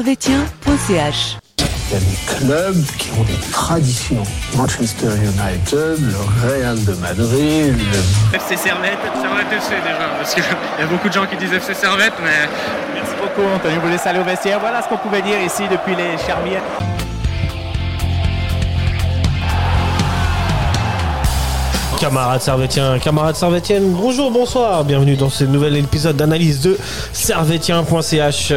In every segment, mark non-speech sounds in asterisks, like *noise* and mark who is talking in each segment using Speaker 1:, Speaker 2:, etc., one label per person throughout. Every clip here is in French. Speaker 1: servetien.ch.
Speaker 2: Il y a des clubs qui ont des traditions. Manchester United, le Real de Madrid.
Speaker 3: FC Servette, Servette FC déjà, parce qu'il y a beaucoup de gens qui disent FC Servette, mais...
Speaker 4: Merci beaucoup Antonio Boulet, salut au vestiaire. Voilà ce qu'on pouvait dire ici depuis les Charmières.
Speaker 5: Camarades Servetien, camarades Servetienne, bonjour, bonsoir, bienvenue dans ce nouvel épisode d'analyse de Servetien.ch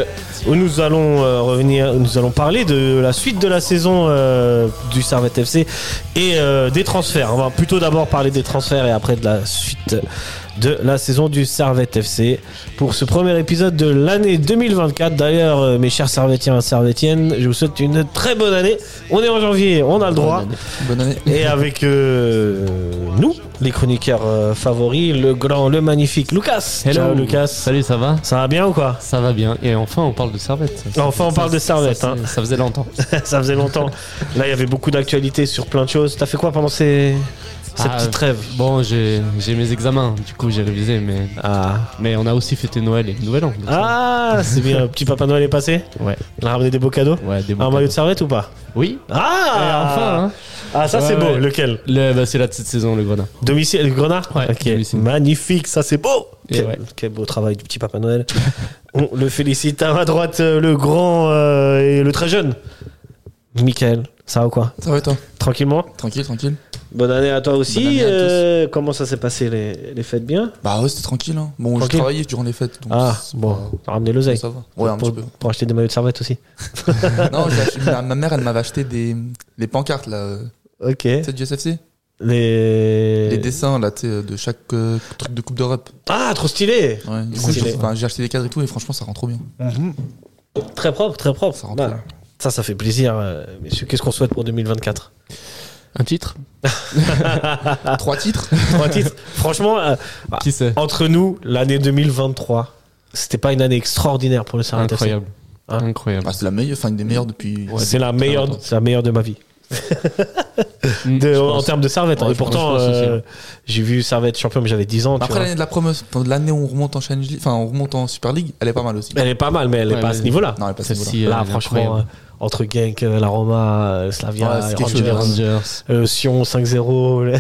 Speaker 5: où nous allons euh, revenir, nous allons parler de la suite de la saison euh, du Servette FC et euh, des transferts. On va plutôt d'abord parler des transferts et après de la suite de la saison du Servette FC pour ce premier épisode de l'année 2024. D'ailleurs, euh, mes chers Servetiens et Servetiennes, je vous souhaite une très bonne année. On est en janvier, on a le droit.
Speaker 6: Bonne année.
Speaker 5: Et avec euh, nous, les chroniqueurs euh, favoris, le grand, le magnifique Lucas. Ciao, Lucas.
Speaker 6: Salut, ça va
Speaker 5: Ça va bien ou quoi *laughs*
Speaker 6: Ça va bien. Et enfin, on parle de servette.
Speaker 5: Enfin, on parle de Servette,
Speaker 6: Ça,
Speaker 5: hein.
Speaker 6: ça faisait longtemps.
Speaker 5: Ça faisait longtemps. Là, il y avait beaucoup d'actualités sur plein de choses. T'as fait quoi pendant ces, ces
Speaker 6: Ah,
Speaker 5: petites rêves
Speaker 6: Bon, j'ai j'ai mes examens, du coup, j'ai révisé. Mais,
Speaker 5: Ah,
Speaker 6: mais on a aussi fêté Noël et Nouvel An. donc
Speaker 5: ah c'est
Speaker 6: *laughs*
Speaker 5: bien. Petit Papa Noël est passé.
Speaker 6: ça- Ouais,
Speaker 5: Il a ramené des beaux cadeaux.
Speaker 6: ouais, des bons
Speaker 5: Un maillot de
Speaker 6: cadeaux.
Speaker 5: Servette ou pas
Speaker 6: Oui.
Speaker 5: Ah
Speaker 6: Et enfin, hein.
Speaker 5: Ah, ça c'est
Speaker 6: Ouais,
Speaker 5: beau.
Speaker 6: ouais.
Speaker 5: Lequel
Speaker 6: Le- bah, c'est là de cette saison, le Grenat.
Speaker 5: Domicile, le Grenard
Speaker 6: Ouais,
Speaker 5: Ok.
Speaker 6: domicile.
Speaker 5: Magnifique, ça c'est beau
Speaker 6: Et
Speaker 5: quel,
Speaker 6: ouais.
Speaker 5: quel beau travail du petit Papa Noël. *laughs* On le félicite. À ma droite, euh, le grand euh, et le très jeune. Michael, ça va ou quoi
Speaker 6: Ça va, toi
Speaker 5: Tranquillement
Speaker 7: Tranquille, tranquille.
Speaker 5: Bonne année à toi aussi.
Speaker 7: Bonne année à tous.
Speaker 5: Euh, comment ça s'est passé les, les fêtes bien
Speaker 7: Bah ouais, c'était tranquille. Hein. Bon,
Speaker 5: Tranquille.
Speaker 7: je travaillais durant les fêtes. Donc
Speaker 5: Ah,
Speaker 7: c'est
Speaker 5: bon, t'as ramené l'oseille.
Speaker 7: pas- Ça va. Ouais, un
Speaker 5: Pour, *laughs*
Speaker 7: petit peu.
Speaker 5: pour acheter des maillots de servette aussi.
Speaker 7: non, j'ai acheté- ma, ma mère, elle m'avait acheté des, les pancartes, là. euh,
Speaker 5: Ok.
Speaker 7: Tu sais, du SFC
Speaker 5: Les...
Speaker 7: Les dessins, là, tu sais, de chaque euh, truc de Coupe d'Europe.
Speaker 5: Ah, trop stylé
Speaker 7: Ouais, du
Speaker 5: C'est
Speaker 7: coup,
Speaker 5: stylé.
Speaker 7: j'ai enfin, j'ai acheté des cadres et tout, et franchement, ça rend trop bien.
Speaker 5: Très propre, très propre.
Speaker 7: Ça rend trop
Speaker 5: Bah,
Speaker 7: bien.
Speaker 5: ça, ça fait plaisir. euh, messieurs, qu'est-ce qu'on souhaite pour 2024
Speaker 6: Un titre
Speaker 5: Ah. *laughs*
Speaker 7: Trois titres
Speaker 5: Trois
Speaker 7: *laughs*
Speaker 5: titres. Franchement, euh,
Speaker 6: Qui c'est
Speaker 5: entre nous, l'année 2023, c'était pas une année extraordinaire pour le Servette FC.
Speaker 6: Incroyable.
Speaker 5: Hein
Speaker 6: Incroyable.
Speaker 7: bah, C'est la meilleure, enfin, une des meilleures depuis.
Speaker 6: Ouais,
Speaker 5: c'est la
Speaker 6: très
Speaker 5: meilleure,
Speaker 6: longtemps.
Speaker 5: c'est la meilleure de ma vie.
Speaker 6: Mm,
Speaker 5: Ah. De-
Speaker 6: je
Speaker 5: en
Speaker 6: pense.
Speaker 5: termes de Servette. hein.
Speaker 6: Ouais,
Speaker 5: Et
Speaker 6: je pense-
Speaker 5: pourtant,
Speaker 6: je pense aussi,
Speaker 5: euh, j'ai vu Servette champion, mais j'avais 10 ans. tu
Speaker 7: Après
Speaker 5: vois.
Speaker 7: l'année de la promotion, enfin, de l'année où on remonte en Challenge League, enfin, on remonte en Super League, elle est pas mal aussi.
Speaker 5: Elle est pas mal, mais elle est
Speaker 6: Ouais,
Speaker 5: pas à
Speaker 6: mais-
Speaker 5: ce niveau-là.
Speaker 7: Non, elle est pas si voilà.
Speaker 6: Celle-ci, euh,
Speaker 5: Là,
Speaker 6: elle est
Speaker 5: franchement,
Speaker 6: incroyable.
Speaker 5: euh, entre Genk, euh, la Roma, euh, Slavia,
Speaker 7: Ouais, c'est quelque
Speaker 5: Rangers,
Speaker 7: chose hein.
Speaker 6: Les Ah, Rangers.
Speaker 5: euh, Sion 5-0, le-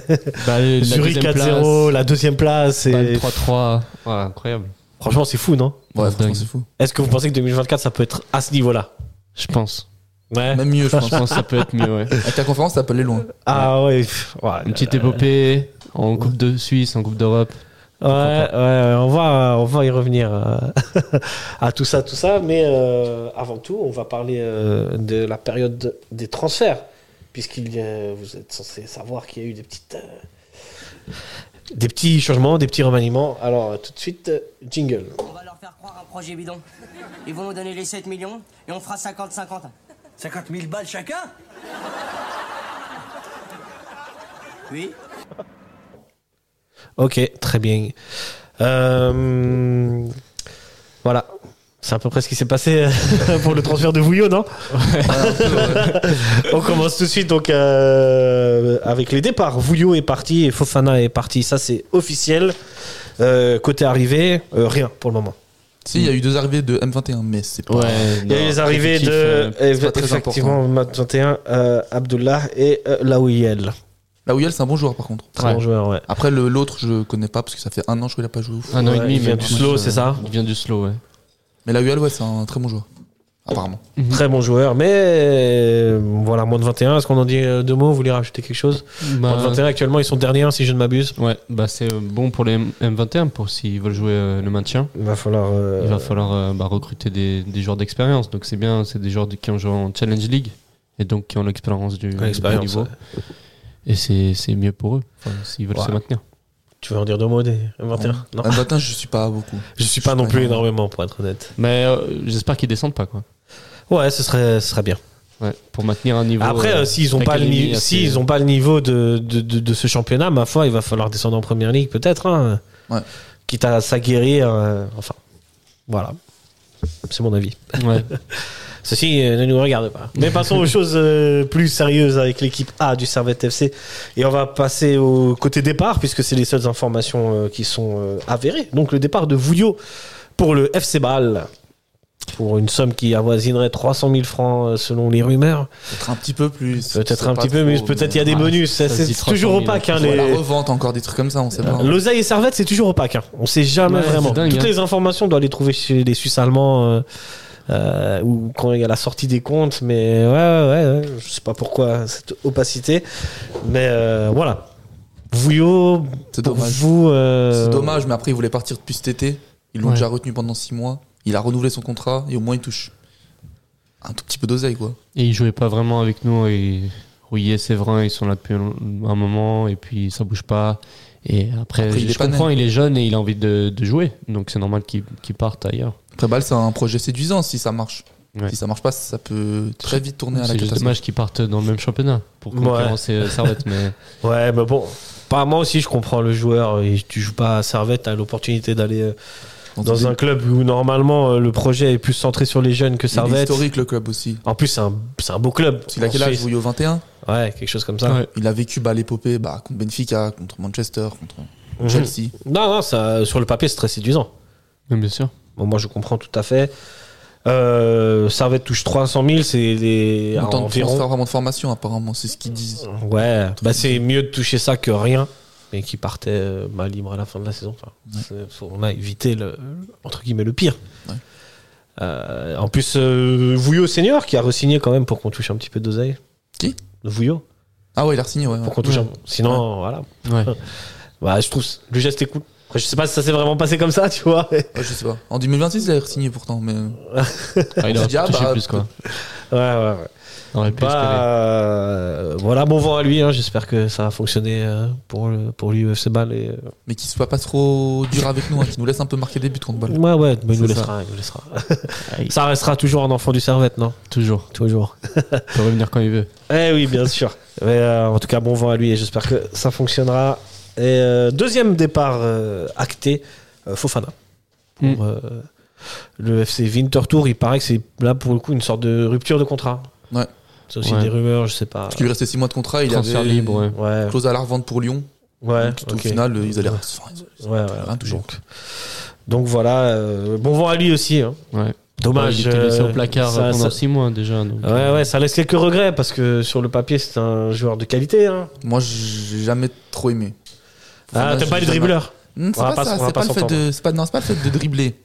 Speaker 6: Bah, le-
Speaker 5: *laughs*
Speaker 6: la
Speaker 5: Zurich
Speaker 6: deuxième
Speaker 5: 4-0,
Speaker 6: place,
Speaker 5: la deuxième place.
Speaker 6: Bâle
Speaker 5: Et...
Speaker 6: 3-3. Ouais, incroyable.
Speaker 5: Franchement, c'est fou, non
Speaker 7: Ouais,
Speaker 6: dingue.
Speaker 7: franchement, c'est fou.
Speaker 5: Est-ce que vous pensez que 2024, ça peut être à ce niveau-là
Speaker 6: Je pense.
Speaker 5: Ouais.
Speaker 7: Même mieux, je
Speaker 5: *laughs*
Speaker 6: Je
Speaker 7: pense.
Speaker 6: pense que ça peut être mieux, ouais.
Speaker 7: Avec la conférence, ça peut aller loin.
Speaker 5: Ah ouais. pff, ouais,
Speaker 6: Une petite épopée en Coupe de Suisse, en Coupe d'Europe.
Speaker 5: Ouais, ouais, ouais, on va, on va y revenir euh, *laughs* à tout ça, tout ça. Mais euh, avant tout, on va parler euh, de la période des transferts, puisqu'il y a- vous êtes censé savoir qu'il y a eu des petites, euh, des petits changements, des petits remaniements. Alors euh, tout de suite, euh, jingle.
Speaker 8: On va leur faire croire un projet bidon. Ils vont nous donner les 7 millions et on fera 50-50.
Speaker 9: 50 000 balles chacun
Speaker 8: Oui
Speaker 5: Ok, très bien. Euh, voilà. C'est à peu près ce qui s'est passé euh, *laughs* pour le transfert de Vouillot, non *laughs* On commence tout de suite donc euh, avec les départs. Vouillot est parti et Fofana est parti. Ça, c'est officiel. Euh, côté arrivée, euh, rien pour le moment.
Speaker 7: Si, il y a eu deux arrivées de M21, mais c'est pas.
Speaker 6: Ouais, euh,
Speaker 5: Il y a eu les arrivées de
Speaker 7: euh, pas très
Speaker 5: effectivement Mat 21, euh, Abdullah et euh, Laouiel.
Speaker 7: Là où il y a, c'est un bon joueur, par contre.
Speaker 5: Très bon
Speaker 6: Ouais.
Speaker 5: joueur, ouais.
Speaker 7: Après, le- l'autre, je connais pas parce que ça fait un an je crois qu'il a pas joué au foot.
Speaker 6: Un an et
Speaker 5: Ouais,
Speaker 6: demi,
Speaker 5: il vient
Speaker 6: mais
Speaker 5: du slow, c'est ça
Speaker 6: Il vient du slow, ouais.
Speaker 7: Mais la UL, ouais, c'est un très bon joueur.
Speaker 5: Oh.
Speaker 7: Apparemment.
Speaker 5: Très bon joueur, mais euh, voilà, moins de 21. Est-ce qu'on en dit euh, deux mots Vous voulez rajouter quelque chose Moins de 21, actuellement, ils sont derniers, hein, si je ne m'abuse.
Speaker 6: Bah, Ouais, bah c'est euh, bon pour les M- M21 pour s'ils veulent jouer euh, le maintien.
Speaker 5: Il va falloir. euh,
Speaker 6: Il va falloir euh, bah, recruter des, des joueurs d'expérience. Donc c'est bien, c'est des joueurs de- qui ont joué en Challenge League et donc qui ont l'expérience du, du haut
Speaker 5: L'expérience,
Speaker 6: niveau.
Speaker 5: ouais.
Speaker 6: Et c'est c'est mieux pour eux enfin, s'ils veulent
Speaker 5: Ouais.
Speaker 6: se maintenir.
Speaker 5: Tu veux en dire deux mots des 21 Non.
Speaker 7: M21, je suis pas beaucoup.
Speaker 5: Ah, *laughs* Je suis pas non plus énormément, pour être honnête.
Speaker 6: Mais euh, j'espère qu'ils descendent pas quoi.
Speaker 5: Ouais, ce serait, ce serait bien.
Speaker 6: Ouais, pour maintenir un niveau.
Speaker 5: Après,
Speaker 6: euh,
Speaker 5: euh, s'ils n'ont pas, le
Speaker 6: d'académie
Speaker 5: ni-
Speaker 6: assez-
Speaker 5: s'ils ont pas le niveau de, de, de- de ce championnat, ma foi, il va falloir descendre en première ligue, peut-être. hein.
Speaker 7: Ouais.
Speaker 5: Quitte à s'aguerrir. euh, enfin, voilà. C'est mon avis.
Speaker 6: euh, Ouais.
Speaker 5: Ceci euh, ne nous regarde pas. Mais passons aux choses euh, plus sérieuses avec l'équipe A du Servette FC. Et on va passer au côté départ, puisque c'est les seules informations euh, qui sont euh, avérées. Donc le départ de Vouillot pour le FC Bâle. pour une somme qui avoisinerait 300 000 francs euh, selon les rumeurs.
Speaker 7: Peut-être un petit peu plus. je
Speaker 5: Peut-être
Speaker 7: sais
Speaker 5: un
Speaker 7: pas
Speaker 5: petit peu,
Speaker 7: trop,
Speaker 5: mais peut-être il y a des
Speaker 6: ouais,
Speaker 5: bonus.
Speaker 6: ça
Speaker 5: Ça,
Speaker 6: se
Speaker 5: C'est
Speaker 6: dit
Speaker 5: toujours
Speaker 6: 300 000,
Speaker 5: opaque. hein,
Speaker 7: Ou à
Speaker 5: les-
Speaker 7: la revente encore des trucs comme ça, on
Speaker 5: Euh,
Speaker 7: sait pas. hein.
Speaker 5: L'oseille et servette, c'est toujours opaque. Hein. On sait jamais
Speaker 6: Ouais,
Speaker 5: vraiment.
Speaker 6: c'est dingue,
Speaker 5: Toutes
Speaker 6: hein.
Speaker 5: les informations, on doit les trouver chez les Suisses allemands euh, euh, ou quand il y a la sortie des comptes. Mais ouais, ouais, ouais, ouais, je sais pas pourquoi cette opacité. Mais euh, voilà. Vouillot,
Speaker 7: C'est
Speaker 5: pour
Speaker 7: dommage.
Speaker 5: vous. euh,
Speaker 7: C'est dommage, mais après, il voulait partir depuis cet été. Ils l'ont
Speaker 6: Ouais.
Speaker 7: déjà retenu pendant 6 mois. Il a renouvelé son contrat et au moins, il touche un tout petit peu d'oseille, quoi.
Speaker 6: Et ils jouaient pas vraiment avec nous. Et Rouillet, Séverin, ils sont là depuis un un moment et puis ça bouge pas. Et après,
Speaker 7: Après, il
Speaker 6: je
Speaker 7: est pas
Speaker 6: comprends, il est jeune et il a envie de, de jouer. Donc c'est normal qu'il qu'il parte ailleurs.
Speaker 7: Après, Bâle, c'est un projet séduisant si ça marche.
Speaker 6: Ouais.
Speaker 7: Si ça marche pas, ça peut très vite tourner à la
Speaker 6: C'est juste
Speaker 7: catastrophe.
Speaker 6: dommage qu'ils partent dans le même championnat pour
Speaker 5: Ouais.
Speaker 6: concurrencer euh, Servette. Mais
Speaker 5: *laughs* Ouais, mais bon. Pas moi aussi, je comprends le joueur. Et tu joues pas à Servette, t'as l'opportunité d'aller euh,
Speaker 7: Donc,
Speaker 5: dans
Speaker 7: il est-
Speaker 5: un club où normalement euh, le projet est plus centré sur les jeunes que
Speaker 7: il est
Speaker 5: Servette.
Speaker 7: historique, le club aussi.
Speaker 5: En plus, c'est un, c'est un beau club.
Speaker 7: Il a quel âge
Speaker 5: Ensuite-
Speaker 7: Vouillot 21
Speaker 5: Ouais, quelque chose comme ça.
Speaker 7: Il a vécu bah, l'épopée bah, contre Benfica, contre Manchester, contre
Speaker 5: Mhm.
Speaker 7: Chelsea.
Speaker 5: Non, non, ça, sur le papier, c'est très séduisant.
Speaker 6: mais bien sûr.
Speaker 5: Bon, moi, je comprends tout à fait. Euh, Servette touche 300 000, c'est des
Speaker 7: Autant de transfert,
Speaker 5: environ.
Speaker 7: vraiment de formation, apparemment, c'est ce qu'ils disent.
Speaker 5: Ouais, bah, c'est mieux de toucher ça que rien. Mais qui partait euh, bah, libre à la fin de la saison. Enfin, c'est- faut- on a évité le, entre guillemets le pire.
Speaker 7: Ouais.
Speaker 5: Euh, en plus, euh, Vouillot senior qui a re-signé quand même pour qu'on touche un petit peu d'oseille.
Speaker 7: Qui
Speaker 5: Vouillot.
Speaker 7: Ah ouais, il a signé, ouais. ouais.
Speaker 5: Pour qu'on touche un- Sinon, voilà.
Speaker 6: Ouais.
Speaker 5: Bah, je trouve le geste est cool. Après, je sais pas si ça s'est vraiment passé comme ça, tu vois.
Speaker 7: Ouais, je sais pas. En 2026, il a signé pourtant, mais
Speaker 6: Ah, il
Speaker 7: On
Speaker 6: aurait
Speaker 7: s'est dit, ah,
Speaker 6: touché
Speaker 7: bah,
Speaker 6: plus quoi.
Speaker 5: Ouais, ouais, ouais.
Speaker 6: On aurait pu espérer.
Speaker 5: Bah, euh, voilà, bon vent à lui. hein. J'espère que ça va fonctionner euh, pour, le- pour lui, UFC Ball. Et, euh,
Speaker 7: mais qu'il soit pas trop dur avec nous, hein, qu'il nous laisse un peu marquer des buts contre balle.
Speaker 5: Ouais, ouais, mais il nous
Speaker 7: C'est
Speaker 5: laissera. il nous laissera.
Speaker 6: Aïe.
Speaker 5: *laughs* ça restera toujours un enfant du servette, non
Speaker 6: Toujours.
Speaker 5: Toujours.
Speaker 6: Il peut revenir quand il veut.
Speaker 5: Eh oui, bien sûr. Mais, euh, en tout cas, bon vent à lui et j'espère que ça fonctionnera. Et, euh, deuxième départ euh, acté, euh, Fofana. Pour,
Speaker 6: Mm.
Speaker 5: euh, le FC Winterthur, il paraît que c'est là pour le coup une sorte de rupture de contrat.
Speaker 7: Ouais.
Speaker 5: C'est aussi
Speaker 6: Ouais.
Speaker 5: des rumeurs, je sais pas.
Speaker 7: Parce qu'il lui restait 6 mois de contrat, il
Speaker 6: Transfert
Speaker 7: avait
Speaker 6: libre. ouais.
Speaker 5: Ouais,
Speaker 7: clause à la revente pour Lyon.
Speaker 5: ouais.
Speaker 7: Donc,
Speaker 5: ok.
Speaker 7: Au final, ils allaient.
Speaker 5: Ouais.
Speaker 7: enfin, ils-
Speaker 5: Ouais, voilà.
Speaker 7: Rien touché.
Speaker 5: Donc, donc voilà, euh, bon vent à lui aussi. hein.
Speaker 6: Ouais.
Speaker 5: Dommage.
Speaker 6: il était laissé
Speaker 5: euh,
Speaker 6: au placard
Speaker 5: ça-
Speaker 6: pendant
Speaker 5: ça-
Speaker 6: 6 mois déjà. donc, euh,
Speaker 5: Ouais, ouais, ça laisse quelques regrets parce que sur le papier, c'est un joueur de qualité. hein.
Speaker 7: Moi, j'ai jamais trop aimé.
Speaker 5: Ah,
Speaker 7: Fofana,
Speaker 5: t'aimes pas les
Speaker 7: j'ai jamais-
Speaker 5: dribbleurs
Speaker 7: Hmm, C'est
Speaker 5: On va
Speaker 7: pas,
Speaker 5: pas- on
Speaker 7: ça,
Speaker 5: va
Speaker 7: c'est
Speaker 5: pas
Speaker 7: pas, le fait
Speaker 5: s'entendre.
Speaker 7: de, c'est pas, non, c'est pas le fait de dribbler,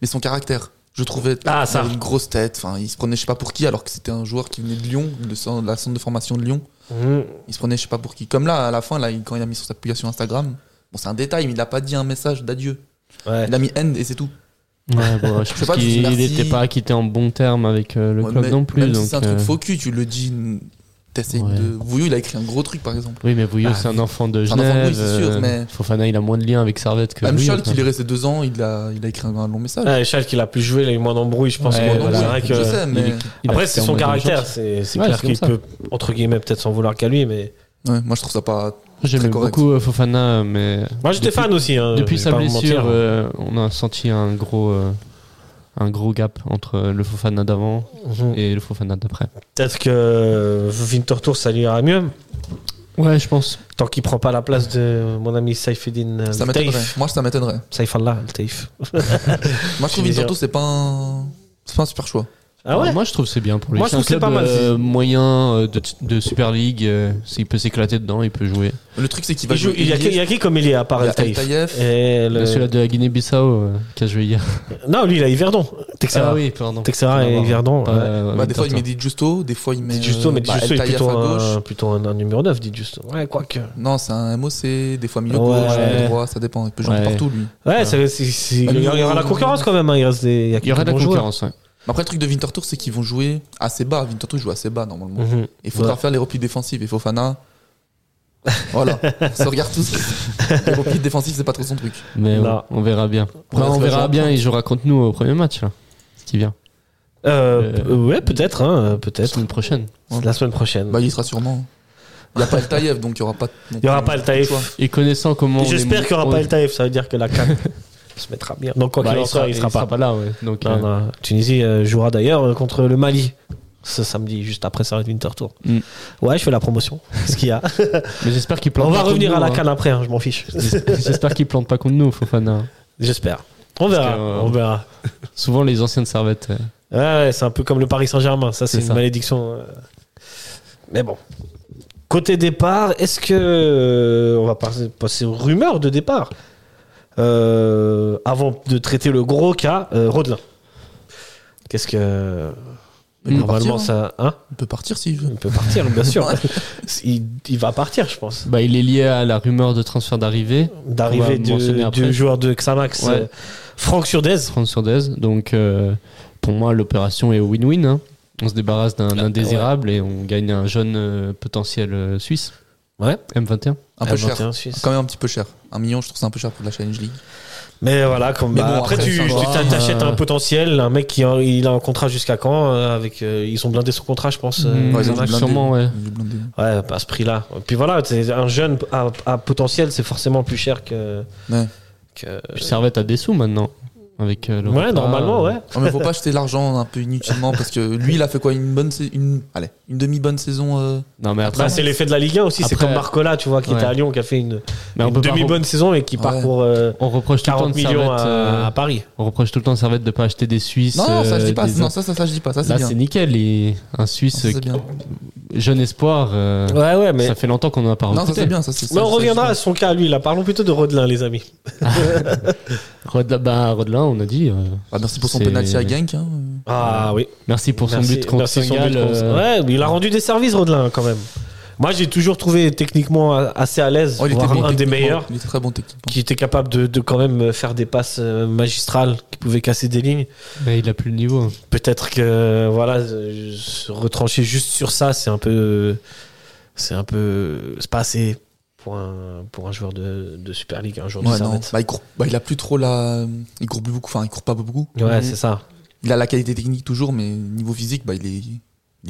Speaker 7: mais son caractère. Je trouvais
Speaker 5: Ah,
Speaker 7: il
Speaker 5: ça.
Speaker 7: avait une grosse tête. Enfin, il se prenait je sais pas pour qui, alors que c'était un joueur qui venait de Lyon, de son- de la centre de formation de Lyon.
Speaker 5: Mhm.
Speaker 7: Il se prenait je sais pas pour qui. Comme là, à la fin, là, il- quand il a mis sur sa publication Instagram, bon, c'est un détail, mais il a pas dit un message d'adieu.
Speaker 5: Ouais.
Speaker 7: Il a mis end et c'est tout.
Speaker 6: Ouais, bon, je
Speaker 7: sais
Speaker 6: pense
Speaker 7: pas,
Speaker 6: qu'il
Speaker 7: merci.
Speaker 6: n'était pas acquitté en bon terme avec euh, le
Speaker 7: Ouais,
Speaker 6: club
Speaker 7: mais-
Speaker 6: non plus.
Speaker 7: Même
Speaker 6: donc,
Speaker 7: si c'est un
Speaker 6: euh,
Speaker 7: truc faux cul, tu le dis. T'essayes
Speaker 6: Ouais.
Speaker 7: de. Vouillou, il a écrit un gros truc par exemple.
Speaker 6: Oui, mais Vouillot,
Speaker 7: Ah,
Speaker 6: c'est un enfant de
Speaker 7: c'est un enfant de
Speaker 6: Genève.
Speaker 7: Louis, c'est sûr,
Speaker 6: euh,
Speaker 7: mais-
Speaker 6: Fofana, il a moins de liens avec Servette que
Speaker 7: Même
Speaker 6: Vouillot,
Speaker 7: Charles,
Speaker 6: quoi.
Speaker 7: qu'il est resté deux ans, il a, il a écrit un, un long message.
Speaker 5: Ouais, Charles, qu'il a plus joué, il a eu moins d'embrouille, je pense.
Speaker 6: Ouais,
Speaker 5: que,
Speaker 7: Bon, non,
Speaker 5: c'est
Speaker 7: oui,
Speaker 5: vrai que-
Speaker 7: je sais, mais.
Speaker 6: Il a
Speaker 5: Après,
Speaker 6: fait
Speaker 5: c'est
Speaker 6: en
Speaker 5: son
Speaker 6: mode
Speaker 5: caractère.
Speaker 6: gentil.
Speaker 5: C'est c'est
Speaker 6: Ouais,
Speaker 5: clair
Speaker 6: c'est comme
Speaker 5: qu'il
Speaker 6: ça.
Speaker 5: peut, entre guillemets, peut-être s'en vouloir qu'à lui. Mais
Speaker 7: Ouais, moi, je trouve ça pas.
Speaker 6: J'aimais
Speaker 7: Très correct.
Speaker 6: beaucoup euh, Fofana, mais
Speaker 5: moi, j'étais
Speaker 6: Depuis-
Speaker 5: fan aussi. hein,
Speaker 6: depuis
Speaker 5: je vais
Speaker 6: sa
Speaker 5: pas vous
Speaker 6: blessure,
Speaker 5: mentir.
Speaker 6: euh, on a senti un gros, euh, un gros gap entre euh, le Fofana d'avant
Speaker 5: Mhm.
Speaker 6: et le Fofana d'après.
Speaker 5: Peut-être que Winterthur, ça lui ira mieux.
Speaker 6: Ouais, je pense.
Speaker 5: Tant qu'il prend pas la place de mon ami Saifeddin euh,
Speaker 7: Ça m'étonnerait.
Speaker 5: Taif.
Speaker 7: Moi, ça m'étonnerait.
Speaker 5: Saifallah Taif.
Speaker 7: Moi, je trouve
Speaker 5: Je veux
Speaker 7: Vincenzo, c'est pas un. C'est pas un super choix.
Speaker 5: Ah ouais
Speaker 6: Moi, je trouve que c'est bien pour lui.
Speaker 5: Moi, je
Speaker 6: C'est un
Speaker 5: trouve que c'est pas mal.
Speaker 6: club euh, moyen euh, de, de Super League. euh, S'il peut s'éclater dedans, il peut jouer.
Speaker 7: Le truc, c'est qu'il
Speaker 5: Il,
Speaker 7: va
Speaker 5: joue-
Speaker 7: jouer.
Speaker 5: il y a, qui- il y a qui comme il est à part
Speaker 7: Il y
Speaker 5: El
Speaker 7: a El
Speaker 5: Taïf
Speaker 7: Taïef.
Speaker 5: Et le-
Speaker 6: Celui-là de la Guinée-Bissau euh, qui a joué hier.
Speaker 5: Non, lui, il a Yverdon. Texera.
Speaker 6: Ah oui, pardon.
Speaker 5: Texera
Speaker 6: Rien à
Speaker 5: et
Speaker 6: voir.
Speaker 5: Yverdon.
Speaker 6: Pas,
Speaker 5: ouais.
Speaker 6: euh,
Speaker 7: Bah, des fois, il
Speaker 6: Winterthur.
Speaker 7: met Di Justo, des fois, il met.
Speaker 5: Dit Justo, mais Di
Speaker 7: euh, bah,
Speaker 5: Justo
Speaker 7: El
Speaker 5: est plutôt,
Speaker 7: Taïef à
Speaker 5: un,
Speaker 7: gauche.
Speaker 5: plutôt un, un numéro 9, Dit Justo. Ouais, quoique.
Speaker 7: Non, c'est un MOC, des fois milieu
Speaker 5: Ouais.
Speaker 7: gauche, milieu droit, ça dépend. Il peut jouer
Speaker 6: Ouais.
Speaker 7: partout, lui.
Speaker 5: Ouais, ça- c'est- c'est- il y aura la concurrence quand même. hein, Il reste des.
Speaker 6: Il y aurait de la
Speaker 5: quelques bons joueurs.
Speaker 6: concurrence, ouais.
Speaker 7: Mais après, le truc de Winterthur, c'est qu'ils vont jouer assez bas. Winterthur joue assez bas, normalement.
Speaker 5: Mhm.
Speaker 7: Il faudra
Speaker 5: Ouais.
Speaker 7: faire les replis défensifs. Et Fofana.
Speaker 5: *laughs*
Speaker 7: voilà, on se regarde tous. Les replis défensifs, c'est pas trop son truc.
Speaker 6: Mais
Speaker 5: Non.
Speaker 6: ouais, on verra bien.
Speaker 7: Ouais,
Speaker 6: Bah, on
Speaker 7: ça va
Speaker 6: verra
Speaker 7: jouer
Speaker 6: bien, il jouera contre nous au premier match, là. Ce qui vient.
Speaker 5: Euh,
Speaker 6: Euh,
Speaker 5: p- ouais, peut-être, hein, euh,
Speaker 6: La
Speaker 5: peut-être.
Speaker 6: semaine prochaine.
Speaker 7: Ouais.
Speaker 5: La semaine prochaine.
Speaker 7: Bah, il y sera sûrement. Il n'y a pas El Taïef, donc il n'y aura pas.
Speaker 5: Il y aura pas El Taïf.
Speaker 7: choix.
Speaker 6: Et connaissant comment.
Speaker 5: Et
Speaker 6: on est
Speaker 5: J'espère qu'il n'y aura
Speaker 6: mou-
Speaker 5: pas
Speaker 6: on-
Speaker 5: El Taïf. Ça veut dire que la CAN *laughs* se mettra bien. Donc, quoi
Speaker 6: Bah,
Speaker 5: qu'il en soit, il sera pas.
Speaker 6: là, ouais. Donc,
Speaker 5: Non,
Speaker 6: euh,
Speaker 5: non, la Tunisie euh, jouera d'ailleurs euh, contre le Mali ce samedi, juste après Sarah Winter Tour.
Speaker 6: Mm.
Speaker 5: Ouais, je fais la promotion. *laughs* Ce qu'il y a.
Speaker 6: Mais j'espère qu'il plante
Speaker 5: On va
Speaker 6: *laughs* pas contre
Speaker 5: revenir à
Speaker 6: nous,
Speaker 5: la
Speaker 6: hein.
Speaker 5: canne après, hein, je m'en fiche.
Speaker 6: J'espère qu'il plante pas contre nous, Fofana.
Speaker 5: J'espère. On verra,
Speaker 6: que, euh,
Speaker 5: on verra.
Speaker 6: Souvent, les anciennes servettes. euh,
Speaker 5: Ouais, ouais, c'est un peu comme le Paris Saint-Germain, ça c'est
Speaker 6: C'est
Speaker 5: une
Speaker 6: ça.
Speaker 5: malédiction. euh. Mais bon. Côté départ, est-ce que euh, on va pas- passer aux rumeurs de départ Euh, avant de traiter le gros cas, euh, Rodelin. Qu'est-ce que
Speaker 7: Il peut
Speaker 5: normalement
Speaker 7: partir,
Speaker 5: ça, hein
Speaker 7: Il peut partir s'il veut.
Speaker 5: Il peut partir, bien sûr.
Speaker 7: Ouais.
Speaker 5: il, il va partir, je pense.
Speaker 6: Bah, il est lié à la rumeur de transfert d'arrivée, On va
Speaker 5: D'arrivée
Speaker 6: mentionner
Speaker 5: du,
Speaker 6: après.
Speaker 5: du joueur de Xamax,
Speaker 6: Ouais.
Speaker 5: euh, Franck Surdez.
Speaker 6: Franck Surdez. Donc, euh, pour moi, l'opération est win-win. hein. On se débarrasse d'un
Speaker 5: Ah,
Speaker 6: indésirable et on gagne un jeune euh, potentiel euh, suisse.
Speaker 5: Ouais.
Speaker 6: M21.
Speaker 5: Ah,
Speaker 7: Un peu cher.
Speaker 5: 21 Suisse.
Speaker 7: Quand même un petit peu cher. Un million, je trouve ça un peu cher pour de la Challenge League.
Speaker 5: Mais voilà, comme
Speaker 7: Mais
Speaker 5: bah,
Speaker 7: bon,
Speaker 5: après,
Speaker 7: après,
Speaker 5: tu,
Speaker 7: ça
Speaker 5: tu
Speaker 7: va,
Speaker 5: t'a- t'achètes
Speaker 6: euh,
Speaker 5: un potentiel, un mec qui a, il a un contrat jusqu'à quand euh, avec euh, ils ont blindé son contrat, je pense. euh,
Speaker 6: Mmh,
Speaker 5: Xamax.
Speaker 7: ils ont
Speaker 6: ouais,
Speaker 7: blindé.
Speaker 6: sûrement, ouais.
Speaker 7: Ils ont blindé.
Speaker 5: ouais, à ce prix-là. Puis voilà, c'est un jeune à, à potentiel, c'est forcément plus cher que.
Speaker 7: Ouais.
Speaker 5: que-
Speaker 6: Puis Servette a des sous maintenant. Avec euh, le
Speaker 5: Ouais,
Speaker 6: repas,
Speaker 5: normalement,
Speaker 6: euh,
Speaker 5: ouais. Bah,
Speaker 7: Non, Oh, mais faut pas acheter de l'argent un peu inutilement parce que lui, il a fait quoi Une bonne sa- une, allez, une demi-bonne saison euh,
Speaker 6: Non, mais après,
Speaker 5: Bah, c'est l'effet de la Ligue 1 aussi. C'est
Speaker 6: Après-
Speaker 5: comme Marcola, tu vois, qui était
Speaker 6: Ouais.
Speaker 5: à Lyon, qui a fait une,
Speaker 6: mais on
Speaker 5: une
Speaker 6: peut pas-
Speaker 5: demi-bonne saison et qui
Speaker 7: Ouais.
Speaker 5: parcourt euh,
Speaker 6: On reproche tout le temps
Speaker 5: 40
Speaker 6: de
Speaker 5: millions
Speaker 6: Servette.
Speaker 5: à,
Speaker 6: euh,
Speaker 5: à Paris.
Speaker 6: on reproche tout le temps de Servette de pas acheter des Suisses.
Speaker 7: Non, non, ça je
Speaker 6: euh,
Speaker 7: dis pas.
Speaker 6: des-
Speaker 7: Non, ça, ça, ça, je dis pas. Ça, c'est
Speaker 6: Là,
Speaker 7: bien.
Speaker 6: c'est nickel. Et un
Speaker 7: Ça,
Speaker 6: Suisse,
Speaker 7: c'est
Speaker 6: euh,
Speaker 7: bien.
Speaker 6: jeune espoir. euh,
Speaker 5: Ouais, ouais, mais.
Speaker 6: Ça fait longtemps qu'on n'en a pas
Speaker 7: Non, ça
Speaker 6: recruté.
Speaker 7: c'est bien. Ça, c'est-
Speaker 5: Mais
Speaker 7: ça,
Speaker 5: on
Speaker 7: ça,
Speaker 5: reviendra
Speaker 7: je-
Speaker 5: à son cas, lui. Là, parlons plutôt de Rodelin, les amis.
Speaker 6: Rodelin, bah, Rodelin, on a dit. euh,
Speaker 7: Bah, merci pour son
Speaker 6: c'est-
Speaker 7: penalty à Genk. hein.
Speaker 5: Ah oui.
Speaker 6: Merci pour son
Speaker 5: Merci-
Speaker 6: but contre euh,
Speaker 5: merci son
Speaker 6: Singal.
Speaker 5: but contre- Ouais, mais il a rendu des services, Rodelin, quand même. Moi, j'ai toujours trouvé techniquement assez à l'aise,
Speaker 7: Oh, il était
Speaker 5: voire
Speaker 7: bon
Speaker 5: un des
Speaker 7: techniquement.
Speaker 5: meilleurs,
Speaker 7: Il était très bon techniquement.
Speaker 5: qui était capable de, de quand même faire des passes euh, magistrales, qui pouvait casser des lignes.
Speaker 6: Bah, il a plus le niveau.
Speaker 5: Peut-être que, voilà, euh, se retrancher juste sur ça, c'est un peu. C'est un peu. C'est pas assez pour un, pour un joueur de, de Super League, un joueur de
Speaker 7: Ouais, non.
Speaker 5: Servette.
Speaker 7: Bah, il, court, bah, il a plus trop la. Il court plus beaucoup. Enfin, il court pas beaucoup.
Speaker 5: Ouais, c'est ça.
Speaker 7: Il a la qualité technique toujours, mais niveau physique, bah, il est, il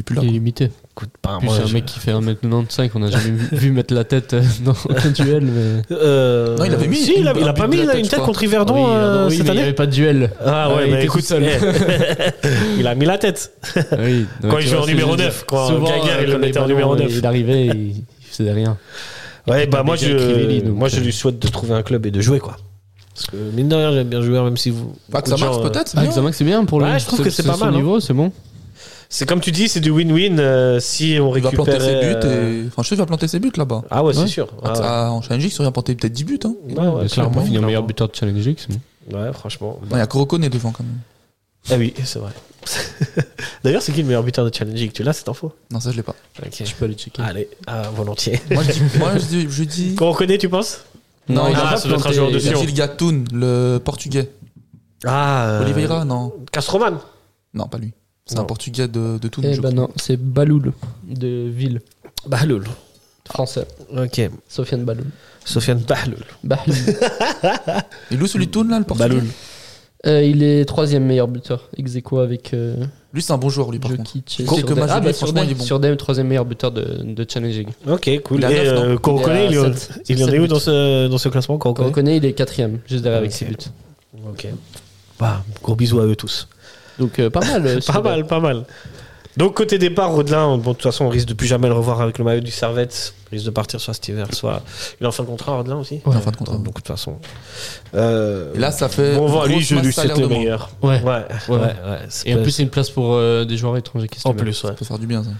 Speaker 7: est plus là.
Speaker 6: Il est limité.
Speaker 5: Écoute, bah,
Speaker 6: En plus,
Speaker 5: moi,
Speaker 6: c'est un
Speaker 5: je-
Speaker 6: mec qui fait 1m95, on n'a jamais vu, vu mettre la tête euh, *laughs* dans un duel. Mais... Ah
Speaker 5: Euh,
Speaker 7: Non, il avait mis
Speaker 5: si, il a,
Speaker 7: une-
Speaker 5: il a
Speaker 7: un but
Speaker 5: pas
Speaker 7: de
Speaker 5: mis
Speaker 7: la
Speaker 5: là,
Speaker 7: tête,
Speaker 5: une
Speaker 7: je
Speaker 5: tête
Speaker 7: crois.
Speaker 5: contre Yverdon
Speaker 6: Oui,
Speaker 5: euh,
Speaker 6: oui, mais
Speaker 5: cette
Speaker 6: il n'y
Speaker 5: année
Speaker 6: avait pas de duel.
Speaker 5: Ah ouais,
Speaker 6: il
Speaker 5: mais
Speaker 6: était tout
Speaker 5: écoute,
Speaker 6: seul.
Speaker 5: eh, *laughs* il a mis la tête.
Speaker 6: Oui, donc,
Speaker 5: Quand il
Speaker 6: tu
Speaker 5: jouait
Speaker 6: vois
Speaker 5: en
Speaker 6: ce que
Speaker 5: numéro
Speaker 6: je veux dire.
Speaker 5: 9, quand
Speaker 6: Souvent,
Speaker 5: Gaga,
Speaker 6: euh,
Speaker 5: il le
Speaker 6: quand les
Speaker 5: mettait en
Speaker 6: ballons,
Speaker 5: numéro
Speaker 6: euh,
Speaker 5: 9.
Speaker 6: Il arrivait, il, il faisait rien.
Speaker 5: Ouais, bah moi
Speaker 6: Gaga Crivelli,
Speaker 5: je,
Speaker 6: donc,
Speaker 5: moi je
Speaker 6: euh,
Speaker 5: lui souhaite de trouver un club et de jouer quoi. Parce que mine de rien, j'aime bien jouer, même si vous.
Speaker 7: Bah, que ça
Speaker 5: beaucoup de
Speaker 7: marche
Speaker 5: gens, euh,
Speaker 7: peut-être.
Speaker 6: Ah,
Speaker 7: mais
Speaker 6: Xamax, c'est bien pour
Speaker 5: Ouais,
Speaker 6: le
Speaker 5: je trouve que c'est
Speaker 6: ce-
Speaker 5: pas
Speaker 6: son
Speaker 5: mal, hein.
Speaker 6: niveau, c'est bon.
Speaker 5: C'est comme tu dis, c'est du win-win euh, si on
Speaker 7: Il va
Speaker 5: récupère.
Speaker 7: planter ses buts.
Speaker 6: euh,
Speaker 7: Et... Enfin, je sais qu'il va planter ses buts là-bas.
Speaker 5: Ah ouais, c'est
Speaker 6: Ouais.
Speaker 5: sûr. Ah ouais.
Speaker 7: Ah, En Challenge League, il aurait planté peut-être 10 buts. Hein.
Speaker 5: Ouais, ouais,
Speaker 6: Bien sûr,
Speaker 5: clairement,
Speaker 6: pour finir
Speaker 5: clairement.
Speaker 6: meilleur buteur de Challenge League, c'est bon.
Speaker 5: Ouais, franchement.
Speaker 7: Ouais, Il y a Corocone devant quand même.
Speaker 5: Ah oui, c'est vrai. *laughs* D'ailleurs, c'est qui le meilleur buteur de Challenge League Tu l'as cette info
Speaker 7: Non, ça je l'ai pas.
Speaker 5: Je peux aller checker. Allez, ah, volontiers.
Speaker 7: Moi je
Speaker 5: *laughs*
Speaker 7: dis. moi, je dis- je dis-
Speaker 5: Qu'on reconnaît, tu penses
Speaker 7: Non,
Speaker 5: Ah,
Speaker 7: il a
Speaker 5: ça doit être un
Speaker 6: planté-
Speaker 5: joueur de
Speaker 7: il a
Speaker 5: Sion.
Speaker 7: Gilles Gatoun, le portugais.
Speaker 5: Ah. euh,
Speaker 7: Oliveira, non.
Speaker 5: Castroman.
Speaker 7: Non, pas lui. C'est
Speaker 5: Non.
Speaker 7: un portugais de, de Toun.
Speaker 6: Eh
Speaker 7: je
Speaker 6: ben
Speaker 7: crois.
Speaker 6: non, c'est Baloul de Ville,
Speaker 5: Bah, lol.
Speaker 6: français.
Speaker 5: Ok.
Speaker 6: Sofiane Baloul.
Speaker 5: Sofiane Bahloul.
Speaker 1: Bahloul.
Speaker 7: Il loue celui de Toun là, le portugais.
Speaker 5: Baloul.
Speaker 1: *laughs* Euh, il est troisième meilleur buteur, ex aequo avec euh,
Speaker 7: Lui, c'est un bon joueur, lui, par contre.
Speaker 1: Jokic. et
Speaker 7: Quelques
Speaker 1: Surdem.
Speaker 7: matchs de
Speaker 1: Ah,
Speaker 7: lui,
Speaker 1: bah,
Speaker 7: franchement, il est
Speaker 1: Surdem,
Speaker 7: bon.
Speaker 1: Surdem, troisième meilleur buteur de, de Challenge League.
Speaker 5: Ok, cool.
Speaker 7: Il a
Speaker 5: Et
Speaker 7: neuf, non
Speaker 5: euh, qu'on
Speaker 1: Il est
Speaker 5: reconnaît,
Speaker 1: à
Speaker 5: il, est au-
Speaker 1: sept.
Speaker 5: il en est
Speaker 1: Sept
Speaker 5: où
Speaker 1: buts.
Speaker 5: dans ce, dans ce classement qu'on
Speaker 1: Quand on
Speaker 5: reconnaît
Speaker 1: connaît, il est quatrième, juste derrière avec
Speaker 5: Ok.
Speaker 1: ses buts.
Speaker 5: Ok. Bah, gros bisous à eux tous.
Speaker 1: Donc euh, pas mal.
Speaker 6: *laughs*
Speaker 1: euh,
Speaker 5: Pas
Speaker 1: Surdem.
Speaker 5: mal, pas mal. Donc, côté départ, Rodelin, bon, de toute façon, on risque de plus jamais le revoir avec le maillot du Servette. Il risque de partir soit cet hiver, soit. Il est en fin de contrat, Rodelin aussi
Speaker 7: Il est en fin de contrat.
Speaker 5: Donc, de toute façon. Euh,
Speaker 7: Et là, ça fait.
Speaker 5: bon vent à lui,
Speaker 7: grosse
Speaker 5: je
Speaker 7: masse
Speaker 5: lui
Speaker 7: salaire
Speaker 5: souhaite le
Speaker 7: de moins.
Speaker 5: meilleur.
Speaker 6: Ouais.
Speaker 5: Ouais, ouais, ouais. c'est
Speaker 6: Et en
Speaker 5: pas-
Speaker 6: plus, c'est une place pour euh, des joueurs étrangers qui se
Speaker 5: en
Speaker 6: lèvent.
Speaker 5: plus, ouais.
Speaker 7: Ça peut faire du bien, ça.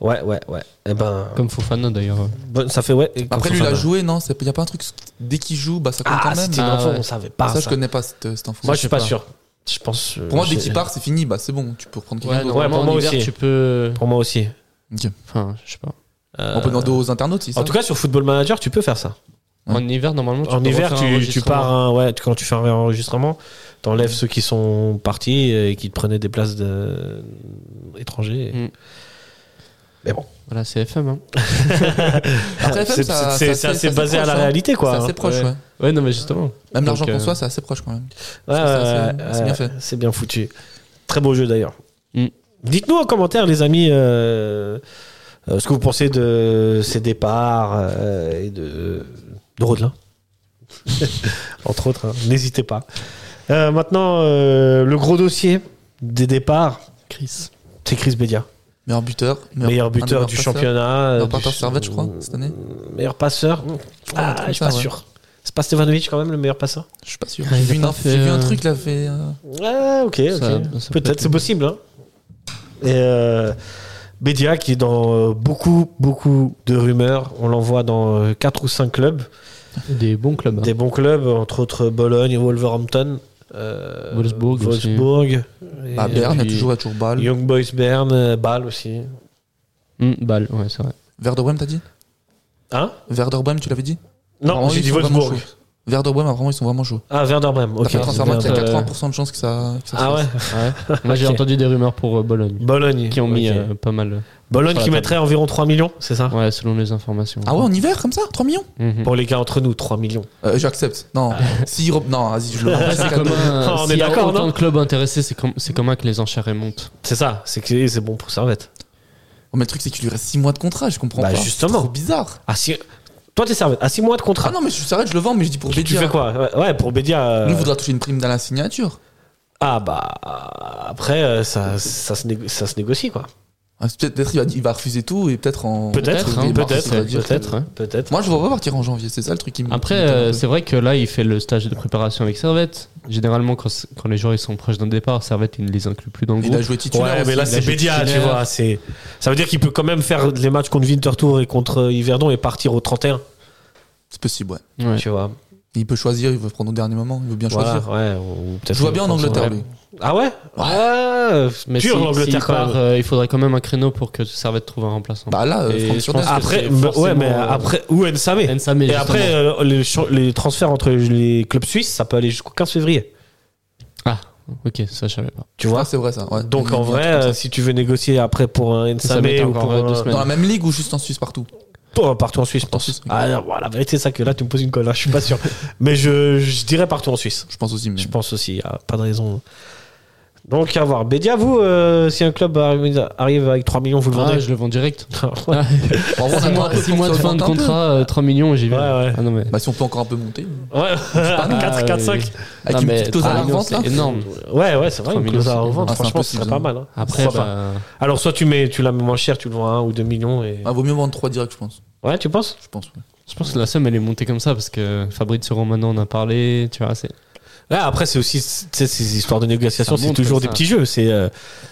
Speaker 5: Ouais, ouais, ouais. Et ben,
Speaker 6: Comme Fofana d'ailleurs.
Speaker 5: bonne- ça fait, ouais. et
Speaker 7: Après,
Speaker 5: comme
Speaker 7: lui, il
Speaker 5: ça,
Speaker 7: a
Speaker 5: ça-
Speaker 7: joué, non Il n'y a pas un truc. Dès qu'il joue, bah, ça compte
Speaker 5: Ah,
Speaker 7: quand même.
Speaker 5: c'était une
Speaker 6: Ah,
Speaker 5: info,
Speaker 6: ouais.
Speaker 5: on savait pas.
Speaker 7: ça, je
Speaker 5: ça.
Speaker 7: connais pas cette, cette info.
Speaker 5: Moi, je suis pas,
Speaker 6: pas.
Speaker 5: sûr. Je pense. euh,
Speaker 7: Pour moi, dès
Speaker 5: je-
Speaker 7: qu'il part, c'est fini. Bah, c'est bon, tu peux reprendre quelqu'un d'autre.
Speaker 5: ouais, pour
Speaker 6: en
Speaker 5: moi
Speaker 6: hiver,
Speaker 5: aussi.
Speaker 6: Tu peux.
Speaker 5: Pour moi aussi.
Speaker 6: Enfin, je sais pas.
Speaker 5: Euh,
Speaker 7: On peut demander aux internautes si ça.
Speaker 5: En tout cas, sur Football Manager, tu peux faire ça.
Speaker 6: En hiver, normalement, tu
Speaker 5: en
Speaker 6: peux
Speaker 5: hiver,
Speaker 6: refaire un
Speaker 5: tu, tu
Speaker 6: enregistrement.
Speaker 5: pars, hein. un- ouais, tu- quand tu fais un enregistrement, t'enlèves ceux qui sont partis euh, et qui te prenaient des places de- étrangers. *laughs*
Speaker 6: Mm.
Speaker 5: Mais bon,
Speaker 6: Voilà, c'est FM. Hein.
Speaker 7: *laughs* Après, FM,
Speaker 5: c'est
Speaker 7: ça- ça-
Speaker 5: c'est- c'est assez basé à la
Speaker 7: proche, hein.
Speaker 5: réalité, quoi.
Speaker 7: C'est
Speaker 5: hein.
Speaker 7: assez proche,
Speaker 6: Ouais.
Speaker 7: ouais.
Speaker 6: Ouais, non, mais justement.
Speaker 7: Même l'argent
Speaker 6: euh,
Speaker 7: qu'on soit, c'est assez proche quand même.
Speaker 5: Ouais,
Speaker 7: c'est assez-
Speaker 5: ouais,
Speaker 7: c'est
Speaker 5: ouais,
Speaker 7: bien fait.
Speaker 5: C'est bien foutu. Très beau jeu d'ailleurs.
Speaker 6: Mm.
Speaker 5: Dites-nous en commentaire, les amis, euh, euh, ce que vous pensez de ces départs euh, et de, de Rodelin. *laughs* Entre autres, hein. n'hésitez pas. Euh, maintenant, euh, le gros dossier des départs,
Speaker 6: Chris.
Speaker 5: c'est Chris Bedia.
Speaker 7: Meilleur buteur.
Speaker 5: Meilleur
Speaker 7: un des
Speaker 5: buteur
Speaker 7: meilleurs
Speaker 5: du
Speaker 7: passeurs.
Speaker 5: championnat. euh,
Speaker 7: Meilleur
Speaker 5: du-
Speaker 7: parteur servette, je crois, cette année.
Speaker 5: Meilleur passeur. Ah,
Speaker 7: truc
Speaker 5: je suis
Speaker 7: comme
Speaker 5: pas
Speaker 7: ça, ouais.
Speaker 5: sûr. C'est pas Stevanovic quand même le meilleur passeur
Speaker 7: Je suis pas sûr.
Speaker 6: Ah, il
Speaker 7: J'ai
Speaker 6: a
Speaker 7: vu, une
Speaker 6: pas
Speaker 7: inf-
Speaker 6: fait,
Speaker 7: j'ai vu un
Speaker 6: euh,
Speaker 7: truc là, fait. euh,
Speaker 5: Ah, ok, ok.
Speaker 6: Ça- ça peut
Speaker 5: Peut-être,
Speaker 6: être-
Speaker 5: c'est possible. Hein. Et euh, Bedia, qui est dans euh, beaucoup, beaucoup de rumeurs, on l'envoie dans 4 ou 5 clubs,
Speaker 6: Des bons clubs. hein.
Speaker 5: des bons clubs, entre autres Bologne, Wolverhampton, euh,
Speaker 6: Wolfsburg aussi. Bah,
Speaker 5: Wolfsburg, et
Speaker 7: à Bah, Berne, il y a
Speaker 6: puis-
Speaker 7: toujours à Tourbal.
Speaker 5: Young Boys Berne, euh, Bâle aussi.
Speaker 6: Hum, Bâle, ouais,
Speaker 5: *laughs*
Speaker 6: c'est vrai.
Speaker 7: Werder Bremen, t'as dit
Speaker 5: Hein
Speaker 7: Werder Bremen, tu l'avais dit
Speaker 5: Non,
Speaker 7: Apparemment,
Speaker 5: j'ai
Speaker 7: ils
Speaker 5: dit
Speaker 7: sont vraiment
Speaker 5: Wolfsburg.
Speaker 7: chauds. Werder Bremen, apparemment, ils sont vraiment chauds.
Speaker 5: Ah, Werder Bremen, ok.
Speaker 7: D'après Transfermarkt, il y a
Speaker 5: Werder-
Speaker 7: 80% de chances que ça. que ça se
Speaker 5: Ah ouais,
Speaker 7: fasse.
Speaker 6: Ouais. Moi, j'ai
Speaker 5: Ok.
Speaker 6: entendu des rumeurs pour euh, Bologne.
Speaker 5: Bologne.
Speaker 6: Qui ont mis
Speaker 5: Ok.
Speaker 6: euh, pas mal.
Speaker 5: Bologne
Speaker 6: sur la
Speaker 5: qui
Speaker 6: table.
Speaker 5: mettrait environ 3 millions, c'est ça
Speaker 6: Ouais, selon les informations.
Speaker 7: Ah ouais, en hiver, comme ça 3 millions
Speaker 6: Mhm.
Speaker 5: Pour les gars entre nous, 3 millions.
Speaker 7: Euh, J'accepte. Non, si Europe- Non, vas-y, je
Speaker 5: *laughs*
Speaker 7: le rends.
Speaker 6: C'est comme un-
Speaker 5: Ah, on est
Speaker 6: s'il y a
Speaker 5: d'accord,
Speaker 6: autant
Speaker 5: non
Speaker 6: de clubs intéressés, c'est comme c'est commun que les enchères elles montent.
Speaker 5: C'est ça, c'est que c'est bon pour Servette.
Speaker 7: Oh, mais le truc, c'est qu'il lui reste 6 mois de contrat, je comprends
Speaker 5: Bah,
Speaker 7: pas.
Speaker 5: justement.
Speaker 7: C'est trop bizarre.
Speaker 5: Ah, si... Toi, t'es Servette, à 6 mois de contrat.
Speaker 7: Ah non, mais je s'arrête, je le vends, mais je dis pour Bédia.
Speaker 5: Tu fais quoi Ouais, Ouais, pour Bédia. euh,
Speaker 7: Nous, il faudra toucher une prime dans la signature.
Speaker 5: Ah, bah. Après, euh, ça, ça, se négo- ça se négocie, quoi.
Speaker 7: Ah, c'est Peut-être peut-être il, va- il va refuser tout et peut-être en.
Speaker 5: Peut-être,
Speaker 6: Peut-être,
Speaker 5: hein,
Speaker 6: hein,
Speaker 5: peut-être,
Speaker 7: on va dire.
Speaker 5: peut-être,
Speaker 6: Ouais.
Speaker 5: peut-être.
Speaker 7: Moi, je ne vois pas partir en janvier, c'est ça le truc qui me.
Speaker 6: Après,
Speaker 7: qui m'étonne un
Speaker 6: euh,
Speaker 7: peu.
Speaker 6: c'est vrai que là, il fait le stage de préparation avec Servette. Généralement, quand, c- quand les joueurs ils sont proches d'un départ, Servette, il ne les inclut plus dans le
Speaker 7: Il
Speaker 6: groupe.
Speaker 7: a joué titulaire.
Speaker 5: Ouais, mais
Speaker 7: aussi.
Speaker 5: là,
Speaker 7: Il a
Speaker 5: c'est
Speaker 7: joué
Speaker 5: Bédia, tu
Speaker 7: titulaire.
Speaker 5: vois. c'est- Ça veut dire qu'il peut quand même faire les matchs contre Winterthur et contre euh, Yverdon et partir au 31,
Speaker 7: C'est possible, ouais.
Speaker 6: Ouais.
Speaker 5: tu vois.
Speaker 7: Il peut choisir, il veut prendre au dernier moment, il veut bien
Speaker 5: Voilà,
Speaker 7: choisir.
Speaker 5: ouais. ou peut-être-
Speaker 7: Je vois bien en Angleterre, lui.
Speaker 5: Ah ouais Ouais.
Speaker 6: Mais
Speaker 5: Dur,
Speaker 6: si-
Speaker 5: l'Angleterre,
Speaker 6: s'il
Speaker 5: quand
Speaker 6: part,
Speaker 5: même.
Speaker 6: euh, il faudrait quand même un créneau pour que Servette trouve un remplaçant.
Speaker 7: Bah là, euh,
Speaker 6: Et
Speaker 7: Franck
Speaker 6: je
Speaker 7: Surdin,
Speaker 6: pense
Speaker 7: c'est-
Speaker 6: que
Speaker 5: Après,
Speaker 6: c'est
Speaker 5: bah, ouais,
Speaker 6: forcément,
Speaker 5: mais
Speaker 6: euh,
Speaker 5: après, ou Nsamé.
Speaker 6: Ensamé,
Speaker 5: Et
Speaker 6: justement.
Speaker 5: après, euh, les, ch- les transferts entre les clubs suisses, ça peut aller jusqu'au 15 février.
Speaker 6: Ah, ok, ça je savais pas.
Speaker 5: Tu vois
Speaker 7: Ah, c'est vrai ça. ouais.
Speaker 5: Donc
Speaker 7: Il-
Speaker 5: en
Speaker 7: il-
Speaker 5: vrai,
Speaker 7: comme ça.
Speaker 5: euh, si tu veux négocier après pour un
Speaker 6: Ça met
Speaker 5: Nsamé ou
Speaker 6: encore,
Speaker 5: pour
Speaker 6: euh, deux
Speaker 5: un,
Speaker 6: semaines.
Speaker 7: Dans la même ligue ou juste en Suisse partout
Speaker 5: Pour un partout en Suisse, je pense.
Speaker 7: Suisse, ok.
Speaker 5: Ah non, bon, la vérité, c'est ça que là, tu me poses une colle, hein, je suis pas
Speaker 7: *laughs*
Speaker 5: sûr. mais je, je dirais partout en Suisse.
Speaker 7: Je pense aussi. Mais...
Speaker 5: Je pense aussi, ah, pas de raison. Donc à voir. Bédia, vous, euh, si un club arri- arrive avec 3 millions, vous le vendez
Speaker 6: Ah, je le vends direct.
Speaker 5: *laughs* Ouais.
Speaker 7: Bon, on attend
Speaker 6: 6
Speaker 7: un
Speaker 6: mois, *laughs*
Speaker 7: peu
Speaker 6: six
Speaker 7: pour
Speaker 6: mois
Speaker 7: que
Speaker 6: de
Speaker 7: ça
Speaker 6: fin de
Speaker 7: augmente un peu.
Speaker 6: contrat, euh, 3 millions, j'y vais.
Speaker 5: Ouais, ouais.
Speaker 6: Ah non, mais. euh,
Speaker 7: Bah, si on peut encore un peu monter.
Speaker 6: Ah,
Speaker 5: Ouais, *laughs* 4, 4, 5.
Speaker 7: Avec
Speaker 6: Non,
Speaker 7: une
Speaker 6: mais
Speaker 7: petite clause à
Speaker 6: trois
Speaker 7: la
Speaker 6: millions,
Speaker 7: revente, là.
Speaker 6: c'est énorme.
Speaker 5: Ouais, ouais, c'est vrai,
Speaker 6: 3
Speaker 5: une
Speaker 6: Ah, millions,
Speaker 5: classe à
Speaker 6: c'est-
Speaker 5: revendre,
Speaker 7: Ah, c'est
Speaker 5: franchement, ce serait
Speaker 7: impossible,
Speaker 5: pas
Speaker 7: hein.
Speaker 5: mal. hein.
Speaker 6: Après,
Speaker 5: Enfin,
Speaker 6: bah,
Speaker 5: Alors, soit tu, mets, tu la mets moins cher, tu le vends à 1 ou 2 millions. Et...
Speaker 7: Ah, vaut mieux vendre 3 directs, je pense.
Speaker 5: Ouais, tu penses
Speaker 7: Je pense. ouais.
Speaker 6: je pense que la somme elle est montée comme ça parce que Fabrizio Romano en a parlé, tu vois. c'est-
Speaker 5: Là, après, c'est aussi tu sais, ces histoires de négociation,
Speaker 6: Ça
Speaker 5: c'est
Speaker 6: monte
Speaker 5: toujours
Speaker 6: comme
Speaker 5: des
Speaker 6: ça.
Speaker 5: petits jeux. C'est euh,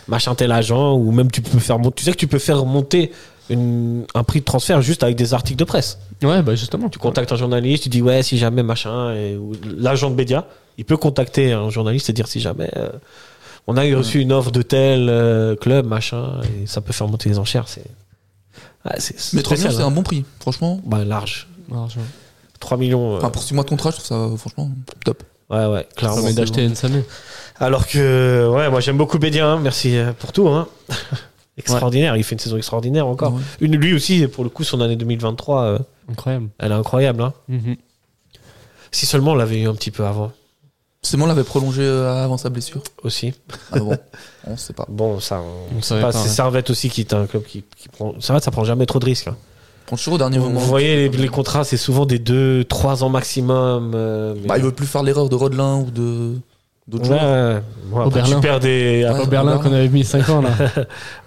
Speaker 5: machin tel agent, ou même tu peux faire monter. Tu sais que tu peux faire monter une- un prix de transfert juste avec des articles de presse.
Speaker 6: Ouais, bah justement.
Speaker 5: Tu contactes un journaliste, tu dis ouais, si jamais machin, et, ou l'agent de média, il peut contacter un journaliste et dire si jamais euh, on a reçu une offre de tel euh, club, machin, et ça peut faire monter les enchères. C'est. Ah, c'est
Speaker 7: Mais 3 millions,
Speaker 5: spécial,
Speaker 7: c'est un
Speaker 5: hein.
Speaker 7: bon prix. Franchement.
Speaker 5: Bah, large.
Speaker 6: Argent.
Speaker 5: 3 millions. euh,
Speaker 7: Enfin, pour 6 mois de contrat, je trouve ça, franchement, top.
Speaker 5: ouais, ouais,
Speaker 6: Ça
Speaker 5: clairement.
Speaker 6: permet d'acheter Ensamé.
Speaker 5: Alors que, ouais, moi j'aime beaucoup Bédia, hein. merci euh, pour tout. hein. *laughs* extraordinaire, il fait une saison extraordinaire encore.
Speaker 7: Ouais.
Speaker 5: Une, lui aussi, pour le coup, son année 2023, euh,
Speaker 6: Incroyable.
Speaker 5: elle est incroyable. hein.
Speaker 6: Mhm.
Speaker 5: Si seulement on l'avait eu un petit peu avant
Speaker 7: Simon l'avait prolongé euh, avant sa blessure.
Speaker 5: aussi.
Speaker 7: Ah bon On sait pas.
Speaker 5: Bon, ça, on,
Speaker 6: On
Speaker 5: sait
Speaker 6: savait
Speaker 5: pas.
Speaker 6: pas,
Speaker 5: C'est
Speaker 6: ouais.
Speaker 5: Servette aussi qui est un club qui, qui prend. Servette, ça prend jamais trop de risques. hein.
Speaker 7: Prends chaud au dernier
Speaker 5: Vous
Speaker 7: moment.
Speaker 5: voyez, les, les contrats, c'est souvent des 2-3 ans maximum. euh, mais-
Speaker 7: Bah, il veut plus faire l'erreur de Rodelin ou de.
Speaker 5: Ouais,
Speaker 7: d'autres
Speaker 5: ouais,
Speaker 7: joueurs.
Speaker 5: ouais. Bon,
Speaker 6: Au
Speaker 5: après, tu
Speaker 6: Berlin.
Speaker 5: perds des.
Speaker 7: Ouais.
Speaker 6: Au Berlin
Speaker 7: Berlin.
Speaker 6: qu'on avait mis 5 ans là.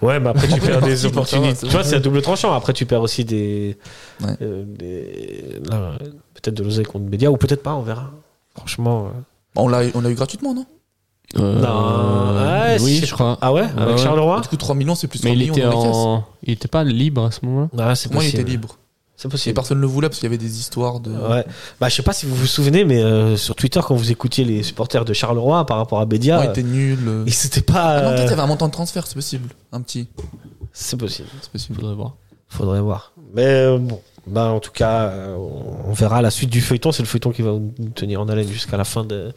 Speaker 5: Ouais, mais
Speaker 7: *laughs*
Speaker 5: après tu perds
Speaker 7: parti
Speaker 5: des
Speaker 7: pour
Speaker 5: opportunités.
Speaker 7: ça, c'est
Speaker 5: Tu vois,
Speaker 7: vrai.
Speaker 5: c'est à double tranchant. Après, tu perds aussi des.
Speaker 7: Ouais.
Speaker 5: euh, des- là, peut-être de l'oseille contre Média, ou peut-être pas, on verra. Franchement. euh.
Speaker 7: Bah, On l'a on l'a eu gratuitement, non
Speaker 6: *laughs* Euh,
Speaker 5: Non. Ouais,
Speaker 6: oui,
Speaker 5: si.
Speaker 6: je crois.
Speaker 5: Ah ouais
Speaker 6: Ouais,
Speaker 5: Avec
Speaker 6: ouais.
Speaker 5: Charleroi
Speaker 7: Du coup, 3 millions, c'est plus 3
Speaker 6: Mais il
Speaker 7: millions
Speaker 6: était
Speaker 7: dans les caisses.
Speaker 6: en. Il était pas libre à ce moment-là.
Speaker 5: Ah, c'est
Speaker 7: Moi, il
Speaker 5: possible.
Speaker 7: était libre.
Speaker 5: C'est
Speaker 7: Et
Speaker 5: possible.
Speaker 7: personne ne le voulait parce qu'il y avait des histoires de.
Speaker 5: Ouais. Bah, je sais pas si vous vous souvenez, mais euh, sur Twitter, quand vous écoutiez les supporters de Charleroi par rapport à Bédia,
Speaker 7: Ouais, il était nul. euh.
Speaker 5: ils s'étaient pas.
Speaker 7: Ah non, peut-être
Speaker 5: euh,
Speaker 7: qu'il y avait un montant de transfert, c'est possible. Un petit,
Speaker 5: C'est possible.
Speaker 7: c'est possible.
Speaker 6: Faudrait voir.
Speaker 5: Faudrait voir. Mais euh, bon, bah, en tout cas, euh, on on verra la suite du feuilleton. C'est le feuilleton qui va nous tenir en haleine jusqu'à la fin de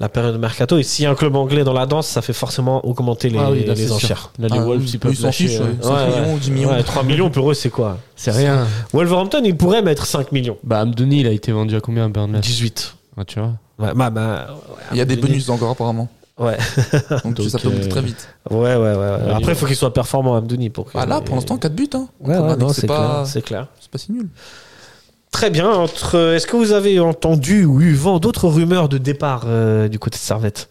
Speaker 5: la période de mercato. Et s'il y a un club anglais dans la danse, ça fait forcément augmenter les,
Speaker 6: Ah oui, là,
Speaker 5: les
Speaker 6: c'est sûr.
Speaker 5: enchères.
Speaker 6: Là, les
Speaker 7: Ah,
Speaker 6: Wolves, ils
Speaker 7: ils
Speaker 6: peuvent
Speaker 7: s'en
Speaker 6: lâcher,
Speaker 7: fichent,
Speaker 6: euh,
Speaker 7: ouais. 5 millions ou 10 millions.
Speaker 5: 3 millions pour eux, c'est quoi
Speaker 6: C'est rien.
Speaker 5: Wolverhampton, ils pourraient mettre 5 millions.
Speaker 6: Bah, Amdouni, il a été vendu à combien à Burnley
Speaker 5: 18.
Speaker 6: Ah, Tu vois
Speaker 5: Ouais, bah, bah,
Speaker 7: Il y a des
Speaker 5: Denis.
Speaker 7: bonus encore, apparemment.
Speaker 5: Ouais.
Speaker 7: *laughs* Donc,
Speaker 6: Donc,
Speaker 7: ça peut monter
Speaker 6: euh,
Speaker 7: très vite.
Speaker 5: ouais, ouais, ouais. ouais. Après, il faut qu'ils soient performants à Amdouni. Pour que-
Speaker 7: Ah là, pour l'instant, 4 buts. Hein.
Speaker 5: euh, Ouais, ouais,
Speaker 7: Première
Speaker 5: non,
Speaker 7: ligue,
Speaker 5: c'est
Speaker 7: c'est pas,
Speaker 5: clair, c'est clair.
Speaker 7: c'est pas si nul.
Speaker 5: Très bien. Entre, est-ce que vous avez entendu ou eu vent d'autres rumeurs de départ euh, du côté de Servette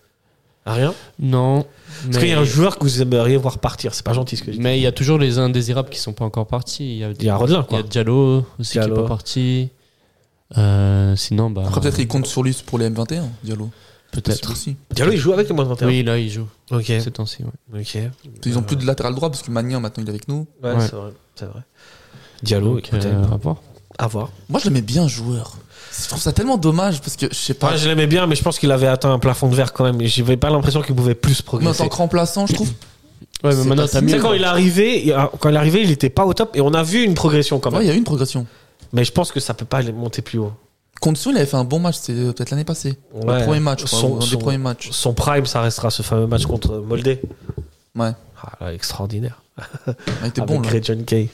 Speaker 5: Rien.
Speaker 6: Non.
Speaker 5: Est-ce qu'il y a un joueur que vous aimeriez voir partir C'est pas gentil ce que je dis.
Speaker 6: Mais il y a toujours les indésirables qui sont pas encore partis. Il y a,
Speaker 5: Il y a Rodelin,
Speaker 6: il y
Speaker 5: quoi.
Speaker 6: a Diallo aussi qui
Speaker 5: Diallo.
Speaker 6: est pas parti. Euh, sinon, bah.
Speaker 7: Après, peut-être il compte sur lui pour les M21, Diallo. C'est
Speaker 6: Peut-être.
Speaker 7: possible aussi.
Speaker 5: Diallo, il joue avec le moins de 21.
Speaker 6: Oui, là, il joue.
Speaker 5: Ok.
Speaker 6: Ces temps-ci, ouais.
Speaker 5: Ok.
Speaker 7: Ils ont plus de latéral droit parce que Magnin maintenant il est avec nous.
Speaker 5: Ouais,
Speaker 6: Ouais.
Speaker 5: c'est vrai. C'est vrai. Diallo,
Speaker 6: Donc,
Speaker 5: écoutez,
Speaker 6: euh, à voir.
Speaker 5: à voir.
Speaker 7: Moi, je l'aimais bien joueur. Je trouve ça tellement dommage parce que je sais pas.
Speaker 5: Ouais, je l'aimais bien, mais je pense qu'il avait atteint un plafond de verre quand même. Et J'avais pas l'impression qu'il pouvait plus
Speaker 7: mais en tant
Speaker 5: progresser.
Speaker 7: que remplaçant, je trouve.
Speaker 6: Ah Ouais, mais
Speaker 7: C'est
Speaker 6: maintenant,
Speaker 7: pas
Speaker 6: t'as
Speaker 7: si
Speaker 5: Tu
Speaker 6: mieux.
Speaker 5: sais, quand il est arrivé, il a- quand il est arrivé, il était pas au top et on a vu une progression
Speaker 6: bah.
Speaker 5: quand même.
Speaker 7: Ouais, il y a eu une progression.
Speaker 5: Mais je pense que ça peut pas aller monter plus haut.
Speaker 7: Condition, il avait fait un bon match, c'était euh, peut-être l'année passée.
Speaker 5: Ouais.
Speaker 7: Le premier match, je crois,
Speaker 5: Son-
Speaker 7: ou un
Speaker 5: son-
Speaker 7: des premiers Mm. matchs.
Speaker 5: Son prime, ça restera ce fameux match contre Moldé.
Speaker 7: Ouais,
Speaker 5: Ah, là, extraordinaire. Ah,
Speaker 7: il était
Speaker 5: Avec
Speaker 7: bon là.
Speaker 5: Ray John Kay.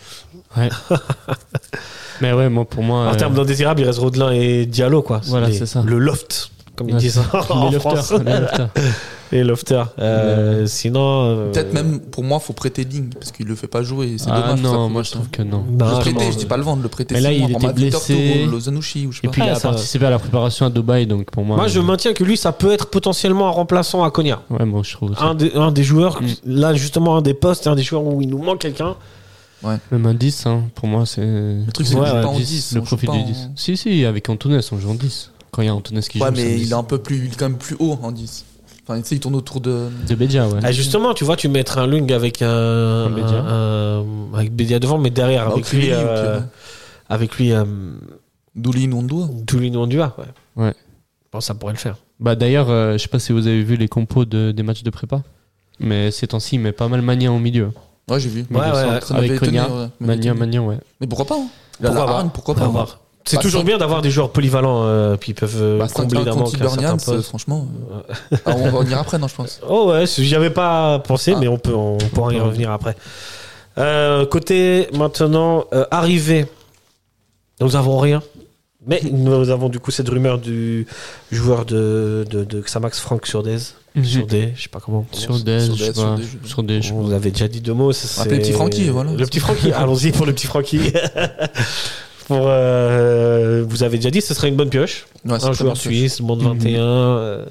Speaker 6: Mais ouais, moi, pour moi.
Speaker 5: En
Speaker 6: euh,
Speaker 5: termes d'indésirables, il reste Rodelin et Diallo, quoi.
Speaker 6: Voilà,
Speaker 5: Les-
Speaker 6: c'est ça.
Speaker 5: Le loft, comme ils
Speaker 6: Ouais, *laughs*
Speaker 5: disent *laughs* en
Speaker 6: les
Speaker 5: France.
Speaker 6: lofters, les lofters.
Speaker 5: Les lofters. Euh, Sinon. euh,
Speaker 7: Peut-être même, pour moi, faut prêter Ding parce qu'il le fait pas jouer. C'est
Speaker 6: Ah
Speaker 7: dommage.
Speaker 6: non, moi, je trouve que non.
Speaker 5: Bah,
Speaker 7: Le
Speaker 5: comment,
Speaker 7: prêter, je dis
Speaker 5: euh,
Speaker 7: pas le vendre, le prêter.
Speaker 6: Mais là,
Speaker 7: six
Speaker 6: il
Speaker 7: mois,
Speaker 6: était
Speaker 7: pour mettre Victor
Speaker 6: blessé.
Speaker 7: Tour, le Zanushi ou je
Speaker 6: Et
Speaker 7: sais pas.
Speaker 6: puis, il
Speaker 5: Ah,
Speaker 6: a
Speaker 5: ça va.
Speaker 6: participé à la préparation à Dubaï, donc pour moi.
Speaker 5: Moi, je
Speaker 6: euh,
Speaker 5: maintiens que lui, ça peut être potentiellement un remplaçant à Konya.
Speaker 6: Ouais, moi, je trouve. aussi.
Speaker 5: Un des, un des joueurs,
Speaker 6: Mm.
Speaker 5: là justement, un des postes, un des joueurs où il nous manque quelqu'un.
Speaker 6: Même un 10, hein, pour moi, c'est.
Speaker 7: Le truc, c'est qu'on
Speaker 5: Ouais,
Speaker 7: joue
Speaker 5: ouais,
Speaker 7: pas en
Speaker 6: 10,
Speaker 7: 10.
Speaker 6: le
Speaker 7: on joue
Speaker 6: profil
Speaker 7: pas
Speaker 6: du
Speaker 7: en-
Speaker 6: 10. Si, si, avec Antunes, on joue en 10. Quand il y a Antunes qui
Speaker 7: Ouais,
Speaker 6: joue. c'est un
Speaker 7: mais
Speaker 6: 10.
Speaker 7: il est un peu plus, il est quand même plus haut en 10. Enfin, tu sais, il tourne autour de.
Speaker 6: De Beja, ouais.
Speaker 5: Ah, justement, tu vois, tu mettrais un Lung avec un,
Speaker 6: Un Bedia.
Speaker 5: un- avec Bedia devant, mais derrière
Speaker 7: Bah,
Speaker 5: avec,
Speaker 7: Okrili,
Speaker 5: lui,
Speaker 7: ou
Speaker 5: euh,
Speaker 7: Pierre.
Speaker 5: avec lui, euh,
Speaker 7: Doulin Ondua.
Speaker 5: Doulin Ondua. Ouais.
Speaker 6: Ouais.
Speaker 5: Bon, ça pourrait le faire.
Speaker 6: Bah, d'ailleurs, euh, je sais pas si vous avez vu les compos de- des matchs de prépa. Mais ces temps-ci, il met pas mal Magnan au milieu.
Speaker 7: Ouais, j'ai vu.
Speaker 5: Ouais, ouais, ouais.
Speaker 7: Ça m'avait
Speaker 6: Avec
Speaker 7: étonné,
Speaker 6: Konya,
Speaker 7: ouais.
Speaker 6: Magnan, Magnan, ouais.
Speaker 7: Mais pourquoi pas hein Il a
Speaker 5: Pourquoi
Speaker 7: la
Speaker 5: pas
Speaker 7: hargne, pourquoi
Speaker 5: On va
Speaker 7: pas
Speaker 5: voir. C'est
Speaker 7: Bah,
Speaker 5: toujours
Speaker 7: ça-
Speaker 5: bien d'avoir des joueurs polyvalents, euh, puis ils peuvent euh,
Speaker 7: Bah,
Speaker 5: combler
Speaker 7: 5-1
Speaker 5: d'un
Speaker 7: contre
Speaker 5: manque à certains
Speaker 7: Hibernian, c'est-
Speaker 5: postes.
Speaker 7: franchement. euh, ah, on va revenir après, non,
Speaker 5: *laughs*
Speaker 7: je pense.
Speaker 5: Oh ouais, j'y avais pas pensé,
Speaker 7: Ah.
Speaker 5: mais on peut, on pourra y revenir après. Euh, côté maintenant euh, arrivée, nous avons rien, mais nous avons du coup cette rumeur du joueur de de, de Xamax Franck Surdez,
Speaker 6: Mhm.
Speaker 5: Surdez, je sais pas comment. on prononce.
Speaker 6: Sur des,
Speaker 7: Mhm. Sur
Speaker 6: je
Speaker 7: des-
Speaker 6: sais
Speaker 7: sur
Speaker 6: pas.
Speaker 7: des, je- Oh.
Speaker 6: Sur des, je-
Speaker 5: On vous avait déjà dit deux mots. ça,
Speaker 7: Appelez
Speaker 5: c'est-
Speaker 7: le petit Francky, voilà.
Speaker 5: Le petit
Speaker 7: *laughs*
Speaker 5: Francky, allons-y pour le petit Francky. *laughs* pour, euh, vous avez déjà dit, ce serait une bonne pioche.
Speaker 7: Ouais, c'est
Speaker 5: Un
Speaker 7: très
Speaker 5: joueur
Speaker 7: bien,
Speaker 5: suisse, monde
Speaker 6: Mhm.
Speaker 5: 21, euh,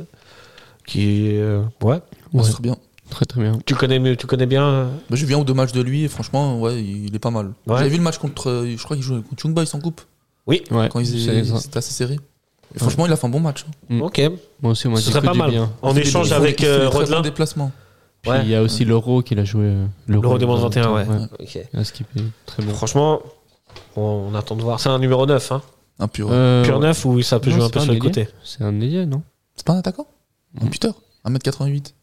Speaker 5: qui. euh, ouais.
Speaker 7: Ouais,
Speaker 6: Ouais.
Speaker 7: c'est très bien.
Speaker 6: Très très bien.
Speaker 5: Tu connais, mieux- tu connais bien. euh,
Speaker 7: Bah, j'ai vu un ou deux matchs de lui, et franchement, ouais, il est pas mal.
Speaker 5: Ouais.
Speaker 7: J'avais vu le match contre. euh, Je crois qu'il jouait contre Chungba, il s'en coupe.
Speaker 6: Ouais.
Speaker 7: Quand ils
Speaker 6: C'est ça.
Speaker 7: étaient assez serré. Et franchement, il a fait un bon match. hein.
Speaker 6: Mm.
Speaker 5: Ok,
Speaker 6: Moi aussi, on m'a
Speaker 5: ce
Speaker 6: dit
Speaker 5: serait
Speaker 6: que
Speaker 5: pas
Speaker 6: du
Speaker 5: mal.
Speaker 6: bien.
Speaker 5: En
Speaker 7: Il fait des
Speaker 5: échange
Speaker 7: bons-
Speaker 5: avec
Speaker 7: il fait des
Speaker 5: euh,
Speaker 7: très bons
Speaker 5: Rodelin.
Speaker 7: déplacements.
Speaker 6: Puis
Speaker 5: Ouais.
Speaker 6: il y a aussi l'Euro qu'il a joué. euh,
Speaker 5: L'Euro des moins 21, ouais.
Speaker 7: ouais.
Speaker 5: Ok.
Speaker 6: Ah, ce qui est très bon.
Speaker 5: Franchement, on, on attend de voir. C'est un numéro 9, hein.
Speaker 7: Un pur.
Speaker 6: Euh,
Speaker 5: Pur 9 ou ça peut
Speaker 6: non,
Speaker 5: jouer un
Speaker 6: c'est
Speaker 5: peu
Speaker 6: pas
Speaker 5: sur
Speaker 6: un
Speaker 5: le
Speaker 6: ailier.
Speaker 5: côté
Speaker 6: C'est un ailier, non
Speaker 7: C'est pas un attaquant Un
Speaker 5: Mm.
Speaker 7: buteur 1m88.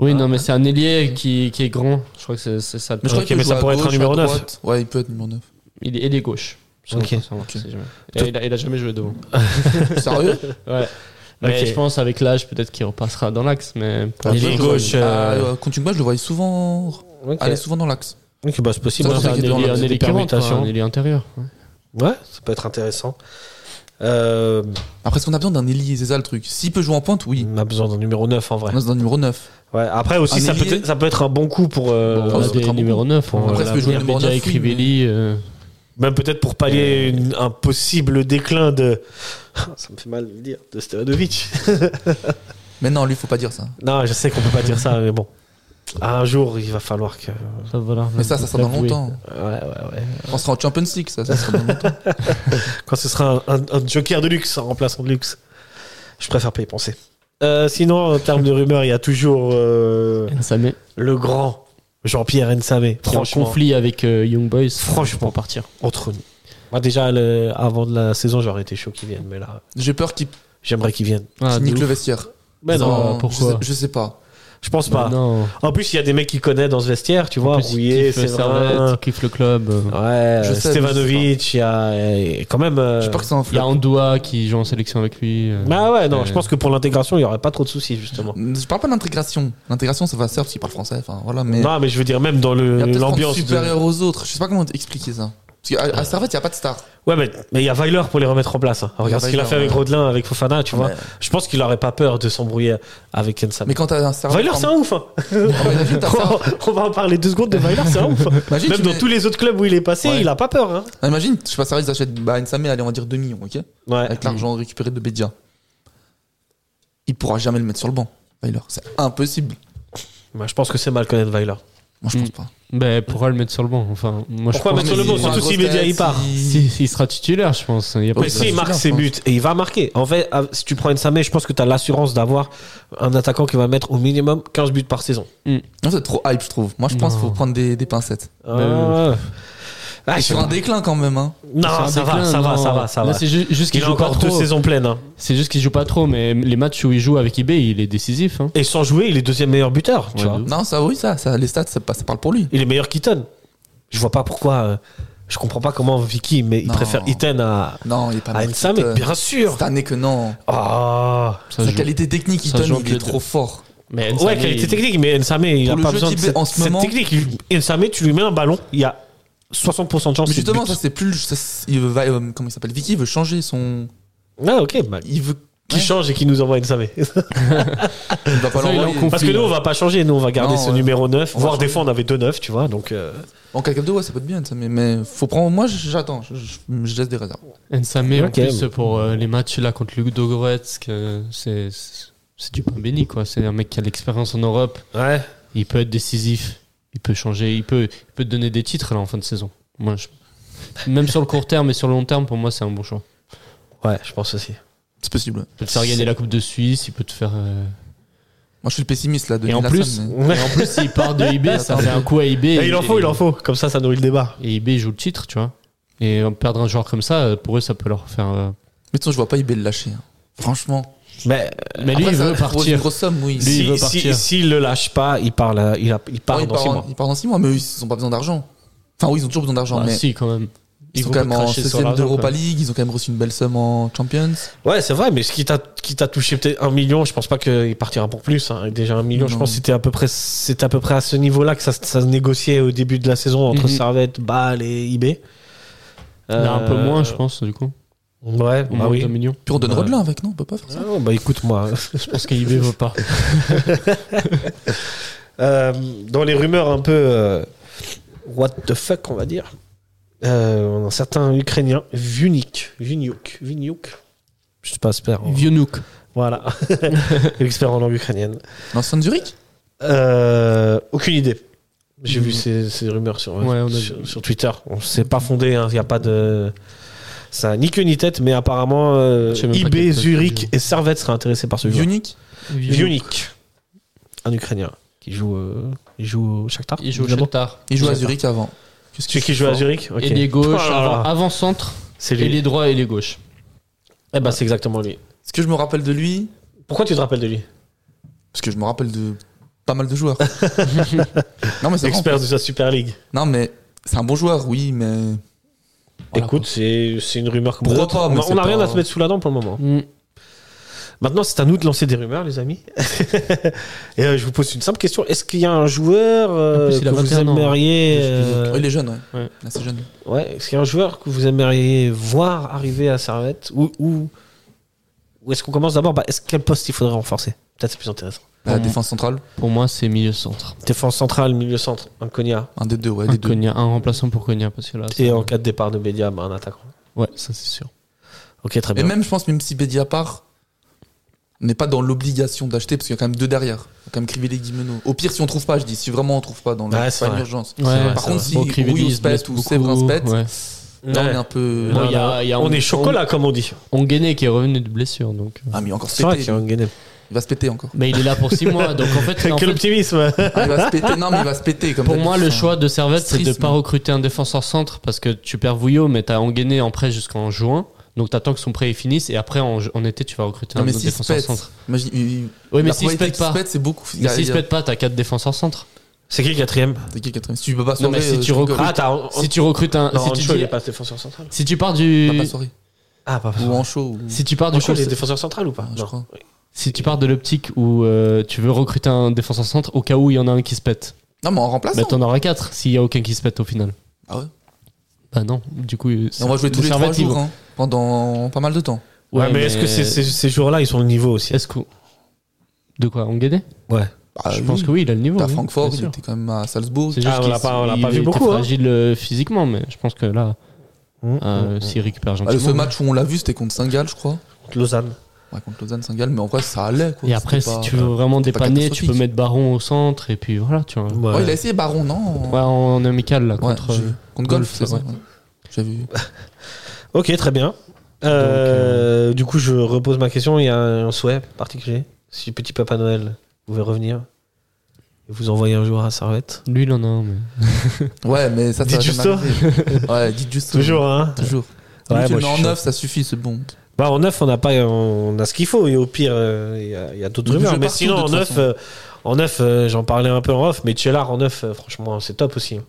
Speaker 6: Oui, non, mais c'est un ailier qui, qui est grand. Ah, Je crois que c'est c'est ça. le
Speaker 7: Mais je
Speaker 6: truc.
Speaker 7: crois
Speaker 5: Ok,
Speaker 7: qu'il
Speaker 5: mais
Speaker 7: peut
Speaker 5: ça
Speaker 7: jouer à
Speaker 5: pourrait être un
Speaker 7: gauche, à
Speaker 5: numéro neuf.
Speaker 7: droite. Ouais, il peut être numéro 9.
Speaker 5: *laughs*
Speaker 6: Il est ailier gauche. Ça,
Speaker 5: Ok.
Speaker 6: on peut savoir,
Speaker 7: Ok.
Speaker 6: c'est jamais. Et il, a, il a jamais joué devant.
Speaker 7: Sérieux
Speaker 6: Ouais. Mais
Speaker 5: Ok.
Speaker 6: je pense avec l'âge, peut-être qu'il repassera dans l'axe. Mais pour
Speaker 5: Ailier
Speaker 6: l'instant,
Speaker 5: gauche, euh,
Speaker 7: Ah, Contre Chungba, je le voyais souvent.
Speaker 5: Ok,
Speaker 7: Aller souvent dans l'axe.
Speaker 5: Ok, bah, c'est possible.
Speaker 7: Ça,
Speaker 5: hein.
Speaker 6: c'est un
Speaker 7: qui est
Speaker 6: ailier-
Speaker 7: dans
Speaker 6: un
Speaker 7: l'axe,
Speaker 5: des
Speaker 6: ailier qui rentre, quoi,
Speaker 5: permutations.
Speaker 6: un ailier intérieur. ouais.
Speaker 5: Ouais, ça peut être intéressant. Euh,
Speaker 7: Après, est-ce qu'on a besoin d'un ailier C'est ça le truc. S'il peut jouer en pointe, oui. Ah,
Speaker 5: on a besoin d'un numéro 9 en vrai.
Speaker 7: On a besoin d'un numéro 9.
Speaker 5: Ouais, après
Speaker 7: Un
Speaker 5: aussi, ça peut,
Speaker 7: ailier.
Speaker 5: être, ça peut être un bon coup pour. euh,
Speaker 6: On
Speaker 7: ça
Speaker 6: a
Speaker 7: peut être
Speaker 6: des
Speaker 7: un bon
Speaker 6: numéros 9.
Speaker 5: Après,
Speaker 7: Après, il peut jouer le numéro
Speaker 6: Bedia
Speaker 7: 9.
Speaker 6: et
Speaker 7: oui, mais-
Speaker 6: Crivelli. euh,
Speaker 5: Même peut-être pour pallier une- un possible déclin de. Ah, Ça me fait mal de le dire, de Stevanovic.
Speaker 7: Mais non, lui, faut pas dire ça.
Speaker 5: *laughs* non, je sais qu'on peut pas dire ça, mais bon. Un jour, il va falloir que.
Speaker 6: ça, voilà.
Speaker 7: Mais ça, ça sera dans
Speaker 6: Avoué.
Speaker 7: longtemps.
Speaker 5: Ouais, ouais, ouais.
Speaker 7: On sera en Champions League, ça, ça sera dans
Speaker 6: *laughs*
Speaker 7: longtemps.
Speaker 5: Quand ce sera un, un- un joker de luxe, un remplaçant de luxe. Je préfère pas y penser. Euh, sinon, en termes de rumeurs, il y a toujours euh,
Speaker 6: Nsamé,
Speaker 5: le grand Jean-Pierre Nsamé.
Speaker 6: qui est en
Speaker 5: Franchement,
Speaker 6: conflit avec euh, Young Boys.
Speaker 5: Franchement.
Speaker 6: Pour partir.
Speaker 5: entre nous. Moi, déjà, le- avant de la saison, j'aurais été chaud qu'il vienne, mais là,
Speaker 7: J'ai peur qu'il
Speaker 5: j'aimerais qu'il vienne.
Speaker 6: Ah,
Speaker 7: qu'il
Speaker 6: de
Speaker 7: nique
Speaker 6: ouf.
Speaker 7: le vestiaire.
Speaker 5: Mais
Speaker 7: Ils
Speaker 5: non,
Speaker 7: ont-
Speaker 6: Ah, pourquoi
Speaker 7: je sais, je sais pas.
Speaker 5: je pense
Speaker 6: Mais
Speaker 5: pas.
Speaker 6: Non.
Speaker 5: En plus, il y a des mecs qui connaissent dans ce vestiaire, tu vois.
Speaker 6: En plus, il
Speaker 5: Rouillet,
Speaker 6: kiffe euh, Servette, il
Speaker 5: Séverin.
Speaker 6: kiffe le club. euh.
Speaker 5: Ouais,
Speaker 7: Je sais, mais je sais
Speaker 5: Stevanovic, il y a euh, quand même. euh,
Speaker 7: J'ai peur que ça en
Speaker 6: Il y a Andoua qui joue en sélection avec lui. euh.
Speaker 5: Bah ouais, non,
Speaker 6: Euh.
Speaker 5: je pense que pour l'intégration, il n'y aurait pas trop de soucis, justement.
Speaker 7: Je parle pas d'intégration. L'intégration, ça va servir parce qu'il parle français. Enfin, voilà, mais
Speaker 6: Bah,
Speaker 5: Non, mais je veux dire, même dans
Speaker 7: il
Speaker 5: le-
Speaker 7: y a peut-être rendre
Speaker 5: l'ambiance. de-
Speaker 7: supérieur aux autres. Je sais pas comment expliquer ça. Parce qu'à à Servette, il n'y a pas de star.
Speaker 5: Ouais, mais mais il y a Weiler pour les remettre en place. hein. Regarde ce qu'il a
Speaker 7: Weiler,
Speaker 5: fait avec
Speaker 7: ouais.
Speaker 5: Rodelin, avec Fofana, tu vois.
Speaker 7: Ouais.
Speaker 5: Je pense qu'il n'aurait pas peur de s'embrouiller avec Ensam.
Speaker 7: Mais quand t'as un Servette.
Speaker 5: Weiler, c'est un ouf. hein. *laughs*
Speaker 7: Imagine,
Speaker 6: *laughs*
Speaker 7: t'as Servette-
Speaker 5: On va en parler deux secondes de Weiler, c'est un ouf.
Speaker 7: Imagine,
Speaker 5: Même
Speaker 7: tu
Speaker 5: dans
Speaker 7: mets-
Speaker 5: tous les autres clubs où il est passé,
Speaker 7: Ouais.
Speaker 5: il a pas peur. hein.
Speaker 7: Imagine, je sais pas, Servette, ils achètent bah, Nsamé, allez, on va dire 2 millions, ok
Speaker 5: Ouais.
Speaker 7: Avec l'argent récupéré de Bedia. Il pourra jamais le mettre sur le banc, Weiler. C'est impossible.
Speaker 5: Moi, je pense que c'est mal connaître Weiler.
Speaker 7: Moi, je pense pas.
Speaker 6: Ben, pourra le mettre sur le banc. Enfin, moi,
Speaker 5: Pourquoi
Speaker 6: je
Speaker 5: mettre
Speaker 6: pense
Speaker 5: sur le
Speaker 6: qu'il-
Speaker 5: banc Surtout si Bedia il part.
Speaker 6: Si, si, il sera titulaire, je pense. Il y a pas
Speaker 5: Mais
Speaker 6: de-
Speaker 5: s'il
Speaker 7: c'est
Speaker 5: marque
Speaker 7: sûr,
Speaker 5: ses
Speaker 7: je pense.
Speaker 5: buts, et il va marquer. En fait, ah, si tu prends Nsamé, je pense que tu as l'assurance d'avoir un attaquant qui va mettre au minimum 15 buts par saison.
Speaker 7: Non, c'est trop hype, je trouve. Moi, je pense qu'il faut
Speaker 6: Non.
Speaker 7: prendre des, des pincettes.
Speaker 5: Ah, Ah, je sais
Speaker 7: Sur un
Speaker 5: pas.
Speaker 7: déclin quand même. Hein.
Speaker 5: Non,
Speaker 6: C'est Euh, un
Speaker 5: ça, va,
Speaker 6: déclin,
Speaker 5: ça va,
Speaker 6: non.
Speaker 5: ça va, ça
Speaker 6: Là,
Speaker 5: va.
Speaker 6: c'est ju- juste qu'il
Speaker 5: Il a
Speaker 6: joue pas
Speaker 5: encore deux
Speaker 6: trop.
Speaker 5: saisons pleines. hein.
Speaker 6: C'est juste qu'il joue pas trop, mais les matchs où il joue avec IB, il est décisif. hein.
Speaker 5: Et sans jouer, il est deuxième meilleur buteur. Tu
Speaker 6: Ouais,
Speaker 5: vois.
Speaker 6: de ouf.
Speaker 7: Non, ça, oui, ça, ça les stats, ça, pa- ça parle pour lui.
Speaker 5: Il est meilleur qu'Iton. Je vois pas pourquoi. euh, je comprends pas comment Vicky, mais il
Speaker 7: Non.
Speaker 5: préfère Iten à,
Speaker 7: Non, il est pas
Speaker 5: à
Speaker 6: Ah,
Speaker 7: mal.
Speaker 5: Nsamé,
Speaker 7: Cette, euh,
Speaker 5: bien sûr.
Speaker 7: Cette année que non.
Speaker 5: Ah.
Speaker 6: Ça
Speaker 7: Sa
Speaker 6: joue.
Speaker 7: qualité technique,
Speaker 6: ça joue
Speaker 7: Eaton,
Speaker 6: entre
Speaker 7: il
Speaker 6: les
Speaker 7: est
Speaker 6: deux.
Speaker 7: trop fort.
Speaker 6: Mais
Speaker 5: ouais,
Speaker 6: Nsamé,
Speaker 5: qualité
Speaker 6: il-
Speaker 5: technique, mais Nsamé, il
Speaker 7: Pour
Speaker 5: a
Speaker 7: le
Speaker 5: pas
Speaker 7: jeu
Speaker 5: besoin de
Speaker 7: typé
Speaker 5: cette,
Speaker 7: en ce
Speaker 5: cette
Speaker 7: moment-
Speaker 5: technique. Il- Nsamé, tu lui mets un ballon, il y a 60% de chance.
Speaker 7: Mais
Speaker 5: c'est le
Speaker 7: justement,
Speaker 5: but.
Speaker 7: ça, c'est plus. ça, c'est- il va, euh, comment il s'appelle Vicky, il veut changer son.
Speaker 5: Ah, ok. bah,
Speaker 7: Il veut.
Speaker 5: qui change et qui nous envoie *laughs* Nsamé.
Speaker 7: Il va pas
Speaker 6: Ça, il est en
Speaker 7: l'envoyer.
Speaker 6: conflit.
Speaker 5: Parce que nous, on va pas changer. Nous, on va garder
Speaker 7: Non,
Speaker 5: ce
Speaker 7: ouais.
Speaker 5: numéro 9.
Speaker 7: On va
Speaker 5: voire
Speaker 7: changer.
Speaker 5: des fois, hein. on avait deux 9, tu vois. Donc, euh,
Speaker 7: En 4-4-2, ouais, ça peut être bien, ça, mais, mais faut prendre. Moi, j'attends. Je, je, je laisse des réserves.
Speaker 6: Nsamé,
Speaker 5: Ok.
Speaker 6: en plus, pour euh, les matchs là contre le Goretsk, c'est c'est du pain béni, quoi. C'est un mec qui a l'expérience en Europe.
Speaker 5: ouais.
Speaker 6: Il peut être décisif. Il peut changer. Il peut, il peut te donner des titres là en fin de saison. Moi, je- Même sur le court terme et sur le long terme, pour moi, c'est un bon choix.
Speaker 5: Ouais, je pense aussi.
Speaker 7: C'est possible. ouais.
Speaker 6: Il peut te faire gagner la Coupe de Suisse. Il peut te faire. euh,
Speaker 7: Moi, je suis le pessimiste là de
Speaker 6: Et en
Speaker 7: Milan
Speaker 6: plus,
Speaker 7: Sam, mais-
Speaker 6: et en plus, s'il
Speaker 5: *laughs*
Speaker 6: part de IB, ça fait un coup à IB.
Speaker 5: Et Eh, il en faut, il en faut. Comme ça, ça nourrit le débat.
Speaker 6: Et IB joue le titre, tu vois. Et euh, perdre un joueur comme ça, euh, pour eux, ça peut leur faire. euh,
Speaker 7: Mais de toute façon, je vois pas eBay le lâcher. hein. Franchement.
Speaker 5: Mais
Speaker 6: Mais lui,
Speaker 7: Après,
Speaker 6: il
Speaker 7: ça
Speaker 6: veut
Speaker 7: propose Une
Speaker 6: partir.
Speaker 7: grosse somme, oui.
Speaker 6: Lui, il
Speaker 5: s'il
Speaker 6: veut
Speaker 5: si, si,
Speaker 6: partir.
Speaker 5: s'il le lâche pas, il part, là- il, a- Oh, il part
Speaker 7: Non, il
Speaker 5: dans six
Speaker 7: part en-
Speaker 5: mois.
Speaker 7: il part dans 6 mois, mais eux, ils ont pas besoin d'argent. Enfin, oui, ils ont toujours besoin d'argent,
Speaker 6: Bah,
Speaker 7: mais
Speaker 6: si, quand même.
Speaker 7: ils
Speaker 6: vont
Speaker 7: sont quand
Speaker 6: pas
Speaker 7: même en
Speaker 6: cracher sur
Speaker 7: 16ème
Speaker 6: l'argent,
Speaker 7: d'Europa
Speaker 6: quoi.
Speaker 7: League, ils ont quand même reçu une belle somme en Champions.
Speaker 5: Ouais, c'est vrai, mais ce qui t'a qui t'a touché peut-être un million, je pense pas qu'il partira pour plus. hein. Déjà un million, je
Speaker 7: Non.
Speaker 5: pense que c'était à peu près c'était à peu près à ce niveau-là que ça, se- ça se négociait au début de la saison entre
Speaker 6: Mhm.
Speaker 5: Servette, Bâle et IB.
Speaker 6: Il y a un peu
Speaker 5: Euh,
Speaker 6: moins, je pense, du coup.
Speaker 5: Ouais,
Speaker 6: Au
Speaker 5: bah
Speaker 6: moins
Speaker 5: oui.
Speaker 6: 2 millions.
Speaker 7: Puis on donne
Speaker 5: Ouais.
Speaker 7: Rodelin avec, non On peut pas faire ça.
Speaker 5: Ah non, bah écoute moi, *laughs*
Speaker 6: Je pense qu'IB veut pas.
Speaker 5: Euh, dans les rumeurs un peu euh, what the fuck on va dire, euh, on a certains Ukrainiens, Vunik, Vunyuk, Vunyuk, je sais pas, espère.
Speaker 6: Vionouk.
Speaker 5: Voilà, *laughs* expert en langue ukrainienne.
Speaker 7: L'ancien de Zurich
Speaker 5: Euh, aucune idée. J'ai
Speaker 6: Mm.
Speaker 5: vu ces, ces rumeurs sur,
Speaker 6: Ouais, on a
Speaker 5: sur, sur Twitter. On s'est pas fondé, il n'y a pas de. Ça a ni queue ni tête, mais apparemment, euh,
Speaker 6: Je sais même pas quel
Speaker 5: IB,
Speaker 6: poste il
Speaker 5: Zurich
Speaker 6: joue.
Speaker 5: et Servette seraient intéressés par ce joueur.
Speaker 7: Unique
Speaker 5: Vionik, un Ukrainien qui joue, euh, il joue au Shakhtar.
Speaker 6: Il joue au
Speaker 5: évidemment.
Speaker 6: Shakhtar.
Speaker 7: Il joue à
Speaker 5: J'attends.
Speaker 7: Zurich avant.
Speaker 5: Celui qui joue à Zurich ok.
Speaker 6: Et les gauche, ah,
Speaker 5: Oh là là.
Speaker 6: avant- avant-centre,
Speaker 5: C'est
Speaker 6: et les
Speaker 5: lui.
Speaker 6: droits et les gauches.
Speaker 5: Eh ben, c'est exactement lui.
Speaker 7: Est-ce que je me rappelle de lui
Speaker 5: Pourquoi tu te rappelles de lui
Speaker 7: Parce que je me rappelle de pas mal de joueurs.
Speaker 6: *laughs*
Speaker 7: non, mais c'est vrai.
Speaker 5: Expert de sa Super League.
Speaker 7: Non, mais c'est un bon joueur, oui, mais. Voilà,
Speaker 5: Écoute, c'est c'est une rumeur comme
Speaker 7: Pourquoi
Speaker 5: d'autres.
Speaker 7: pas, mais
Speaker 5: On a-
Speaker 7: c'est
Speaker 5: On n'a rien
Speaker 7: pas-
Speaker 5: à se mettre sous la dent pour le moment. Maintenant, c'est à nous de lancer des rumeurs, les amis. *laughs* Et euh, je vous pose une simple question. Est-ce qu'il y a un joueur euh,
Speaker 6: En plus, il
Speaker 5: que
Speaker 6: a
Speaker 5: vous
Speaker 6: 21 ans, hein.
Speaker 5: aimeriez...
Speaker 7: quoi.
Speaker 5: euh,
Speaker 7: Oh, il est jeune, ouais.
Speaker 6: Ouais.
Speaker 7: Là, c'est jeune.
Speaker 5: ouais, est-ce qu'il y a un joueur que vous aimeriez voir arriver à Servette Ou, ou, ou est-ce qu'on commence d'abord bah, est-ce, Quel poste il faudrait renforcer Peut-être c'est plus intéressant.
Speaker 7: La
Speaker 6: Mm.
Speaker 7: défense centrale,
Speaker 6: Pour moi, c'est milieu-centre.
Speaker 5: Défense centrale, milieu centre, un Konya.
Speaker 7: un des deux, ouais,
Speaker 6: Un,
Speaker 7: des deux.
Speaker 6: Konya- un remplaçant pour Konya, parce que là.
Speaker 5: Et
Speaker 6: ça-
Speaker 5: en cas de départ de Bédia, bah, un attaquant.
Speaker 6: Ouais, ça, c'est sûr.
Speaker 5: Ok, très
Speaker 7: Et
Speaker 5: bien.
Speaker 7: même, je pense, même si Bédia part, on n'est pas dans l'obligation d'acheter parce qu'il y a quand même deux derrière. Il y a quand même Crivelli et Guimeno. Au pire, si on trouve pas, je dis, si vraiment on trouve pas dans le-
Speaker 5: Ouais,
Speaker 7: pas
Speaker 5: c'est vrai.
Speaker 7: l'urgence.
Speaker 5: C'est vrai,
Speaker 7: Par
Speaker 5: c'est
Speaker 7: contre,
Speaker 5: vrai.
Speaker 7: si
Speaker 6: Bon, Crivelli,
Speaker 7: Rouillou
Speaker 6: il
Speaker 7: se pète
Speaker 6: blesse
Speaker 7: ou
Speaker 6: beaucoup.
Speaker 7: Séverin se pète,
Speaker 6: Ouais.
Speaker 7: là, on
Speaker 5: Ouais.
Speaker 7: est un peu. euh,
Speaker 6: Non,
Speaker 5: Non,
Speaker 6: il y a-
Speaker 5: non,
Speaker 6: il y a-
Speaker 5: on
Speaker 6: on-
Speaker 5: est chocolat, comme on dit.
Speaker 6: Onguené qui est revenu de blessure, donc. euh.
Speaker 7: Ah, mais il va encore se
Speaker 5: C'est vrai
Speaker 7: péter.
Speaker 5: qu'il y a un Guinée.
Speaker 7: Il va se péter encore.
Speaker 6: Mais il est là pour 6 mois, donc en
Speaker 7: *laughs*
Speaker 6: fait,
Speaker 5: *laughs*
Speaker 6: en
Speaker 5: Quel
Speaker 6: fait,
Speaker 5: optimisme
Speaker 7: Ah, il va se péter. Non, mais il va se péter. Comme
Speaker 6: pour moi,
Speaker 7: d'habitude.
Speaker 6: le choix de Servette, c'est de
Speaker 7: Triste,
Speaker 6: pas
Speaker 7: mais-
Speaker 6: recruter un défenseur centre parce que tu perds Vouillot, mais t'as Onguené en prêt jusqu'en juin. Donc t'attends que son prêt il finisse et après en, en été tu vas recruter
Speaker 7: Non,
Speaker 6: un
Speaker 7: mais
Speaker 6: autre
Speaker 7: s'il se
Speaker 6: défenseur
Speaker 7: pète.
Speaker 6: centre.
Speaker 7: imagine, il- il-
Speaker 6: Oui mais
Speaker 7: la
Speaker 6: s'il se
Speaker 7: probabilité
Speaker 6: pète
Speaker 7: qu'il
Speaker 6: pas.
Speaker 7: se pète, c'est beaucoup. Il y
Speaker 6: Mais
Speaker 7: a-
Speaker 6: s'il se
Speaker 7: il y a-
Speaker 6: pète pas, t'as 4 défenseurs centres.
Speaker 5: *laughs* C'est qui le quatrième
Speaker 7: c'est qui le quatrième Si tu peux pas euh,
Speaker 6: Non mais si tu recrutes.
Speaker 5: Ah, t'as.
Speaker 7: Oh,
Speaker 5: on-
Speaker 6: Si tu recrutes un.
Speaker 5: Non,
Speaker 6: si,
Speaker 5: Ancho,
Speaker 6: tu dis- bah,
Speaker 5: il est pas défenseur central.
Speaker 6: si tu pars du.
Speaker 7: soirée.
Speaker 5: Ah, pas
Speaker 7: Ou en show. ou-
Speaker 6: Si tu pars Ah, du
Speaker 5: Du coup, il est
Speaker 6: concept-
Speaker 5: défenseur central ou pas
Speaker 7: Ah, je
Speaker 5: Non.
Speaker 7: crois.
Speaker 6: si tu pars de l'optique où euh, tu veux recruter un défenseur centre au cas où il y en a un qui se pète.
Speaker 7: Non, mais en remplace. hein.
Speaker 6: Bah t'en auras 4 s'il y a aucun qui se pète au final.
Speaker 7: Ah ouais
Speaker 6: Bah non, du coup.
Speaker 7: Et on va jouer tous les trois jours hein, pendant pas mal de temps.
Speaker 5: Ouais, mais, est-ce que ces, ces, ces joueurs-là, ils sont au niveau aussi
Speaker 6: Est-ce que. De quoi Onguené
Speaker 5: Ouais.
Speaker 7: Bah,
Speaker 6: Je pense que oui, il a le niveau.
Speaker 7: T'as
Speaker 6: oui,
Speaker 7: Francfort,
Speaker 6: bien
Speaker 7: il
Speaker 6: sûr.
Speaker 7: était quand même à Salzbourg.
Speaker 6: C'est juste
Speaker 5: Ah, on
Speaker 6: qu'il
Speaker 5: l'a pas- on l'a
Speaker 6: il
Speaker 5: pas vu
Speaker 6: était
Speaker 5: beaucoup, hein.
Speaker 6: fragile euh, physiquement, mais je pense que là, euh, s'il récupère
Speaker 7: Ah, le
Speaker 5: Hein
Speaker 6: gentiment.
Speaker 7: seul match où on l'a vu, c'était contre Saint-Gall, je crois.
Speaker 5: Contre Lausanne.
Speaker 7: Ouais, contre Lausanne, Saint-Gall, mais en vrai, ça allait. Quoi.
Speaker 6: Et après,
Speaker 7: C'était
Speaker 6: si
Speaker 7: pas-
Speaker 6: tu veux vraiment
Speaker 7: c'était pas
Speaker 6: dépanner, tu peux
Speaker 7: catastrophique.
Speaker 6: mettre Baron au centre et puis voilà, tu vois.
Speaker 7: Ouais, il a essayé Baron, non
Speaker 6: euh, Ouais, en amical là,
Speaker 7: Ouais,
Speaker 6: contre. euh,
Speaker 7: j'ai vu. contre Golf,
Speaker 6: Golf,
Speaker 7: c'est ça.
Speaker 6: ouais.
Speaker 7: ouais. J'ai vu.
Speaker 5: Ok, très bien. Euh, Du coup, je repose ma question. Il y a un souhait particulier. Si petit Papa Noël pouvait revenir et vous envoyer un jour à Servette.
Speaker 6: Lui, il en a un. mais-
Speaker 7: Ouais, mais ça, ça
Speaker 5: Dites
Speaker 7: va
Speaker 5: juste
Speaker 7: jamais arriver. *laughs* Ouais, dites juste
Speaker 5: Toujours, hein
Speaker 7: Toujours.
Speaker 5: Ouais,
Speaker 7: Lui, tu
Speaker 5: moi,
Speaker 7: le mets
Speaker 5: je
Speaker 7: en
Speaker 5: suis
Speaker 7: 9, ça suffit, c'est bon.
Speaker 5: Bah, en neuf, on n'a pas, on a ce qu'il faut. Et au pire, euh, il y a- il y a, d'autres
Speaker 7: Il joue
Speaker 5: rumeurs. Mais
Speaker 7: partout,
Speaker 5: sinon,
Speaker 7: de
Speaker 5: en
Speaker 7: toute
Speaker 5: neuf,
Speaker 7: façon.
Speaker 5: euh, en neuf, euh, j'en parlais un peu en off. Mais Tchellar en neuf, euh, franchement, c'est top aussi. hein.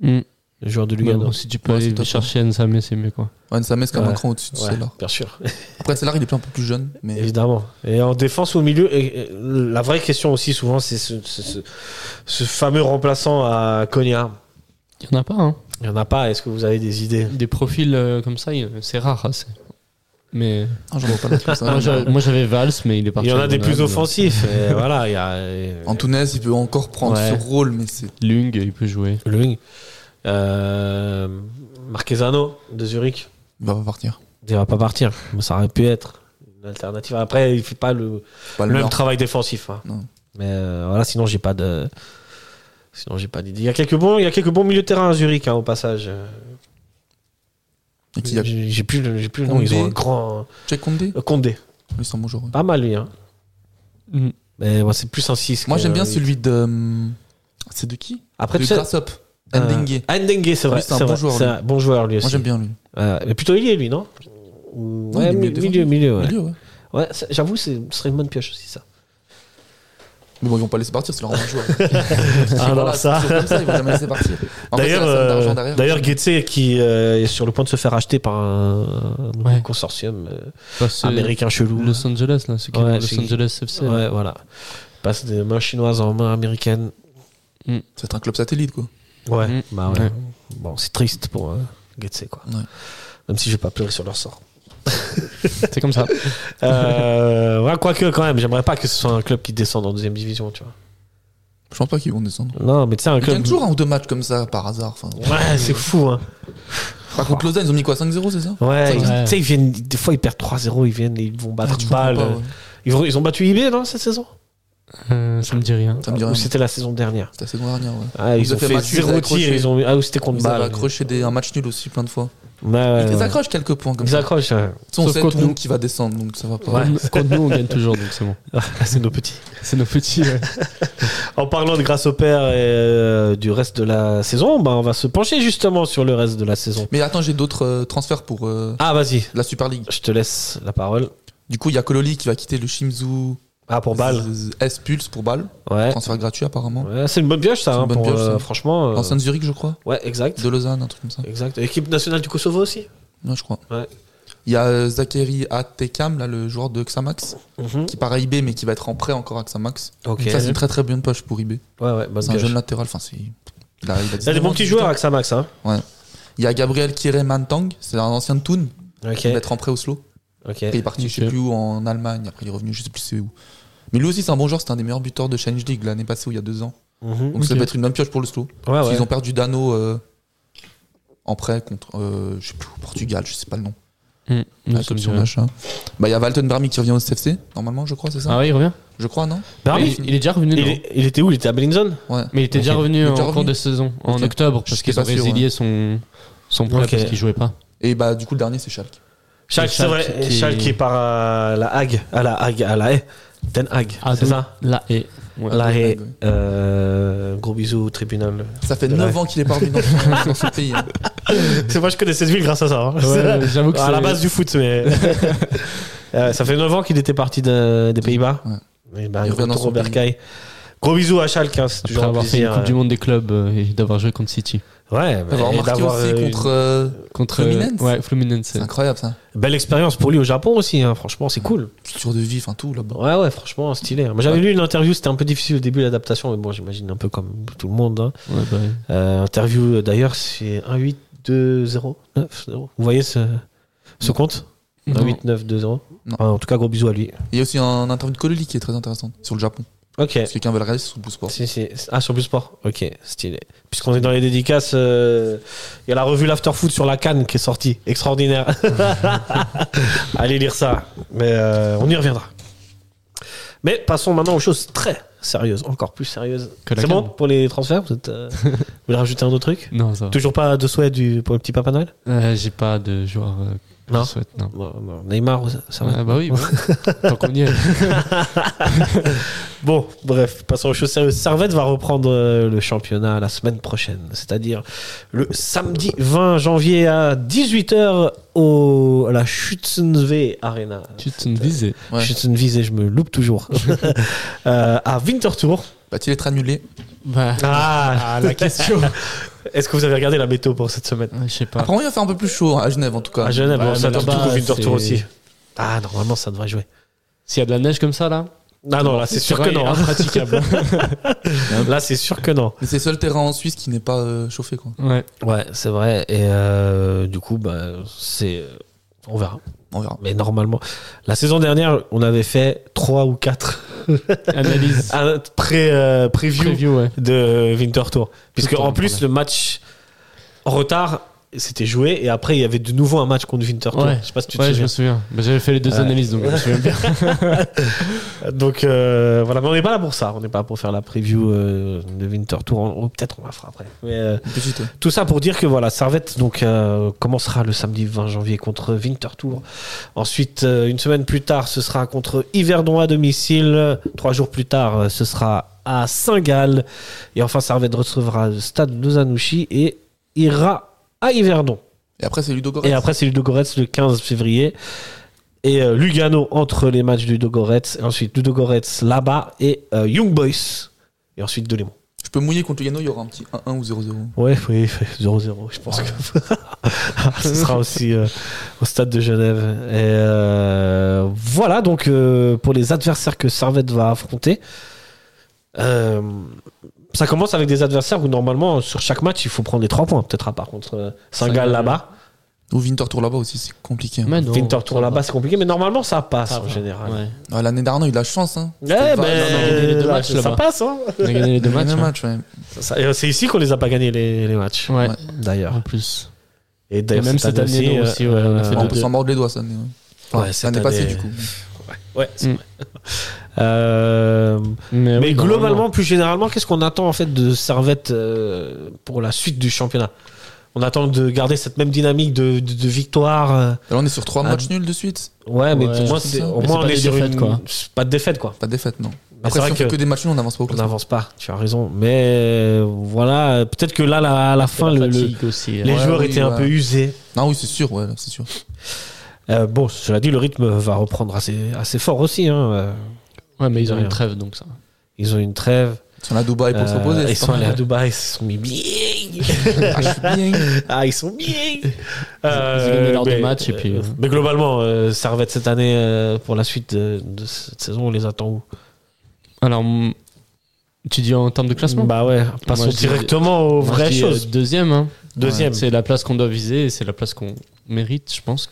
Speaker 6: Mm.
Speaker 5: Le joueur de
Speaker 6: Mais
Speaker 5: Lugano.
Speaker 6: bon, si tu peux
Speaker 7: Ouais, c'est
Speaker 6: aller
Speaker 7: top,
Speaker 6: bah, chercher Nsame, c'est mieux quoi.
Speaker 7: Ouais, Nsames, quand même
Speaker 5: Ouais.
Speaker 7: un cran au-dessus de
Speaker 5: Ouais,
Speaker 7: Cellar.
Speaker 5: bien sûr,
Speaker 7: Après, Cellar, il est plus un peu plus jeune, mais
Speaker 5: évidemment. Et en défense ou au milieu, et- et la vraie question aussi souvent, c'est ce, ce- ce- ce fameux remplaçant à Konya.
Speaker 6: Il y en a pas, hein.
Speaker 5: Il n'y en a pas, est-ce que vous avez des idées
Speaker 6: Des profils euh, comme ça, il- c'est rare. hein, c'est- Mais
Speaker 7: Ah, j'en vois pas là comme ça.
Speaker 6: *laughs* moi, j'a- moi, j'avais Valls, mais il est
Speaker 5: Il
Speaker 6: parti.
Speaker 5: y en a
Speaker 6: à
Speaker 5: des
Speaker 6: Grenoble.
Speaker 5: plus offensifs.
Speaker 7: *laughs*
Speaker 5: et voilà, il y a euh,
Speaker 7: Antunes, il peut encore prendre
Speaker 6: Ouais.
Speaker 7: ce rôle, mais c'est.
Speaker 6: Lung, il peut jouer.
Speaker 5: Lung, euh, Marquezano de Zurich.
Speaker 7: Il va pas partir.
Speaker 5: Il va pas partir, mais ça aurait pu être une alternative. Après, il fait pas le,
Speaker 7: C'est Pas
Speaker 5: le
Speaker 7: le
Speaker 5: même
Speaker 7: meilleur.
Speaker 5: travail défensif. hein.
Speaker 7: Non.
Speaker 5: Mais euh, voilà, sinon j'ai pas de, sinon j'ai pas d'idée. Il y a quelques bons, il y a quelques bons milieux de terrain à Zurich hein, au passage.
Speaker 7: Et qu'il y a
Speaker 5: J'ai j'ai plus, le- j'ai plus le nom.
Speaker 7: Condé.
Speaker 5: Ils ont un grand
Speaker 7: Check Condé
Speaker 5: euh, Condé,
Speaker 7: Lui, c'est un bon joueur. ouais.
Speaker 5: pas mal lui. Hein.
Speaker 6: Mm.
Speaker 5: Mais ouais, c'est plus un 6
Speaker 7: Moi,
Speaker 5: que-
Speaker 7: j'aime bien celui de. euh, C'est de qui
Speaker 5: Après,
Speaker 7: De
Speaker 5: tu sais,
Speaker 7: Grassop. Ndengue.
Speaker 5: Euh, Ndengue, c'est vrai.
Speaker 7: c'est un
Speaker 5: c'est
Speaker 7: bon
Speaker 5: vrai,
Speaker 7: joueur,
Speaker 5: c'est
Speaker 7: lui.
Speaker 5: un bon joueur, lui aussi.
Speaker 7: Moi, j'aime bien lui.
Speaker 5: Euh, mais plutôt il est lui, non Ou-
Speaker 7: Non,
Speaker 5: Ouais,
Speaker 7: il est hein.
Speaker 5: milieu,
Speaker 7: milieu
Speaker 5: milieu,
Speaker 7: défensif.
Speaker 5: milieu, ouais.
Speaker 7: Milieu, ouais.
Speaker 5: Ouais, c'est- J'avoue, c'est- ce serait une bonne pioche aussi, ça.
Speaker 7: Mais bon, ils vont pas laisser partir, c'est *laughs* leur meilleur joueur.
Speaker 5: *laughs* alors
Speaker 7: Voilà,
Speaker 5: ça.
Speaker 7: c'est comme ça, ils vont jamais laisser partir. En fait, il y a
Speaker 5: D'ailleurs,
Speaker 7: la somme d'argent
Speaker 5: euh,
Speaker 7: derrière.
Speaker 5: d'ailleurs, Getse qui euh, est sur le point de se faire acheter par un, un
Speaker 6: Ouais.
Speaker 5: consortium euh,
Speaker 6: Pas ce-
Speaker 5: américain chelou.
Speaker 6: Bah, Los Angeles, là, ceux qui
Speaker 5: Ouais,
Speaker 6: ont Los
Speaker 5: c'est-
Speaker 6: Angeles FC. là.
Speaker 5: Ouais, voilà. Passe des mains chinoises en mains américaines.
Speaker 7: C'est un club satellite, quoi.
Speaker 5: Ouais.
Speaker 6: Mm.
Speaker 5: Bah ouais.
Speaker 6: Ouais.
Speaker 5: Bon, c'est triste pour euh, Getse, quoi.
Speaker 7: Ouais.
Speaker 5: Même si je vais pas pleurer sur leur sort.
Speaker 6: C'est comme ça.
Speaker 5: Euh, *laughs* ouais, quoique, quand même, j'aimerais pas que ce soit un club qui descende en deuxième division, tu vois.
Speaker 7: Je pense pas qu'ils vont descendre.
Speaker 5: Non, mais tu sais, un
Speaker 7: Ils gagnent
Speaker 5: club.
Speaker 7: toujours un ou deux matchs comme ça, par hasard. Enfin,
Speaker 5: Ouais, c'est fou, hein.
Speaker 7: Par contre, Lausanne, ils ont mis quoi 5-0, c'est ça
Speaker 5: Ouais, ils-
Speaker 6: Ouais.
Speaker 5: tu sais, ils viennent, des fois ils perdent 3-0, ils viennent, ils vont battre
Speaker 7: Ah, Tu comprends
Speaker 5: balle.
Speaker 7: pas, ouais.
Speaker 5: Ils, vont- ils ont battu IB, non, cette saison
Speaker 6: Euh, ça me dit rien.
Speaker 7: Ça me dit
Speaker 5: Ah, Ou
Speaker 7: rien.
Speaker 5: c'était la saison dernière
Speaker 7: C'était la saison dernière, ouais.
Speaker 5: ah, ils,
Speaker 7: Ils
Speaker 5: ont
Speaker 7: ont fait
Speaker 5: fait
Speaker 7: match, ils avaient
Speaker 5: zéro tir,
Speaker 7: accroché.
Speaker 5: ils ont. Ah, ou c'était contre
Speaker 7: Ils avaient
Speaker 5: balle.
Speaker 7: accroché des, un match nul aussi plein de fois.
Speaker 5: Ouais, ouais,
Speaker 7: ils les
Speaker 5: ouais.
Speaker 7: accrochent quelques points comme
Speaker 5: Ils
Speaker 7: ça.
Speaker 5: accrochent, ouais.
Speaker 7: Tu sais, on
Speaker 6: Sauf
Speaker 7: sait
Speaker 6: contre
Speaker 7: tout le
Speaker 6: nous.
Speaker 7: monde qui va descendre, donc ça va pas.
Speaker 6: Contre- Contre nous, on gagne toujours, donc c'est bon.
Speaker 5: *laughs* c'est nos petits.
Speaker 6: C'est nos petits. ouais.
Speaker 5: En parlant de grâce au père et euh, du reste de la saison, bah, on va se pencher justement sur le reste de la saison.
Speaker 7: Mais attends, j'ai d'autres euh, transferts pour euh,
Speaker 5: Ah, vas-y,
Speaker 7: la Super League.
Speaker 5: je te laisse la parole.
Speaker 7: Du coup, il y a Kololi qui va quitter le Shimizu
Speaker 5: Ah, pour balle.
Speaker 7: Z- S Pulse pour Bâle.
Speaker 5: Ouais.
Speaker 7: Transfert gratuit apparemment.
Speaker 5: Ouais, c'est une bonne pioche, ça.
Speaker 7: C'est une
Speaker 5: hein,
Speaker 7: bonne
Speaker 5: pour,
Speaker 7: pioche,
Speaker 5: euh,
Speaker 7: ça.
Speaker 5: franchement. euh,
Speaker 7: L'ancien de Zurich, je crois.
Speaker 5: Ouais, exact.
Speaker 7: De Lausanne, un truc comme ça.
Speaker 5: Exact. Équipe nationale du Kosovo aussi.
Speaker 7: Non, je crois.
Speaker 5: Ouais.
Speaker 7: Il y a euh, Zachary Atekam, là, le joueur de Xamax,
Speaker 5: Mhm.
Speaker 7: qui part à IB, mais qui va être en prêt encore à Xamax.
Speaker 5: Ok.
Speaker 7: Donc Ça, c'est une très très bonne poche pour IB.
Speaker 5: Ouais, ouais, bonne
Speaker 7: C'est un
Speaker 5: pioche.
Speaker 7: jeune latéral. Enfin, c'est. Il a, il a
Speaker 5: Il y a des
Speaker 7: 19
Speaker 5: bons
Speaker 7: ans,
Speaker 5: petits
Speaker 7: 18
Speaker 5: joueurs
Speaker 7: ans.
Speaker 5: avec Samax. Hein.
Speaker 7: Il y a Gabriel Kiré Mantang, c'est un ancien de Thun,
Speaker 5: Ok.
Speaker 7: qui va être en prêt au slow.
Speaker 5: ok.
Speaker 7: Après, il est parti, je sais
Speaker 6: Ok.
Speaker 7: plus où, en Allemagne. Après, il est revenu, je sais plus c'est où. Mais lui aussi, c'est un bon joueur. C'était un des meilleurs buteurs de Challenge League l'année passée ou il y a deux ans.
Speaker 5: Mhm.
Speaker 7: Donc, ça
Speaker 6: Ok.
Speaker 7: peut être une bonne pioche pour le slow.
Speaker 5: Ouais,
Speaker 7: Ils
Speaker 5: ouais.
Speaker 7: ont perdu Dano euh, en prêt contre, euh, je sais plus, au Portugal, je sais pas le nom.
Speaker 6: Mm. Non,
Speaker 7: Ah,
Speaker 6: ça me
Speaker 7: comme
Speaker 6: dit
Speaker 7: son
Speaker 6: rien.
Speaker 7: machin. Bah, il y a Walton Barmy qui revient au CFC, normalement, je crois, c'est ça
Speaker 6: Ah ouais, il revient
Speaker 7: Je crois, non
Speaker 5: Barmy,
Speaker 6: il, il est déjà revenu,
Speaker 5: il,
Speaker 6: non
Speaker 5: est- il était où Il était à Bellinzone
Speaker 7: Ouais.
Speaker 6: Mais il était déjà
Speaker 5: Ok.
Speaker 6: revenu
Speaker 7: était
Speaker 6: en
Speaker 7: revenu
Speaker 6: cours de saison, en
Speaker 7: Ok.
Speaker 6: octobre, parce
Speaker 7: J'étais
Speaker 6: qu'ils ont
Speaker 7: pas sûr,
Speaker 6: résilié son, son prêt
Speaker 5: Ok.
Speaker 6: parce qu'il jouait pas.
Speaker 7: Et bah, du coup, le dernier, c'est Schalke.
Speaker 5: Schalke, c'est
Speaker 6: Schalke
Speaker 5: vrai.
Speaker 6: qui-
Speaker 5: Schalke qui part à la Hague. À la Hague, à la Hague. Den Hague,
Speaker 6: Ah,
Speaker 5: c'est
Speaker 6: donc,
Speaker 5: ça
Speaker 6: Là, et.
Speaker 5: La
Speaker 6: ouais.
Speaker 7: Den
Speaker 5: Hague.
Speaker 7: Hague, ouais.
Speaker 5: Euh, gros bisous au tribunal.
Speaker 7: Ça fait
Speaker 5: Ouais.
Speaker 7: 9 ans qu'il est parmi dans,
Speaker 6: *laughs*
Speaker 7: ce- dans ce pays. hein.
Speaker 5: C'est moi, je connais cette ville grâce à ça. hein.
Speaker 6: *laughs* Ouais, j'avoue que
Speaker 5: à
Speaker 6: c'est-
Speaker 5: la base du foot, *laughs* mais. Euh, ça fait 9 ans qu'il était parti de- des Pays-Bas. Et ben,
Speaker 7: Il revient dans
Speaker 5: retour
Speaker 7: son
Speaker 5: au
Speaker 7: pays.
Speaker 5: Bercail. Gros bisous à Schalke, hein, c'est
Speaker 6: Après
Speaker 5: toujours un
Speaker 6: avoir fait
Speaker 5: plaisir. euh,
Speaker 6: une Coupe du Monde des clubs euh, et d'avoir joué contre City.
Speaker 5: Ouais,
Speaker 7: Ça va
Speaker 5: et
Speaker 7: remarquer
Speaker 5: d'avoir,
Speaker 7: aussi
Speaker 5: euh, une
Speaker 7: contre. euh,
Speaker 6: Contre. euh,
Speaker 7: Fluminense
Speaker 6: ouais, Fluminense.
Speaker 7: C'est incroyable, ça.
Speaker 5: Belle expérience pour lui au Japon aussi, hein, franchement, c'est cool.
Speaker 7: Culture de vie, enfin tout là-bas.
Speaker 5: Ouais, ouais, franchement, stylé. hein. Moi, j'avais lu une interview, c'était un peu difficile au début l'adaptation, mais bon, j'imagine un peu comme tout le monde. hein.
Speaker 6: Ouais, bah,
Speaker 5: Euh, interview euh, d'ailleurs, c'est 1-8-2-0. 9-0. Vous voyez ce, ce compte
Speaker 6: Non.
Speaker 5: 1-8-9-2-0.
Speaker 7: Non.
Speaker 5: Ah, en tout cas, gros bisous à lui.
Speaker 7: Il y a aussi un interview de Kololi qui est très intéressante sur le Japon.
Speaker 5: Ok.
Speaker 7: Si quelqu'un veut le regarder, c'est sous Blue Sport.
Speaker 5: Si, si. Ah, sur Blue Sport. Ok, stylé. Puisqu'on est dans les dédicaces, euh, il y a la revue L'After Food sur la canne qui est sortie.
Speaker 6: *laughs*
Speaker 5: Extraordinaire. Allez lire ça. Mais euh, on y reviendra. Mais passons maintenant aux choses très sérieuses, encore plus sérieuses.
Speaker 6: Que la
Speaker 5: C'est bon
Speaker 6: Cannes.
Speaker 5: pour les transferts Vous, êtes, euh, vous voulez rajouter un autre
Speaker 6: *laughs*
Speaker 5: truc
Speaker 6: Non, ça va.
Speaker 5: Toujours pas de souhait du, pour le petit Papa Noël
Speaker 6: Euh, J'ai pas de joueur euh, que
Speaker 5: Non.
Speaker 6: je souhaite, non.
Speaker 5: Bon, bon, Neymar, ça va
Speaker 6: Ah, bah oui, bah *laughs* oui. tant qu'on y est.
Speaker 5: Bon, bref, passons aux choses sérieuses. Servette va reprendre euh, le championnat la semaine prochaine, c'est-à-dire le samedi 20 janvier à 18h au à la Schützenweh Arena.
Speaker 6: Tu te visais.
Speaker 7: Ouais.
Speaker 5: Schützenwiese, je me loupe *laughs* toujours. Euh, à Winterthur.
Speaker 7: Va-t-il être annulé
Speaker 6: Bah,
Speaker 5: Ah, la question. *laughs* Est-ce que vous avez regardé la météo pour cette semaine
Speaker 6: je sais pas.
Speaker 7: Apparemment, il va faire un peu plus chaud à Genève, en tout cas.
Speaker 5: À Genève,
Speaker 6: Ouais,
Speaker 5: bon, ça
Speaker 6: mais
Speaker 5: tombe du
Speaker 6: là-bas,
Speaker 5: coup Winterthur
Speaker 6: c'est-
Speaker 5: aussi. Ah, normalement, ça devrait jouer.
Speaker 6: S'il y a de la neige comme ça, là,
Speaker 5: Ah non, là, c'est sûr que non.
Speaker 6: Impraticable.
Speaker 5: *laughs* Là, c'est sûr que non.
Speaker 7: Mais c'est le seul terrain en Suisse qui n'est pas euh, chauffé, quoi.
Speaker 6: ouais.
Speaker 5: Ouais, c'est vrai. Et euh, du coup, bah, c'est. On verra.
Speaker 7: On verra.
Speaker 5: Mais normalement, la saison dernière, on avait fait 3 ou 4
Speaker 6: Analyse.
Speaker 5: pré, euh, preview,
Speaker 6: *laughs* Preview, ouais.
Speaker 5: de Winter Tour. Puisque
Speaker 6: le temps,
Speaker 5: en plus,
Speaker 6: voilà.
Speaker 5: le match en retard, c'était joué. Et après, il y avait de nouveau un match contre Winter Tour.
Speaker 6: Ouais.
Speaker 5: Je sais pas si tu te
Speaker 6: Ouais, je
Speaker 5: souviens.
Speaker 6: me souviens. Bah, J'avais fait les deux
Speaker 5: Ouais.
Speaker 6: analyses, donc je me souviens *laughs* bien.
Speaker 5: Donc euh, voilà, mais on n'est pas là pour ça. On n'est pas là pour faire la preview euh, de Winter Tour. On- on- Peut-être on la fera après. Mais, euh,
Speaker 7: Petite, ouais.
Speaker 5: Tout ça pour dire que voilà, Servette donc euh, commencera le samedi 20 janvier contre Winterthur. Ensuite, euh, une semaine plus tard, ce sera contre Yverdon à domicile. Trois jours plus tard, euh, ce sera à Saint-Gall. Et enfin, Servette recevra le stade Lozanouchi et ira à Yverdon.
Speaker 7: Et après, c'est Ludo Goretz.
Speaker 5: Et après, c'est Ludogorets le 15 février. Et euh, Lugano entre les matchs de Ludogorets. Et ensuite, Ludogorets là-bas et euh, Young Boys. Et ensuite, Delémont.
Speaker 7: Je peux mouiller contre Lugano, il y aura un petit 1-1 ou 0-0.
Speaker 5: Ouais, oui, 0-0, je pense que *laughs* ce sera aussi euh, au stade de Genève. Et euh, voilà donc euh, pour les adversaires que Servette va affronter. Euh, ça commence avec des adversaires où normalement sur chaque match il faut prendre les 3 points, peut-être à part contre euh, Saint-Gall
Speaker 6: Saint-Gall.
Speaker 5: là-bas.
Speaker 7: Ou Winter Tour là-bas aussi, c'est compliqué. hein.
Speaker 6: Mais non,
Speaker 5: Winter Tour
Speaker 6: ça
Speaker 5: là-bas
Speaker 6: va.
Speaker 5: c'est compliqué, mais normalement ça passe
Speaker 6: Ça
Speaker 5: en
Speaker 6: va.
Speaker 5: général.
Speaker 6: Ouais.
Speaker 7: Ouais, L'année dernière, il a de la chance. Hein.
Speaker 5: Eh, ben,
Speaker 7: C'était pas- non, non,
Speaker 6: on a gagné les deux
Speaker 5: là,
Speaker 6: matchs,
Speaker 5: ça
Speaker 6: là-bas.
Speaker 5: passe, hein
Speaker 6: On a gagné les deux
Speaker 7: le
Speaker 6: matchs.
Speaker 7: même
Speaker 6: ouais.
Speaker 7: match, ouais.
Speaker 5: Ça- et C'est ici qu'on les a pas gagnés les, les matchs,
Speaker 6: Ouais.
Speaker 7: Ouais.
Speaker 5: d'ailleurs.
Speaker 6: En plus.
Speaker 5: Et d'ailleurs euh,
Speaker 6: Et même cette année, nous aussi, ouais, on a fait
Speaker 5: on-
Speaker 7: On
Speaker 6: deux-
Speaker 7: peut s'en mordre les doigts, ça. mais, ouais. Enfin,
Speaker 5: Ouais, cette
Speaker 7: L'année passée,
Speaker 5: année-
Speaker 7: du coup.
Speaker 5: Ouais, c'est
Speaker 6: Mm.
Speaker 5: vrai. *laughs* Euh,
Speaker 6: Mais,
Speaker 5: mais
Speaker 6: oui,
Speaker 5: globalement, plus généralement, qu'est-ce qu'on attend en fait de Servette euh, pour la suite du championnat On attend de garder cette même dynamique de, de- de victoire. euh,
Speaker 7: Alors, on est sur 3
Speaker 5: Ah,
Speaker 7: matchs nuls de suite.
Speaker 5: Ouais, mais
Speaker 6: Ouais,
Speaker 5: au moins,
Speaker 7: c'est
Speaker 5: c'est-
Speaker 7: ça.
Speaker 5: au moins,
Speaker 6: Mais c'est
Speaker 5: on
Speaker 6: pas
Speaker 5: est
Speaker 6: des
Speaker 5: sur
Speaker 6: défaites,
Speaker 5: une
Speaker 6: quoi.
Speaker 5: c'est pas de défaite quoi.
Speaker 7: Pas de défaite, non.
Speaker 5: Mais
Speaker 7: Après,
Speaker 5: Bah, c'est
Speaker 7: si on
Speaker 5: vrai
Speaker 7: fait
Speaker 5: que
Speaker 7: que des matchs nuls, on n'avance pas au
Speaker 5: on
Speaker 7: classement.
Speaker 5: n'avance pas. Tu as raison, mais euh, voilà, euh, peut-être que là, la- à la fin,
Speaker 6: la
Speaker 5: le- le-
Speaker 6: fatigue aussi. hein.
Speaker 5: les
Speaker 7: Ouais,
Speaker 5: joueurs
Speaker 7: oui,
Speaker 5: étaient un
Speaker 7: ouais.
Speaker 5: peu usés.
Speaker 7: Non, Ah oui, c'est sûr, ouais, c'est sûr.
Speaker 5: Euh, bon, cela dit, le rythme va reprendre assez, assez fort aussi. hein, euh.
Speaker 6: Ouais, mais ils ont
Speaker 5: Rien.
Speaker 6: une trêve, donc ça.
Speaker 5: Ils ont une trêve.
Speaker 7: Ils sont là à Dubaï pour se
Speaker 5: Euh,
Speaker 7: reposer.
Speaker 5: ils
Speaker 7: c'est
Speaker 5: sont
Speaker 7: pas
Speaker 5: allés à
Speaker 7: mal.
Speaker 5: Dubaï, ils se sont mis
Speaker 7: *laughs*
Speaker 5: bien.
Speaker 7: Ah, je suis bien.
Speaker 5: Ah, ils sont bien
Speaker 6: Ils ont gagné leurs deux matchs, et puis,
Speaker 5: euh,
Speaker 6: euh.
Speaker 5: mais globalement, euh, Servette cette année, euh, pour la suite de, de cette saison, on les attend où
Speaker 6: Alors, m- tu dis en termes de classement
Speaker 5: Bah ouais, passons
Speaker 6: Moi, je dis-
Speaker 5: directement aux
Speaker 6: Moi, je
Speaker 5: vraies
Speaker 6: dis, euh,
Speaker 5: choses.
Speaker 6: Deuxième. hein.
Speaker 5: Deuxième.
Speaker 6: C'est la place qu'on doit viser et c'est la place qu'on mérite, je pense.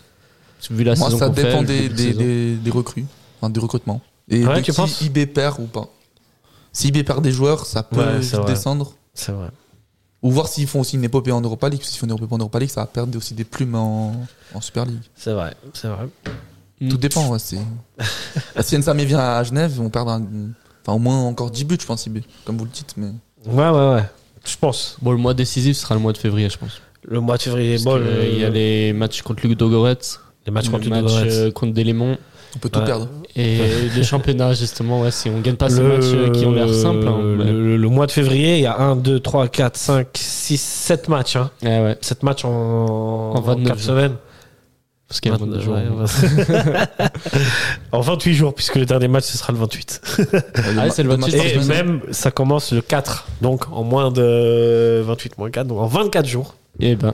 Speaker 6: Vu la
Speaker 7: Moi,
Speaker 6: saison
Speaker 7: ça
Speaker 6: qu'on fait,
Speaker 7: dépend
Speaker 6: le
Speaker 7: des,
Speaker 6: début de
Speaker 7: des,
Speaker 6: saison.
Speaker 7: des, des recrues, enfin des recrutements. Et
Speaker 5: Ouais,
Speaker 7: de
Speaker 5: tu
Speaker 7: qui
Speaker 5: penses
Speaker 7: IB perd ou pas. Si IB perd des joueurs, ça peut
Speaker 5: Ouais, c'est
Speaker 7: vite
Speaker 5: vrai.
Speaker 7: descendre.
Speaker 5: C'est vrai.
Speaker 7: Ou voir s'ils font aussi une épopée en Europa League. parce que S'ils font une épopée en Europa League, ça va perdre aussi des plumes en, en Super League.
Speaker 5: C'est vrai, c'est vrai.
Speaker 6: Mm.
Speaker 7: Tout dépend. Ouais,
Speaker 6: *laughs*
Speaker 7: c'est- Ah, si Nsame vient à Genève, on perd un- enfin, au moins encore 10 buts, je pense, IB. Comme vous le dites. Mais...
Speaker 5: Ouais, ouais, ouais. Je pense.
Speaker 6: Bon, le mois décisif sera le mois de février, je pense.
Speaker 5: Le mois de février,
Speaker 6: Parce
Speaker 5: bon,
Speaker 6: que,
Speaker 5: le-
Speaker 6: euh, il y a les matchs contre Ludogorets,
Speaker 5: les matchs
Speaker 6: le
Speaker 5: contre
Speaker 6: match
Speaker 5: Ludogorets.
Speaker 6: euh, contre Delémont
Speaker 7: On peut tout
Speaker 5: Ouais.
Speaker 7: perdre.
Speaker 6: et *laughs* les championnats, justement. Ouais, si on gagne pas ces matchs euh, qui ont l'air simples. hein,
Speaker 5: le,
Speaker 6: ouais.
Speaker 5: le- le mois de février, il y a 1, 2, 3, 4, 5, 6, 7 matchs. Hein.
Speaker 6: eh Ouais, ouais.
Speaker 5: 7 matchs en, en
Speaker 6: 29
Speaker 5: 4
Speaker 6: jours.
Speaker 5: semaines.
Speaker 6: Parce qu'il y a moins de joueurs.
Speaker 5: Ouais, ouais. en 28 jours, puisque le dernier match, ce sera le 28.
Speaker 6: Ah, c'est le
Speaker 7: Deux
Speaker 6: 28.
Speaker 7: matchs
Speaker 5: Et
Speaker 7: par semaine.
Speaker 5: même, ça commence le 4, donc en moins de 28 moins 4, donc en 24 jours,
Speaker 6: Et ben,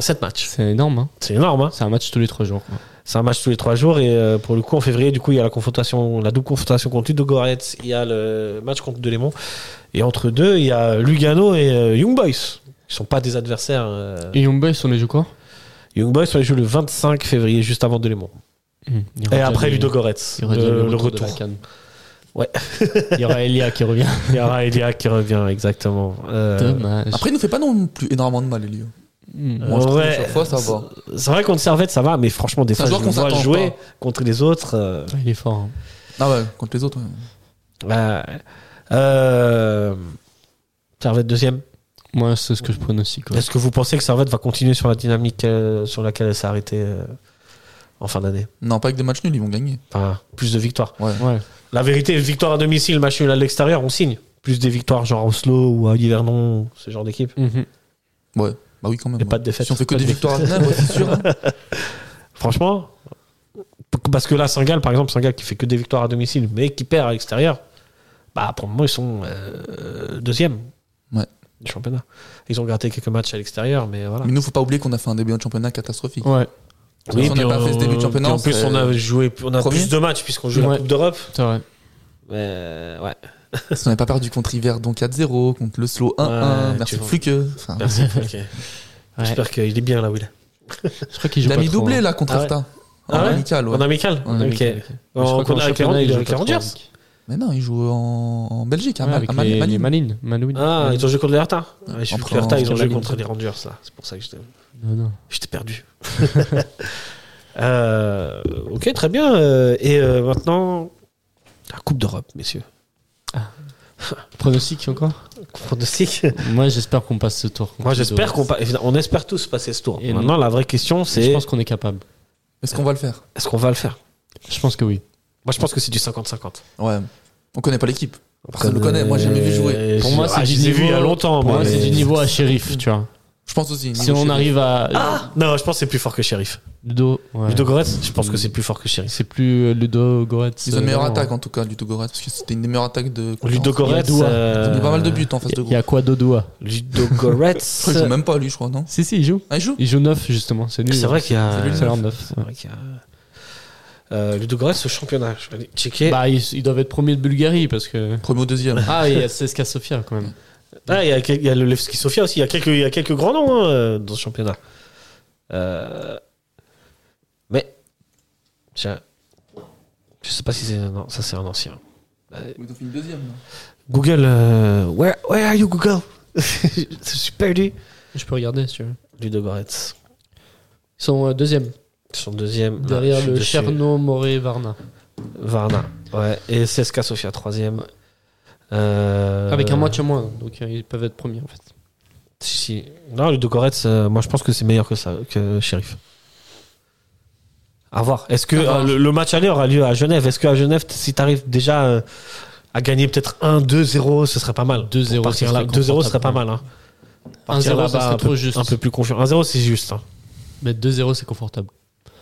Speaker 5: 7 matchs.
Speaker 6: c'est énorme. hein.
Speaker 5: C'est énorme, hein
Speaker 6: C'est un match tous les trois jours. quoi.
Speaker 5: C'est un match tous les 3 jours, et euh, pour le coup, en février, du coup, il y a la confrontation, la double confrontation contre Ludogorets, il y a le match contre Delémont, et entre deux, il y a Lugano et euh, Young Boys. Ils sont pas des adversaires. euh.
Speaker 6: Et Young Boys, on les joue quoi
Speaker 5: Young Boys, on les joue le 25 février, juste avant Delémont.
Speaker 6: Hum, il y aura
Speaker 5: Et
Speaker 6: déjà
Speaker 5: après
Speaker 6: les-
Speaker 5: Ludogorets,
Speaker 6: il y aura déjà
Speaker 5: Euh, le, le
Speaker 6: retour de la
Speaker 5: retour.
Speaker 6: Cannes.
Speaker 5: Ouais.
Speaker 6: *laughs* Il y aura Elia qui revient.
Speaker 5: Il y aura Elia qui revient, exactement. Euh,
Speaker 6: Dommage.
Speaker 7: Après, il nous fait pas non plus énormément de mal, Elio.
Speaker 6: Hmm.
Speaker 7: Moi, je trouve que
Speaker 5: ouais,
Speaker 7: chaque fois, ça va.
Speaker 5: c'est- C'est vrai contre Servette, ça va, mais franchement, des fois,
Speaker 7: C'est un
Speaker 5: je
Speaker 7: joueur
Speaker 5: le
Speaker 7: qu'on
Speaker 5: vois
Speaker 7: s'attend
Speaker 5: jouer
Speaker 7: pas.
Speaker 5: contre les autres. euh,
Speaker 6: Il est fort. hein.
Speaker 7: Ah ouais, contre les autres. ouais.
Speaker 5: ouais. Euh, Servette deuxième.
Speaker 6: Moi, c'est ce que je pronostique. ouais.
Speaker 5: Est-ce que vous pensez que Servette va continuer sur la dynamique euh, sur laquelle elle s'est arrêtée euh, en fin d'année
Speaker 7: Non, pas avec des matchs nuls, ils vont gagner.
Speaker 5: Enfin, plus de victoires.
Speaker 6: Ouais.
Speaker 5: La vérité, victoire à domicile, match nul à l'extérieur, on signe. Plus des victoires genre à Oslo ou à Yvernon, ce genre d'équipe.
Speaker 6: Mhm.
Speaker 7: Ouais, bah oui, quand même.
Speaker 5: Et pas
Speaker 7: ouais.
Speaker 5: de défaite.
Speaker 7: Si on fait que
Speaker 5: Pas
Speaker 7: des
Speaker 5: de
Speaker 7: victoires à Genève, ouais,
Speaker 5: *laughs*
Speaker 7: c'est sûr. hein.
Speaker 5: Franchement, p- parce que là, Saint-Gall, par exemple, Saint-Gall qui fait que des victoires à domicile, mais qui perd à l'extérieur, bah pour le moment, ils sont euh, deuxième
Speaker 7: Ouais.
Speaker 5: du championnat. Ils ont gratté quelques matchs à l'extérieur, mais voilà.
Speaker 7: Mais nous, faut pas oublier qu'on a fait un début de championnat catastrophique.
Speaker 6: Ouais,
Speaker 7: si on n'a pas
Speaker 5: on-
Speaker 7: fait ce début de championnat,
Speaker 5: puis en
Speaker 7: on
Speaker 5: plus,
Speaker 7: serait-
Speaker 5: on a joué, on a
Speaker 7: premier.
Speaker 5: plus de matchs puisqu'on joue la
Speaker 6: Ouais.
Speaker 5: Coupe d'Europe.
Speaker 6: c'est vrai.
Speaker 5: Mais, euh, ouais.
Speaker 7: Si on n'avait pas perdu contre Hiver, donc 4-0, contre le Slow 1-1,
Speaker 5: Ouais,
Speaker 7: merci
Speaker 5: tu vois.
Speaker 7: Fluke. Enfin,
Speaker 5: Merci. ok. J'espère qu'il est bien là où il est.
Speaker 6: Je crois qu'il joue
Speaker 7: il a
Speaker 6: pas
Speaker 7: mis
Speaker 6: trop,
Speaker 7: doublé
Speaker 6: hein.
Speaker 7: là contre
Speaker 5: Ah ouais.
Speaker 7: Arta. En
Speaker 5: Ah ouais
Speaker 7: amical, ouais.
Speaker 5: En amical
Speaker 7: Ouais,
Speaker 5: Ok.
Speaker 6: amical,
Speaker 5: En-
Speaker 6: Je crois
Speaker 5: qu'on
Speaker 6: qu'en
Speaker 5: a avec les
Speaker 6: championnat,
Speaker 5: Rangers.
Speaker 6: joue pas trop
Speaker 5: Rangers.
Speaker 6: avec-
Speaker 7: Mais non, il joue en, en Belgique, à
Speaker 6: Ouais,
Speaker 7: Man-
Speaker 6: avec
Speaker 7: à Man-
Speaker 6: les- les
Speaker 7: Manille.
Speaker 6: Malines. Manouine.
Speaker 5: Ah, ils ont joué contre les Hertha Ouais, je suis
Speaker 7: Après,
Speaker 5: contre les Hertha,
Speaker 7: on-
Speaker 5: ils ont
Speaker 6: on
Speaker 5: joué
Speaker 6: l'a
Speaker 5: contre
Speaker 6: mis.
Speaker 5: les Rangers, là. C'est pour ça que j'étais.
Speaker 6: Non, non.
Speaker 5: J'étais perdu. *laughs* Euh, ok, très bien. Euh, Et euh, maintenant, la Coupe d'Europe, messieurs.
Speaker 6: Pronostic encore
Speaker 5: Pronostic.
Speaker 6: Moi, j'espère qu'on passe ce tour.
Speaker 5: Moi, j'espère qu'on pa- évidemment, on espère tous passer ce tour.
Speaker 6: Et
Speaker 5: maintenant, la vraie question,
Speaker 6: Je
Speaker 5: c'est
Speaker 6: pense qu'on est capable.
Speaker 7: Est-ce qu'on va le faire
Speaker 5: est-ce qu'on va le faire
Speaker 6: Je pense que oui.
Speaker 5: Moi, je pense que c'est du 50-50.
Speaker 7: Ouais. On connaît pas l'équipe. Personne ne le connaît, moi, j'ai jamais vu jouer.
Speaker 5: Pour moi, c'est du niveau. il y a longtemps.
Speaker 6: Pour moi,
Speaker 5: mais-
Speaker 6: c'est du niveau à shérif, tu vois.
Speaker 7: Je pense aussi.
Speaker 6: Si
Speaker 7: niveau
Speaker 6: on
Speaker 7: chez-
Speaker 6: arrive à.
Speaker 5: Non, je pense que c'est plus fort que Sheriff.
Speaker 6: Ludo. ouais.
Speaker 5: Ah Ludo Goretz, je pense que c'est plus fort que Sheriff.
Speaker 6: C'est plus euh, Ludo Goretz.
Speaker 7: Ils ont une meilleure
Speaker 6: euh,
Speaker 7: attaque en tout cas, Ludo Goretz, parce que c'était une des meilleures attaques de.
Speaker 5: Ludo Goretz.
Speaker 7: Goretz.
Speaker 6: Il y a Doua.
Speaker 5: euh,
Speaker 7: Il y a pas mal de buts en face
Speaker 6: Il
Speaker 7: de
Speaker 6: y
Speaker 7: groupe.
Speaker 6: a quoi ah Dodoua
Speaker 5: Ludo
Speaker 7: *laughs*
Speaker 5: Goretz.
Speaker 7: Il joue même pas lui, je crois, non
Speaker 6: Si, si, il joue.
Speaker 7: Ah, il joue
Speaker 6: Il joue 9, justement. C'est lui.
Speaker 5: C'est vrai qu'il y a.
Speaker 6: C'est lui le neuf.
Speaker 5: C'est vrai qu'il y a. Euh, Ludo Goretz au championnat. Je vais aller checker.
Speaker 6: Bah, ils, ils doivent être premiers de Bulgarie parce que.
Speaker 7: Premier
Speaker 5: *laughs*
Speaker 7: ou deuxième.
Speaker 6: Ah, il y a CSKA Sofia quand même.
Speaker 5: Ah, il y a, quel- il y a le Levski Sofia aussi. Il y a quelques, il y a quelques grands noms hein, dans ce championnat. Euh, Mais. tiens, Je sais pas si c'est. Non, ça c'est un ancien.
Speaker 7: Ils ont fini deuxième. non
Speaker 5: Google. euh, Where, where are you, Google *laughs* Je suis perdu.
Speaker 1: Je peux regarder si tu veux.
Speaker 5: Ludo Goretz.
Speaker 1: Ils sont euh, deuxième,
Speaker 5: Son deuxième. Là, je
Speaker 1: derrière
Speaker 5: suis
Speaker 1: le
Speaker 5: dessus.
Speaker 1: Cherno Moré Varna.
Speaker 5: Varna. Ouais. Et CSKA Sofia, troisième. Euh,
Speaker 1: Avec un match à moins, donc euh, ils peuvent être premiers en fait.
Speaker 5: Si, si. Non, le Goretz, euh, moi je pense que c'est meilleur que ça, que Sheriff. À voir. Est-ce que
Speaker 7: À voir.
Speaker 5: euh, le, le match aller aura lieu à Genève Est-ce qu'à Genève, t- si tu arrives déjà euh, à gagner peut-être 1-2-0, ce serait pas mal.
Speaker 6: 2-0,
Speaker 5: Pour partir
Speaker 6: ce serait
Speaker 5: là- 2-0 ce serait pas
Speaker 6: confortable.
Speaker 5: mal. Hein.
Speaker 6: 1-0, ça
Speaker 5: là-bas,
Speaker 6: serait
Speaker 5: un peu-
Speaker 6: trop juste.
Speaker 5: Un peu plus confiant. 1-0, c'est juste. hein.
Speaker 6: Mais 2-0, c'est confortable.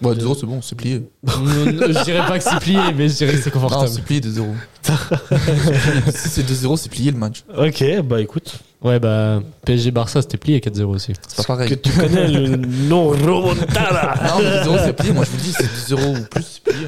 Speaker 7: Ouais, 2-0, c'est bon, c'est plié.
Speaker 6: je dirais pas que c'est plié, mais je dirais que c'est
Speaker 7: Non,
Speaker 6: confortable.
Speaker 7: c'est
Speaker 5: *laughs*
Speaker 7: plié 2-0. si c'est 2-0, c'est plié le match.
Speaker 5: Ok, bah écoute.
Speaker 6: ouais, bah, PSG-Barça, c'était plié 4-0 aussi.
Speaker 7: C'est pas
Speaker 5: Que
Speaker 7: pareil.
Speaker 5: tu connais
Speaker 6: *laughs*
Speaker 5: le non remontada.
Speaker 7: Non, mais 2-0, c'est plié. Moi, je vous dis, c'est 2-0 ou plus, c'est plié.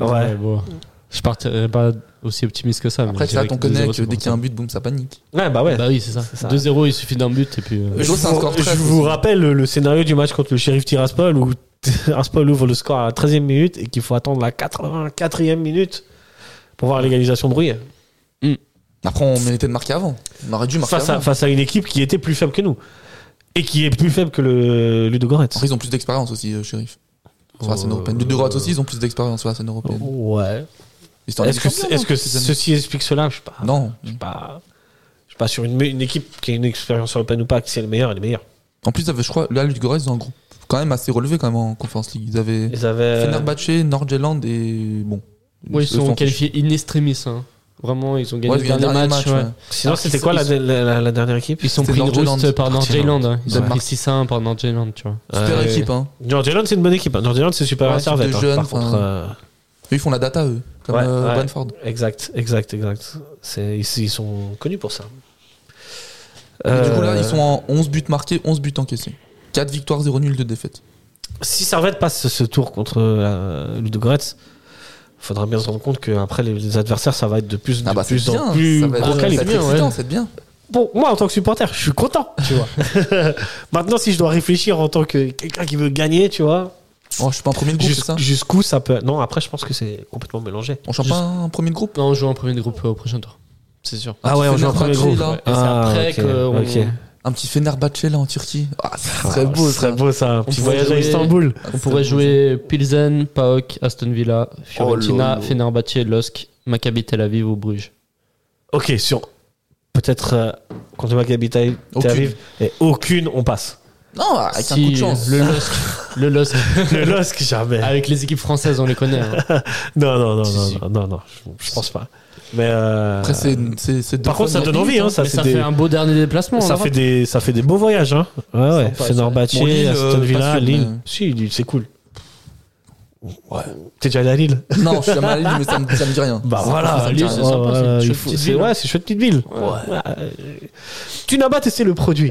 Speaker 7: hein.
Speaker 5: Ouais.
Speaker 6: bon. Je partirais pas aussi optimiste que ça. mais
Speaker 7: Après,
Speaker 6: je
Speaker 7: c'est là
Speaker 6: dirais
Speaker 7: qu'on
Speaker 6: que 2-0,
Speaker 7: connaît que
Speaker 6: c'est
Speaker 7: dès qu'il y a un but, boum, ça panique.
Speaker 5: Ouais, bah ouais.
Speaker 6: Bah oui, c'est ça.
Speaker 5: C'est ça.
Speaker 6: 2-0, il suffit d'un but et puis. euh,
Speaker 7: Le
Speaker 5: Je
Speaker 7: gros, c'est un
Speaker 5: vous-
Speaker 7: score
Speaker 5: je
Speaker 7: très,
Speaker 5: vous
Speaker 7: ça.
Speaker 5: rappelle le, le scénario du match contre le shérif Tiraspol où *laughs* Tiraspol ouvre le score à la 13e minute et qu'il faut attendre la 84e minute pour voir l'égalisation de hein. Bruyère.
Speaker 7: Après, on méritait de marquer avant. On aurait dû marquer
Speaker 5: Face à,
Speaker 7: avant.
Speaker 5: face à une équipe qui était plus faible que nous. Et qui est plus faible que le Ludo Goretz.
Speaker 7: Après, ils ont plus d'expérience aussi, euh, shérif. Sur la scène
Speaker 5: Euh,
Speaker 7: européenne. Les deux droites aussi, ils ont plus d'expérience sur la scène européenne.
Speaker 5: Ouais.
Speaker 7: Ils sont en
Speaker 5: Oh. Est-ce que,
Speaker 7: Ligue des Champions,
Speaker 5: est-ce que
Speaker 7: non, cette année.
Speaker 5: ceci explique cela Je sais pas.
Speaker 7: Non.
Speaker 5: Je sais pas. Je sais pas sur une, une équipe qui a une expérience européenne ou pas, que si elle est meilleure, elle est meilleure.
Speaker 7: En plus, ils avaient, je crois, là, Ludogorets, ils ont un groupe quand même assez relevé quand même en Conference League. Ils avaient
Speaker 5: Ils avaient.
Speaker 7: Fenerbahce, Nordjylland et bon.
Speaker 1: Euh, Ouais,
Speaker 7: eux
Speaker 1: ils sont
Speaker 7: s'en fichent.
Speaker 1: qualifiés in extremis. hein. Vraiment, ils ont gagné
Speaker 7: Ouais,
Speaker 1: le
Speaker 7: ils ont gagné
Speaker 1: dernier match. ouais.
Speaker 7: ouais.
Speaker 5: Sinon, c'était quoi la, la- la- la dernière équipe
Speaker 6: Ils sont
Speaker 7: C'était
Speaker 6: pris une
Speaker 7: Nordjylland.
Speaker 6: rouste par Nordjylland. hein. Ils ont
Speaker 7: Danemark.
Speaker 6: pris 6-1 par Nordjylland, tu vois.
Speaker 7: Super
Speaker 5: Ouais.
Speaker 7: équipe, hein.
Speaker 5: Nordjylland, c'est une bonne équipe. hein. Nordjylland, c'est super
Speaker 7: Ouais,
Speaker 5: à Servette.
Speaker 7: équipe
Speaker 5: hein.
Speaker 7: de jeunes,
Speaker 5: Par contre,
Speaker 7: enfin,
Speaker 5: euh,
Speaker 7: Eux, ils font la data, eux. Comme
Speaker 5: Ouais,
Speaker 7: euh,
Speaker 5: ouais.
Speaker 7: Brentford.
Speaker 5: Exact, exact, exact. C'est, ils, ils sont connus pour ça.
Speaker 7: Et Du coup, là,
Speaker 5: Euh,
Speaker 7: ils sont en 11 buts marqués, 11 buts encaissés. 4 victoires, 0 nul, 2 défaites.
Speaker 5: Euh, Si Servette passe ce- ce tour contre euh, Ludogorets, faudra bien se rendre compte qu'après les, les adversaires, ça va être de plus, de
Speaker 7: Ah bah, c'est
Speaker 5: plus en
Speaker 7: bien.
Speaker 5: plus
Speaker 7: Ça
Speaker 5: gros
Speaker 7: va être, ça va
Speaker 5: calibre.
Speaker 7: être excitant, c'est bien.
Speaker 5: Bon, moi, en tant que supporter, je suis *laughs* content, tu vois. Maintenant, si je dois réfléchir en tant que quelqu'un qui veut gagner, tu vois,
Speaker 7: Oh, je suis pas un premier de groupe, c'est
Speaker 5: Jus-
Speaker 7: ça
Speaker 5: Jusqu'où ça peut. Non, après, je pense que c'est complètement mélangé.
Speaker 7: On chante pas un premier de groupe
Speaker 6: Non, on joue en premier de groupe euh, au prochain tour. C'est sûr.
Speaker 5: Ah ouais, on
Speaker 7: tu
Speaker 5: joue
Speaker 7: fais
Speaker 5: en premier
Speaker 7: le
Speaker 5: groupe.
Speaker 7: là.
Speaker 6: Ouais. hein. Et
Speaker 5: Ah,
Speaker 6: c'est après
Speaker 5: ok,
Speaker 6: qu'on-
Speaker 5: ok.
Speaker 7: Un petit Fenerbahçe là en Turquie. Ah, ça serait
Speaker 5: Ah,
Speaker 7: beau,
Speaker 5: ce serait
Speaker 7: ça.
Speaker 5: beau ça, un petit
Speaker 6: pourrait
Speaker 5: voyage à
Speaker 6: jouer-
Speaker 5: Istanbul.
Speaker 7: Ah,
Speaker 6: On
Speaker 7: ça
Speaker 6: pourrait
Speaker 7: serait beau,
Speaker 6: jouer Pilsen, PAOK, Aston Villa, Fiorentina,
Speaker 7: Oh là là.
Speaker 6: Fenerbahçe, LOSC, Maccabi Tel Aviv ou Bruges.
Speaker 5: Ok, sur peut-être euh, contre Maccabi Tel
Speaker 7: Aucune.
Speaker 5: Aviv, et aucune on passe.
Speaker 7: ça. Non, Ah, avec un
Speaker 6: Si,
Speaker 7: coup de chance.
Speaker 6: Le LOSC, le LOSC *laughs*
Speaker 5: Le LOSC jamais.
Speaker 6: avec les équipes françaises, on les connaît. hein.
Speaker 5: Non non non
Speaker 6: Ah. Si,
Speaker 5: non
Speaker 6: si.
Speaker 5: non, non non, je- je pense pas. Mais euh,
Speaker 7: Après, c'est, c'est, c'est
Speaker 5: par
Speaker 7: deux
Speaker 5: contre ça
Speaker 7: fois
Speaker 5: donne
Speaker 7: dans la
Speaker 5: envie
Speaker 7: minute,
Speaker 5: hein, ça
Speaker 6: Mais
Speaker 5: fait
Speaker 6: ça
Speaker 5: des
Speaker 6: fait un beau dernier déplacement. hein. en
Speaker 5: ça fait
Speaker 6: Europe.
Speaker 5: des ça fait des beaux voyages hein. Ouais ouais,
Speaker 6: Sympa, ça.
Speaker 5: Fenerbahçe,
Speaker 7: Bon, Lille,
Speaker 5: Aston
Speaker 7: euh, pas
Speaker 5: Villa,
Speaker 7: sûr,
Speaker 5: Lille.
Speaker 7: mais-
Speaker 5: Si, Lille, c'est cool.
Speaker 7: Ouais.
Speaker 5: T'es déjà allé à Lille
Speaker 7: Non, je suis jamais allé, mais ça me, ça me dit rien.
Speaker 5: Bah
Speaker 7: Ça-
Speaker 5: voilà,
Speaker 7: ça me dit
Speaker 6: Lille,
Speaker 7: rien.
Speaker 6: c'est sympa,
Speaker 5: Ouais,
Speaker 6: c'est
Speaker 5: ouais,
Speaker 6: une chouette
Speaker 5: il faut-
Speaker 6: petite
Speaker 5: c'est
Speaker 6: ville,
Speaker 7: hein.
Speaker 5: ouais, c'est chouette petite ville. Ouais. euh, Tu n'as pas testé le
Speaker 7: *laughs*
Speaker 5: produit.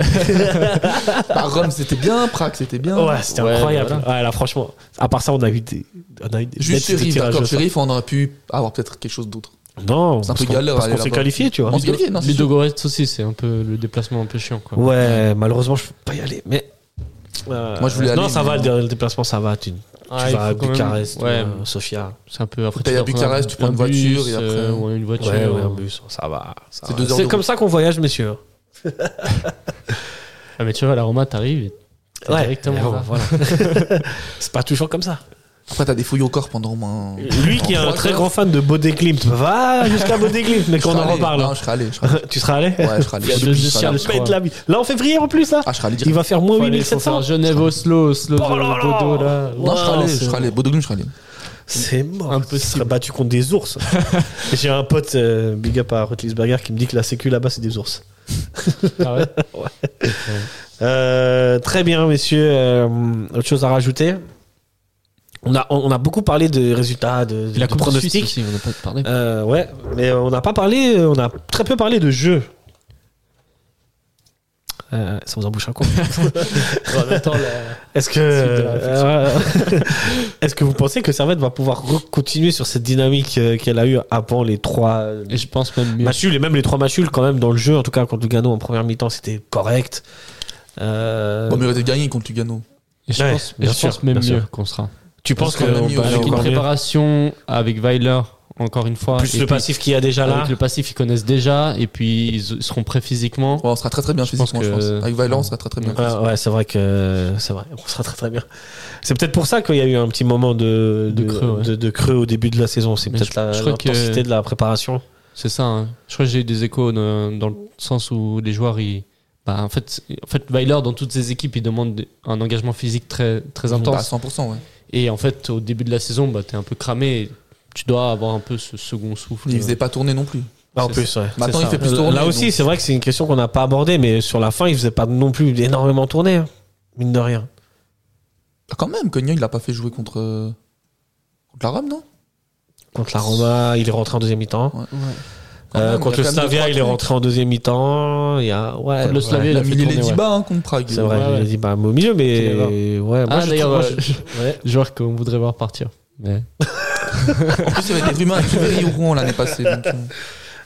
Speaker 7: Bah, Rome, c'était bien, Prague, c'était bien.
Speaker 5: Ouais, c'était
Speaker 6: Ouais,
Speaker 5: incroyable.
Speaker 6: voilà.
Speaker 5: Ouais, là, franchement, à part ça, on a eu des. On a eu des
Speaker 7: Juste
Speaker 5: des- des
Speaker 7: Sheriff,
Speaker 5: tirages
Speaker 7: d'accord.
Speaker 5: au sort.
Speaker 7: Sheriff, on aurait pu avoir peut-être quelque chose d'autre.
Speaker 5: Non,
Speaker 7: C'est un
Speaker 5: parce
Speaker 7: peu
Speaker 5: qu'on-
Speaker 7: galère
Speaker 5: Parce
Speaker 7: aller
Speaker 5: qu'on s'est
Speaker 7: là-bas.
Speaker 5: qualifié, tu vois.
Speaker 7: On se qualifié, non c'est sûr.
Speaker 6: Ludogorets aussi, c'est un peu le déplacement un peu chiant. Quoi.
Speaker 5: Ouais, malheureusement, je peux pas y aller. Mais. euh,
Speaker 7: Moi, je voulais
Speaker 5: non,
Speaker 7: aller,
Speaker 5: ça
Speaker 7: mais-
Speaker 5: va, le dernier déplacement, ça va. Tu, tu
Speaker 6: Ah, il
Speaker 5: vas à
Speaker 6: faut quand même-
Speaker 5: Bucarest,
Speaker 6: Ouais,
Speaker 5: euh, Sofia.
Speaker 6: c'est un peu après.
Speaker 7: T'es
Speaker 6: dois
Speaker 7: à Bucarest,
Speaker 6: prendre
Speaker 7: tu prends
Speaker 6: un
Speaker 7: une
Speaker 6: bus,
Speaker 7: voiture et après-
Speaker 6: euh, ouais, une voiture.
Speaker 5: Ouais, ouais,
Speaker 6: euh.
Speaker 5: un bus, ça va. ça
Speaker 7: C'est
Speaker 5: va.
Speaker 7: deux heures
Speaker 5: C'est
Speaker 7: de
Speaker 5: comme
Speaker 7: route.
Speaker 5: ça qu'on voyage, messieurs.
Speaker 6: Ah, mais tu vois, à la Roma, t'arrives et t'es
Speaker 5: Ouais,
Speaker 6: directement.
Speaker 5: et bon,
Speaker 6: là.
Speaker 5: voilà. C'est pas toujours comme ça.
Speaker 7: Après, t'as des fouilles au corps pendant au moins.
Speaker 5: Lui qui est un
Speaker 7: Trois
Speaker 5: très
Speaker 7: heures.
Speaker 5: grand fan de Bodé Klimt, va jusqu'à Bodé Klimt, mais
Speaker 7: Je
Speaker 5: qu'on
Speaker 7: serais
Speaker 5: en
Speaker 7: allé.
Speaker 5: reparle. hein.
Speaker 7: Non, je serais allé. je serais allé.
Speaker 5: tu seras allé *laughs*
Speaker 7: Ouais, je serais allé.
Speaker 6: Il y a
Speaker 7: Je
Speaker 6: deux
Speaker 7: serais
Speaker 6: échelles,
Speaker 7: allé.
Speaker 5: Je
Speaker 6: je
Speaker 5: vais être
Speaker 6: crois.
Speaker 5: la vie. Là, en février en plus, là.
Speaker 7: Ah, je serais allé
Speaker 5: Il
Speaker 7: direct.
Speaker 5: va faire moins
Speaker 6: Faut aller- faut
Speaker 5: 8700.
Speaker 6: faire Genève, Oslo, Oslo,
Speaker 5: Oh là là
Speaker 6: Bodo, là.
Speaker 7: Non, je serais allé.
Speaker 5: Wow,
Speaker 7: Je
Speaker 5: c'est-
Speaker 7: serais allé. Bodoglum, je serais allé.
Speaker 5: C'est mort.
Speaker 6: Impossible.
Speaker 5: Je serais battu contre des ours. J'ai un pote, euh, big up à Rotlisberger, qui me dit que la sécu là-bas, c'est des ours.
Speaker 6: Ah ouais
Speaker 5: Euh, très bien, messieurs. Euh, autre chose à rajouter on a, on a beaucoup parlé de résultats, de,
Speaker 6: Et La
Speaker 5: de
Speaker 6: Coupe de Suisse
Speaker 5: pronostics.
Speaker 6: aussi, on n'a pas parlé.
Speaker 5: Euh, ouais, mais on n'a pas parlé, on a très peu parlé de jeu. Euh, ça vous
Speaker 6: *laughs*
Speaker 5: embouche un coup.
Speaker 6: En même temps, la-
Speaker 5: Est-ce que,
Speaker 6: Suite de la
Speaker 5: euh, *laughs* est-ce que vous pensez que Servette va pouvoir re- continuer sur cette dynamique euh, qu'elle a eue avant les trois euh,
Speaker 6: Et je pense même mieux.
Speaker 5: matchs nuls et même les trois matchs nuls quand même dans le jeu en tout cas contre Lugano en première mi-temps c'était correct. Euh,
Speaker 7: Bon, mais il aurait été gagné contre Lugano.
Speaker 6: Et je
Speaker 5: Ouais,
Speaker 6: pense, et
Speaker 5: bien
Speaker 6: je pense
Speaker 5: sûr,
Speaker 6: même
Speaker 5: bien sûr.
Speaker 6: mieux qu'on sera.
Speaker 5: tu penses
Speaker 7: parce qu'on a
Speaker 5: qu'on
Speaker 7: mis
Speaker 5: peut
Speaker 7: au-
Speaker 5: aller
Speaker 6: Avec une
Speaker 5: encore mieux
Speaker 6: préparation, avec Weiler, encore une fois.
Speaker 5: plus
Speaker 6: et
Speaker 5: le
Speaker 6: puis
Speaker 5: passif qu'il y a déjà là.
Speaker 6: Avec le passif, ils connaissent déjà. Et puis, ils seront prêts physiquement.
Speaker 7: Ouais, on sera très très bien
Speaker 6: Je pense
Speaker 7: physiquement,
Speaker 6: que-
Speaker 7: je pense. Avec Valence, on sera très très bien.
Speaker 5: Ouais, ouais, c'est vrai que c'est vrai. On sera très très bien. C'est peut-être pour ça qu'il y a eu un petit moment de,
Speaker 6: De creux, ouais.
Speaker 5: de creux au début de la saison. C'est
Speaker 6: Mais
Speaker 5: peut-être
Speaker 6: je-
Speaker 5: la-
Speaker 6: je crois que-
Speaker 5: l'intensité de la préparation.
Speaker 6: C'est ça. hein. Je crois que j'ai eu des échos de- dans le sens où les joueurs, ils. Bah, en fait, en fait, Weiler, dans toutes ses équipes, il demande un engagement physique très, très
Speaker 7: Bah,
Speaker 6: intense.
Speaker 7: 100%, ouais.
Speaker 6: Et en fait, au début de la saison, bah, t'es un peu cramé. et Tu dois avoir un peu ce second souffle.
Speaker 7: Il faisait pas tourner non plus.
Speaker 5: Ah, en
Speaker 6: C'est
Speaker 5: plus, ouais.
Speaker 7: Maintenant,
Speaker 6: ça.
Speaker 7: Bah, il fait plus
Speaker 5: Là-
Speaker 7: tourner.
Speaker 5: Là aussi,
Speaker 7: donc-
Speaker 5: c'est vrai que c'est une question qu'on n'a pas abordée, mais sur la fin, il faisait pas non plus énormément tourner, hein, mine de rien.
Speaker 7: Ah, Quand même, Cognac, il l'a pas fait jouer contre. euh, Contre la Rome, non
Speaker 5: Contre la Roma, il est rentré en deuxième mi-temps.
Speaker 7: Quand
Speaker 5: Euh,
Speaker 7: même,
Speaker 5: contre
Speaker 7: il y
Speaker 5: le
Speaker 7: a quand même deux,
Speaker 5: Slavia,
Speaker 7: trois
Speaker 5: il est
Speaker 7: trucs.
Speaker 5: rentré en deuxième mi-temps. Il y a, ouais,
Speaker 6: Contre le
Speaker 5: ouais.
Speaker 6: Slavia,
Speaker 7: Il
Speaker 6: il
Speaker 7: a
Speaker 6: a fait
Speaker 7: mis les
Speaker 6: tourner. ouais.
Speaker 7: 10 bas hein, contre Prague.
Speaker 5: C'est vrai,
Speaker 6: Ouais,
Speaker 5: il a
Speaker 6: ouais.
Speaker 5: dit bah, au milieu,
Speaker 6: C'est
Speaker 5: mais
Speaker 6: vrai.
Speaker 5: ouais, moi,
Speaker 6: Ah,
Speaker 5: je
Speaker 6: d'ailleurs,
Speaker 5: trouve- moi,
Speaker 6: euh, *laughs*
Speaker 5: je- ouais.
Speaker 6: Joueur qu'on voudrait voir partir. Mais...
Speaker 7: En plus, il y avait des rumeurs avec Ribéry au Rouen l'année passée. donc, euh,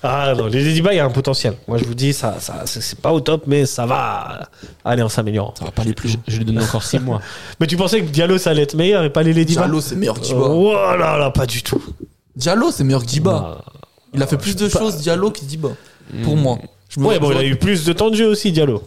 Speaker 5: Ah non, les Ladybugs, il y a un potentiel. Moi, je vous dis, ça, ça, c'est- c'est pas au top, mais ça va aller en s'améliorant.
Speaker 7: Ça va pas aller plus.
Speaker 6: Je, je lui donne encore 6 mois.
Speaker 5: *laughs* Mais tu pensais que Diallo, ça allait être meilleur et pas les Ladybugs
Speaker 7: Diallo, c'est meilleur que
Speaker 5: Euh,
Speaker 7: Diba.
Speaker 5: Oh là là, pas du tout.
Speaker 7: Diallo, c'est meilleur que Diba. Il a fait plus de
Speaker 5: Bah, pas- Hmm.
Speaker 7: choses, Diallo, que Diba. Pour moi. Je me-
Speaker 5: Ouais, bon,
Speaker 7: je-
Speaker 5: il a eu plus de temps de jeu aussi, Diallo.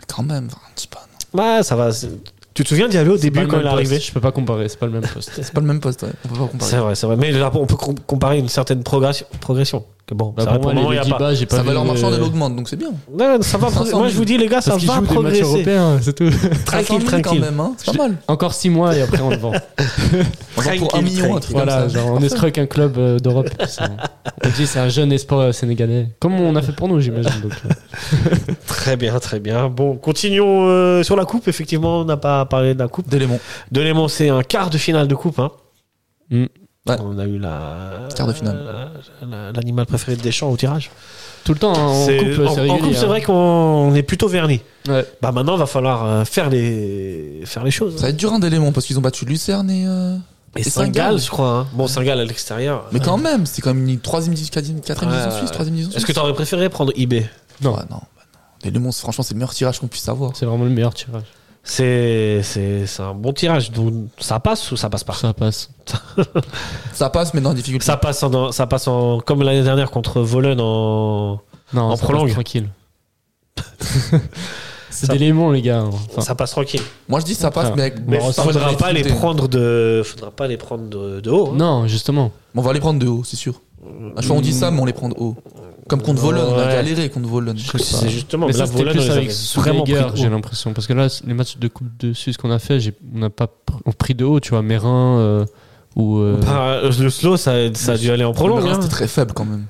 Speaker 7: Mais quand même, enfin, Diba, non.
Speaker 5: Bah, ça va. c'est- Tu te souviens de Diallo au
Speaker 6: Pas
Speaker 5: début
Speaker 6: le
Speaker 5: quand
Speaker 6: même
Speaker 5: il est
Speaker 6: poste,
Speaker 5: arrivé
Speaker 6: Je peux pas comparer, c'est pas le même poste.
Speaker 7: C'est pas le même poste, ouais. On peut pas
Speaker 5: C'est
Speaker 7: comparer.
Speaker 5: vrai, c'est vrai. Mais là, on peut com- comparer une certaine progression. progression. Que Bon,
Speaker 6: Bah,
Speaker 5: ça va,
Speaker 6: pour
Speaker 5: pour le
Speaker 6: moi,
Speaker 5: moment, il
Speaker 6: les
Speaker 5: y a
Speaker 6: Lady
Speaker 5: pas.
Speaker 6: Bas, j'ai pas
Speaker 7: Sa
Speaker 6: vu euh,
Speaker 7: valeur
Speaker 6: de-
Speaker 7: marchande, elle augmente, donc c'est bien.
Speaker 5: Non, non, ça va.
Speaker 7: 500
Speaker 5: progresser.
Speaker 7: 000.
Speaker 5: Moi, je vous dis, les gars, ça
Speaker 6: Parce qu'ils
Speaker 5: va
Speaker 6: jouent des matchs
Speaker 5: progresser.
Speaker 6: européens, c'est tout.
Speaker 5: Tranquille,
Speaker 7: 500 000
Speaker 5: tranquille.
Speaker 7: quand même, hein. C'est
Speaker 6: Je-
Speaker 7: pas mal.
Speaker 6: Encore 6 mois et après on le
Speaker 5: *laughs*
Speaker 6: vend.
Speaker 7: Enfin, pour 1
Speaker 5: tranquille,
Speaker 7: million, un truc comme
Speaker 6: voilà,
Speaker 7: ça.
Speaker 6: genre on escroque un club euh, d'Europe. *laughs* C'est- On dit c'est un jeune espoir euh, sénégalais. Comme on a fait pour nous, j'imagine. donc, euh.
Speaker 5: Très bien, très bien. Bon, continuons euh, sur la coupe. Effectivement, on n'a pas parlé de la coupe.
Speaker 7: D'éléments.
Speaker 5: De Léman, c'est un quart de finale de coupe. Hein.
Speaker 6: Mm.
Speaker 7: Ouais.
Speaker 5: On a eu la
Speaker 7: Quart de finale.
Speaker 5: la- la- L'animal préféré de Deschamps au tirage.
Speaker 6: Tout le temps, hein, on
Speaker 5: C'est-
Speaker 6: coupe, euh,
Speaker 5: en-
Speaker 6: c'est
Speaker 5: en coupe,
Speaker 6: régulier.
Speaker 5: c'est
Speaker 6: hein.
Speaker 5: vrai qu'on on est plutôt vernis.
Speaker 6: Ouais.
Speaker 5: Bah maintenant, va falloir euh, faire les faire les choses. hein.
Speaker 7: Ça va être dur, un d'éléments, parce qu'ils ont battu Lucerne et. euh,
Speaker 5: Et
Speaker 7: Et
Speaker 5: Saint-Gall,
Speaker 7: Saint-Gall,
Speaker 5: je crois. hein. Bon, Saint-Gall à l'extérieur.
Speaker 7: Mais quand même, c'est quand même une 3 division, 4 division
Speaker 5: Ouais.
Speaker 7: suisse, 3 division
Speaker 5: Est-ce
Speaker 7: suisse.
Speaker 5: que t'aurais préféré prendre IB
Speaker 7: Non, non, bah non. Des Lemons, franchement, c'est le meilleur tirage qu'on puisse avoir.
Speaker 6: C'est vraiment le meilleur tirage.
Speaker 5: C'est c'est- c'est un bon tirage. Donc, ça passe ou ça passe pas
Speaker 6: Ça passe.
Speaker 7: Ça passe, mais dans la difficulté.
Speaker 5: Ça passe, en, ça passe en, comme l'année dernière contre Volen en.
Speaker 6: Non,
Speaker 5: En
Speaker 6: ça passe
Speaker 5: prolongue.
Speaker 6: *laughs* Tranquille. C'est
Speaker 5: Ça-
Speaker 6: des lémons, les gars. hein. Enfin,
Speaker 5: ça passe tranquille.
Speaker 7: Moi, je dis ça passe,
Speaker 6: Enfin,
Speaker 7: mais,
Speaker 5: Mais
Speaker 7: par
Speaker 5: faudra
Speaker 7: rapport à
Speaker 5: pas
Speaker 7: la
Speaker 5: les
Speaker 7: difficulté.
Speaker 5: prendre de, faudra pas les prendre de, de haut. hein.
Speaker 6: Non, justement.
Speaker 7: On va les prendre de haut, c'est sûr. À chaque fois, on dit ça, mais on les prend de haut. Comme contre Volon, on a
Speaker 5: Ouais.
Speaker 7: galéré contre Volon.
Speaker 5: Je trouve que C'est justement.
Speaker 6: Mais
Speaker 5: là,
Speaker 6: ça, c'était
Speaker 5: Volen, on
Speaker 6: plus
Speaker 5: les
Speaker 6: avec
Speaker 5: avait vraiment pris de
Speaker 6: Schumacher,
Speaker 5: haut.
Speaker 6: j'ai l'impression. Parce que là, les matchs de Coupe de Suisse qu'on a fait, j'ai- on n'a pas pr- on a pris de haut, tu vois, Mérin euh, ou. euh,
Speaker 5: Bah, euh, le slow, ça, ça a dû aller en prolongue. hein.
Speaker 7: C'était très faible quand même.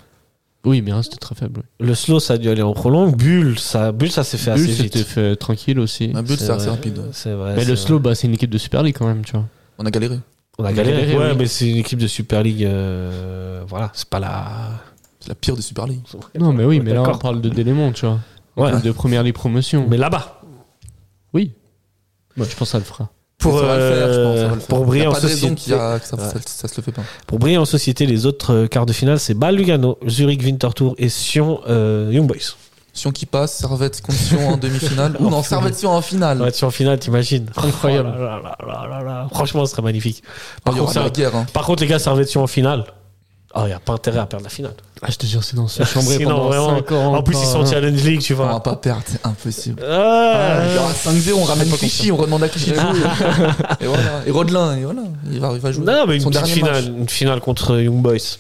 Speaker 6: Oui, Mérin, c'était très faible. oui.
Speaker 5: Le slow, ça a dû aller en prolongue. Bull, ça, Bull, ça s'est fait
Speaker 6: Bull,
Speaker 5: assez
Speaker 6: c'était
Speaker 5: vite.
Speaker 6: fait tranquille aussi.
Speaker 7: Un but,
Speaker 5: C'est
Speaker 7: c'est assez
Speaker 5: vrai.
Speaker 7: rapide. ouais.
Speaker 5: C'est vrai.
Speaker 6: mais
Speaker 5: c'est
Speaker 6: le
Speaker 5: vrai.
Speaker 6: slow, bah, c'est une équipe de Super League quand même, tu vois.
Speaker 7: On a galéré.
Speaker 5: On a galéré. ouais, mais c'est une équipe de Super League. euh, voilà, c'est pas la.
Speaker 7: C'est la pire des Super League.
Speaker 6: Non, mais oui, mais là, on
Speaker 5: D'accord.
Speaker 6: parle de Délémon, tu vois.
Speaker 5: Ouais.
Speaker 6: Équipe De première ligue
Speaker 7: Hmm.
Speaker 6: promotion.
Speaker 5: Mais là-bas.
Speaker 6: Oui. Moi, je pense que ça le fera.
Speaker 5: Pour,
Speaker 7: Ça va le faire, je pense, ça va le
Speaker 5: euh,
Speaker 7: faire.
Speaker 5: pour
Speaker 7: Y a
Speaker 5: briller en
Speaker 7: pas de raison qu'il y
Speaker 5: société.
Speaker 7: a- que ça,
Speaker 5: Ouais.
Speaker 7: ça- ça se le fait pas.
Speaker 5: Pour briller en société, les autres euh, quarts de finale, c'est Bâle Lugano, Zurich Winterthur et Sion euh, Young Boys.
Speaker 7: Sion qui passe, Servette contre Sion
Speaker 5: *laughs*
Speaker 7: en demi-finale. Ou non, Servette Sion en finale.
Speaker 5: Ouais, tu es en finale,
Speaker 7: *laughs*
Speaker 5: t'imagines
Speaker 6: Incroyable.
Speaker 5: Oh là là là là là là. Franchement, ce serait magnifique.
Speaker 7: Il
Speaker 5: Par
Speaker 7: y
Speaker 5: contre,
Speaker 7: aura de la
Speaker 5: ça-
Speaker 7: guerre. hein.
Speaker 5: par contre, les gars, Servette en finale. Ah, il n'y a pas intérêt à perdre la finale.
Speaker 6: Ah, je te jure, sinon, c'est chambré
Speaker 5: Sinon,
Speaker 6: pendant
Speaker 5: vraiment.
Speaker 6: 5 ans. hein.
Speaker 5: En plus, ils sont en Challenge League, tu
Speaker 7: On va
Speaker 5: vois.
Speaker 7: pas perdre, c'est impossible.
Speaker 5: Ah,
Speaker 7: Il y aura 5-0, on ramène Clichy, on redemande à Clichy. de jouer. et voilà. Et Rodelin, et voilà. Il va, il va jouer.
Speaker 5: Non, mais une
Speaker 7: Son
Speaker 5: petite
Speaker 7: dernier
Speaker 5: finale,
Speaker 7: match.
Speaker 5: une finale contre Young Boys.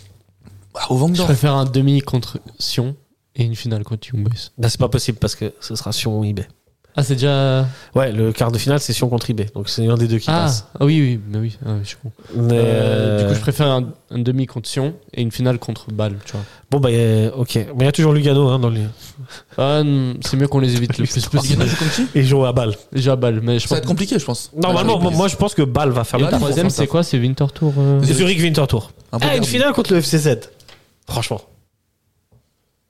Speaker 7: Ah, au
Speaker 6: Je
Speaker 7: Vangdorf.
Speaker 6: préfère un demi contre Sion et une finale contre Young Boys.
Speaker 5: Là, c'est pas possible parce que ce sera Sion eBay.
Speaker 6: Ah, c'est déjà.
Speaker 5: Ouais, le quart de finale, c'est Sion contre eBay. Donc, c'est un des deux qui
Speaker 6: ah,
Speaker 5: passe.
Speaker 6: ah oui, oui, mais oui, ah, oui, je suis con.
Speaker 5: Mais,
Speaker 6: Euh, Du coup, je
Speaker 5: euh,
Speaker 6: préfère un, un demi contre Sion et une finale contre Bâle, tu vois.
Speaker 5: Bon, bah, euh, ok. Mais il y a toujours Lugano hein, dans les.
Speaker 6: Ah, non, c'est mieux qu'on les évite le plus
Speaker 7: Parce qu'il y en a
Speaker 6: possible.
Speaker 7: qui comme qui
Speaker 5: Et jouent à balle.
Speaker 6: Déjà Bâle, mais Ah, je
Speaker 7: Ça va
Speaker 6: pense.
Speaker 7: être compliqué, je pense.
Speaker 5: Normalement,
Speaker 7: Malgré
Speaker 5: moi,
Speaker 7: les
Speaker 5: moi, je pense que Bâle va faire
Speaker 6: Et
Speaker 5: le
Speaker 6: le
Speaker 7: Bâle, ils
Speaker 5: taf.
Speaker 7: font
Speaker 6: troisième,
Speaker 7: ça.
Speaker 6: c'est quoi C'est Winter Tour euh,
Speaker 7: Zurich.
Speaker 5: Zurich Winterthur.
Speaker 7: Un peu
Speaker 5: Ah, une
Speaker 7: perdu.
Speaker 5: finale contre le FCZ. Franchement,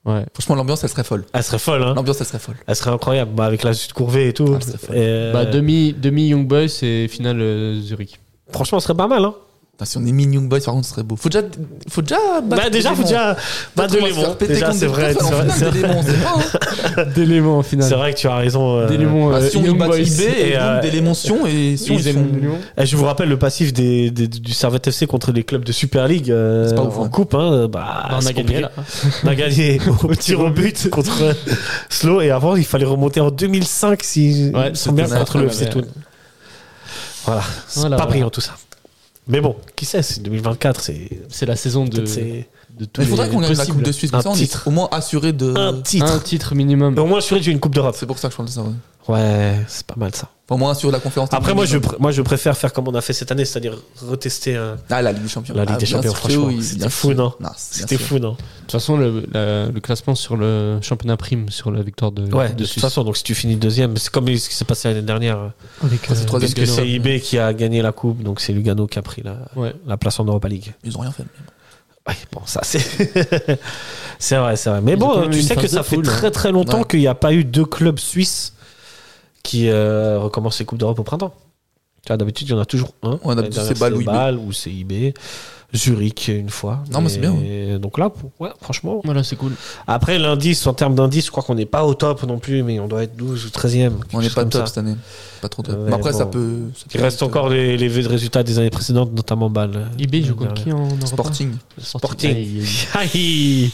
Speaker 6: Ouais.
Speaker 7: Franchement, l'ambiance, elle serait folle.
Speaker 5: elle serait folle, hein.
Speaker 7: L'ambiance, elle serait folle.
Speaker 5: Elle serait incroyable. Bah, avec la suite courvée et tout.
Speaker 7: Ah, c'est folle.
Speaker 5: Et,
Speaker 6: Bah,
Speaker 5: euh,
Speaker 6: demi, demi Young Boys et finale euh, Zurich.
Speaker 5: Franchement, ce serait pas mal, hein.
Speaker 7: Putain, si on est mini Young Boys, par contre, ce serait beau. Faut déjà. Faut déjà. battre
Speaker 5: Bah, déjà,
Speaker 7: des
Speaker 5: faut
Speaker 7: démons.
Speaker 5: déjà battre
Speaker 7: Peut-être
Speaker 5: les
Speaker 7: qu'on va se faire
Speaker 5: bons.
Speaker 7: péter
Speaker 5: Déjà,
Speaker 7: contre
Speaker 5: c'est
Speaker 7: des
Speaker 5: vrai.
Speaker 7: Français
Speaker 5: C'est
Speaker 7: en
Speaker 5: vrai,
Speaker 7: finale
Speaker 5: c'est
Speaker 7: des
Speaker 5: vrai.
Speaker 7: démons, c'est pas, hein.
Speaker 6: Délémon en
Speaker 5: C'est
Speaker 6: finale.
Speaker 5: vrai que tu as raison. euh,
Speaker 6: Délémon,
Speaker 7: Bah,
Speaker 6: euh,
Speaker 7: Sion, ils
Speaker 6: Young
Speaker 7: battent
Speaker 6: Boys.
Speaker 7: IB
Speaker 5: et,
Speaker 7: et
Speaker 5: euh,
Speaker 7: donc des Lémons Sion et Sion, ils sont.
Speaker 5: Eh, je vous rappelle le passif des, des- du Servette FC contre les clubs de Super League euh,
Speaker 7: C'est pas ouf,
Speaker 5: en
Speaker 7: hein.
Speaker 5: coupe. Hein, bah,
Speaker 6: Bah, on a
Speaker 5: c'est
Speaker 6: gagné
Speaker 5: compliqué.
Speaker 6: là.
Speaker 5: On a gagné au tir au but contre *laughs* euh, Slow. Et avant, il fallait remonter en 2005 si
Speaker 6: Ouais,
Speaker 5: ils sont bien
Speaker 7: c'était
Speaker 5: contre le
Speaker 6: ça,
Speaker 5: FC
Speaker 6: ouais.
Speaker 5: Toon. Voilà, c'est
Speaker 6: Voilà,
Speaker 5: pas
Speaker 6: voilà.
Speaker 5: brillant tout ça. Mais bon, qui sait, c'est 2024, c'est.
Speaker 6: C'est la saison de,
Speaker 5: peut-être c'est
Speaker 6: de tous
Speaker 7: Il faudrait
Speaker 6: les
Speaker 7: qu'on gagne la
Speaker 6: possibles.
Speaker 7: Coupe de Suisse, comme
Speaker 5: Un
Speaker 7: ça, on est
Speaker 5: titre.
Speaker 7: au moins assuré de.
Speaker 5: un titre.
Speaker 6: Un titre minimum.
Speaker 5: Mais au moins, je suis j'ai une Coupe d'Europe.
Speaker 7: C'est pour ça que je parle de ça, ouais.
Speaker 5: Ouais, c'est pas mal ça.
Speaker 7: Enfin, au moins assuré de la conférence.
Speaker 5: Après, moi je, pr- moi, je préfère faire comme on a fait cette année, c'est-à-dire retester un-
Speaker 7: Ah, la Ligue des Champions.
Speaker 5: la Ligue des Champions, franchement. C'était fou, non C'était fou, non
Speaker 6: De toute façon, le, la- le classement sur le championnat prime sur la victoire de,
Speaker 5: Ouais, de,
Speaker 6: de,
Speaker 5: toute
Speaker 6: Suisse.
Speaker 5: façon, donc si tu finis deuxième, c'est comme ce qui s'est passé l'année dernière.
Speaker 6: Avec, euh,
Speaker 7: c'est troisième
Speaker 5: Parce que
Speaker 7: Lugano,
Speaker 5: c'est
Speaker 7: ouais.
Speaker 5: IB qui a gagné la coupe, donc c'est Lugano qui a pris la,
Speaker 6: Ouais.
Speaker 5: la place en Europa League.
Speaker 7: Ils ont rien fait.
Speaker 5: Ouais, bon, ça c'est. *laughs* c'est vrai, c'est vrai. Mais
Speaker 6: Ils ont quand
Speaker 5: bon, euh,
Speaker 6: même
Speaker 5: tu
Speaker 6: une
Speaker 5: sais que
Speaker 6: phase de
Speaker 5: ça fait
Speaker 6: poule, hein.
Speaker 5: très très longtemps
Speaker 7: Ouais.
Speaker 5: qu'il n'y a pas eu deux clubs suisses qui euh, recommencent les Coupes d'Europe au printemps. Tu vois, d'habitude, il y en a toujours un.
Speaker 7: Ouais, d'habitude,
Speaker 5: L'année dernière,
Speaker 7: c'est Bâle ou IB.
Speaker 5: Bâle ou c'est IB. Zurich, une fois.
Speaker 7: Non, mais c'est bien,
Speaker 5: Donc là, pour- ouais, franchement.
Speaker 6: Voilà, c'est cool.
Speaker 5: Après, l'indice, en termes d'indice, je crois qu'on n'est pas au top non plus, mais on doit être 12 ou 13e.
Speaker 7: On
Speaker 5: quelque
Speaker 7: n'est
Speaker 5: chose
Speaker 7: pas
Speaker 5: comme
Speaker 7: top
Speaker 5: ça.
Speaker 7: cette année. Pas trop top.
Speaker 5: Ouais,
Speaker 7: Mais après,
Speaker 5: bon.
Speaker 7: ça peut. ça
Speaker 5: Il
Speaker 7: peut
Speaker 5: reste
Speaker 7: être,
Speaker 5: encore les, les vues de résultats des années précédentes, notamment Bâle.
Speaker 6: IB joue contre qui en Europe
Speaker 7: euh, Sporting.
Speaker 5: Sporting. *laughs* Aïe.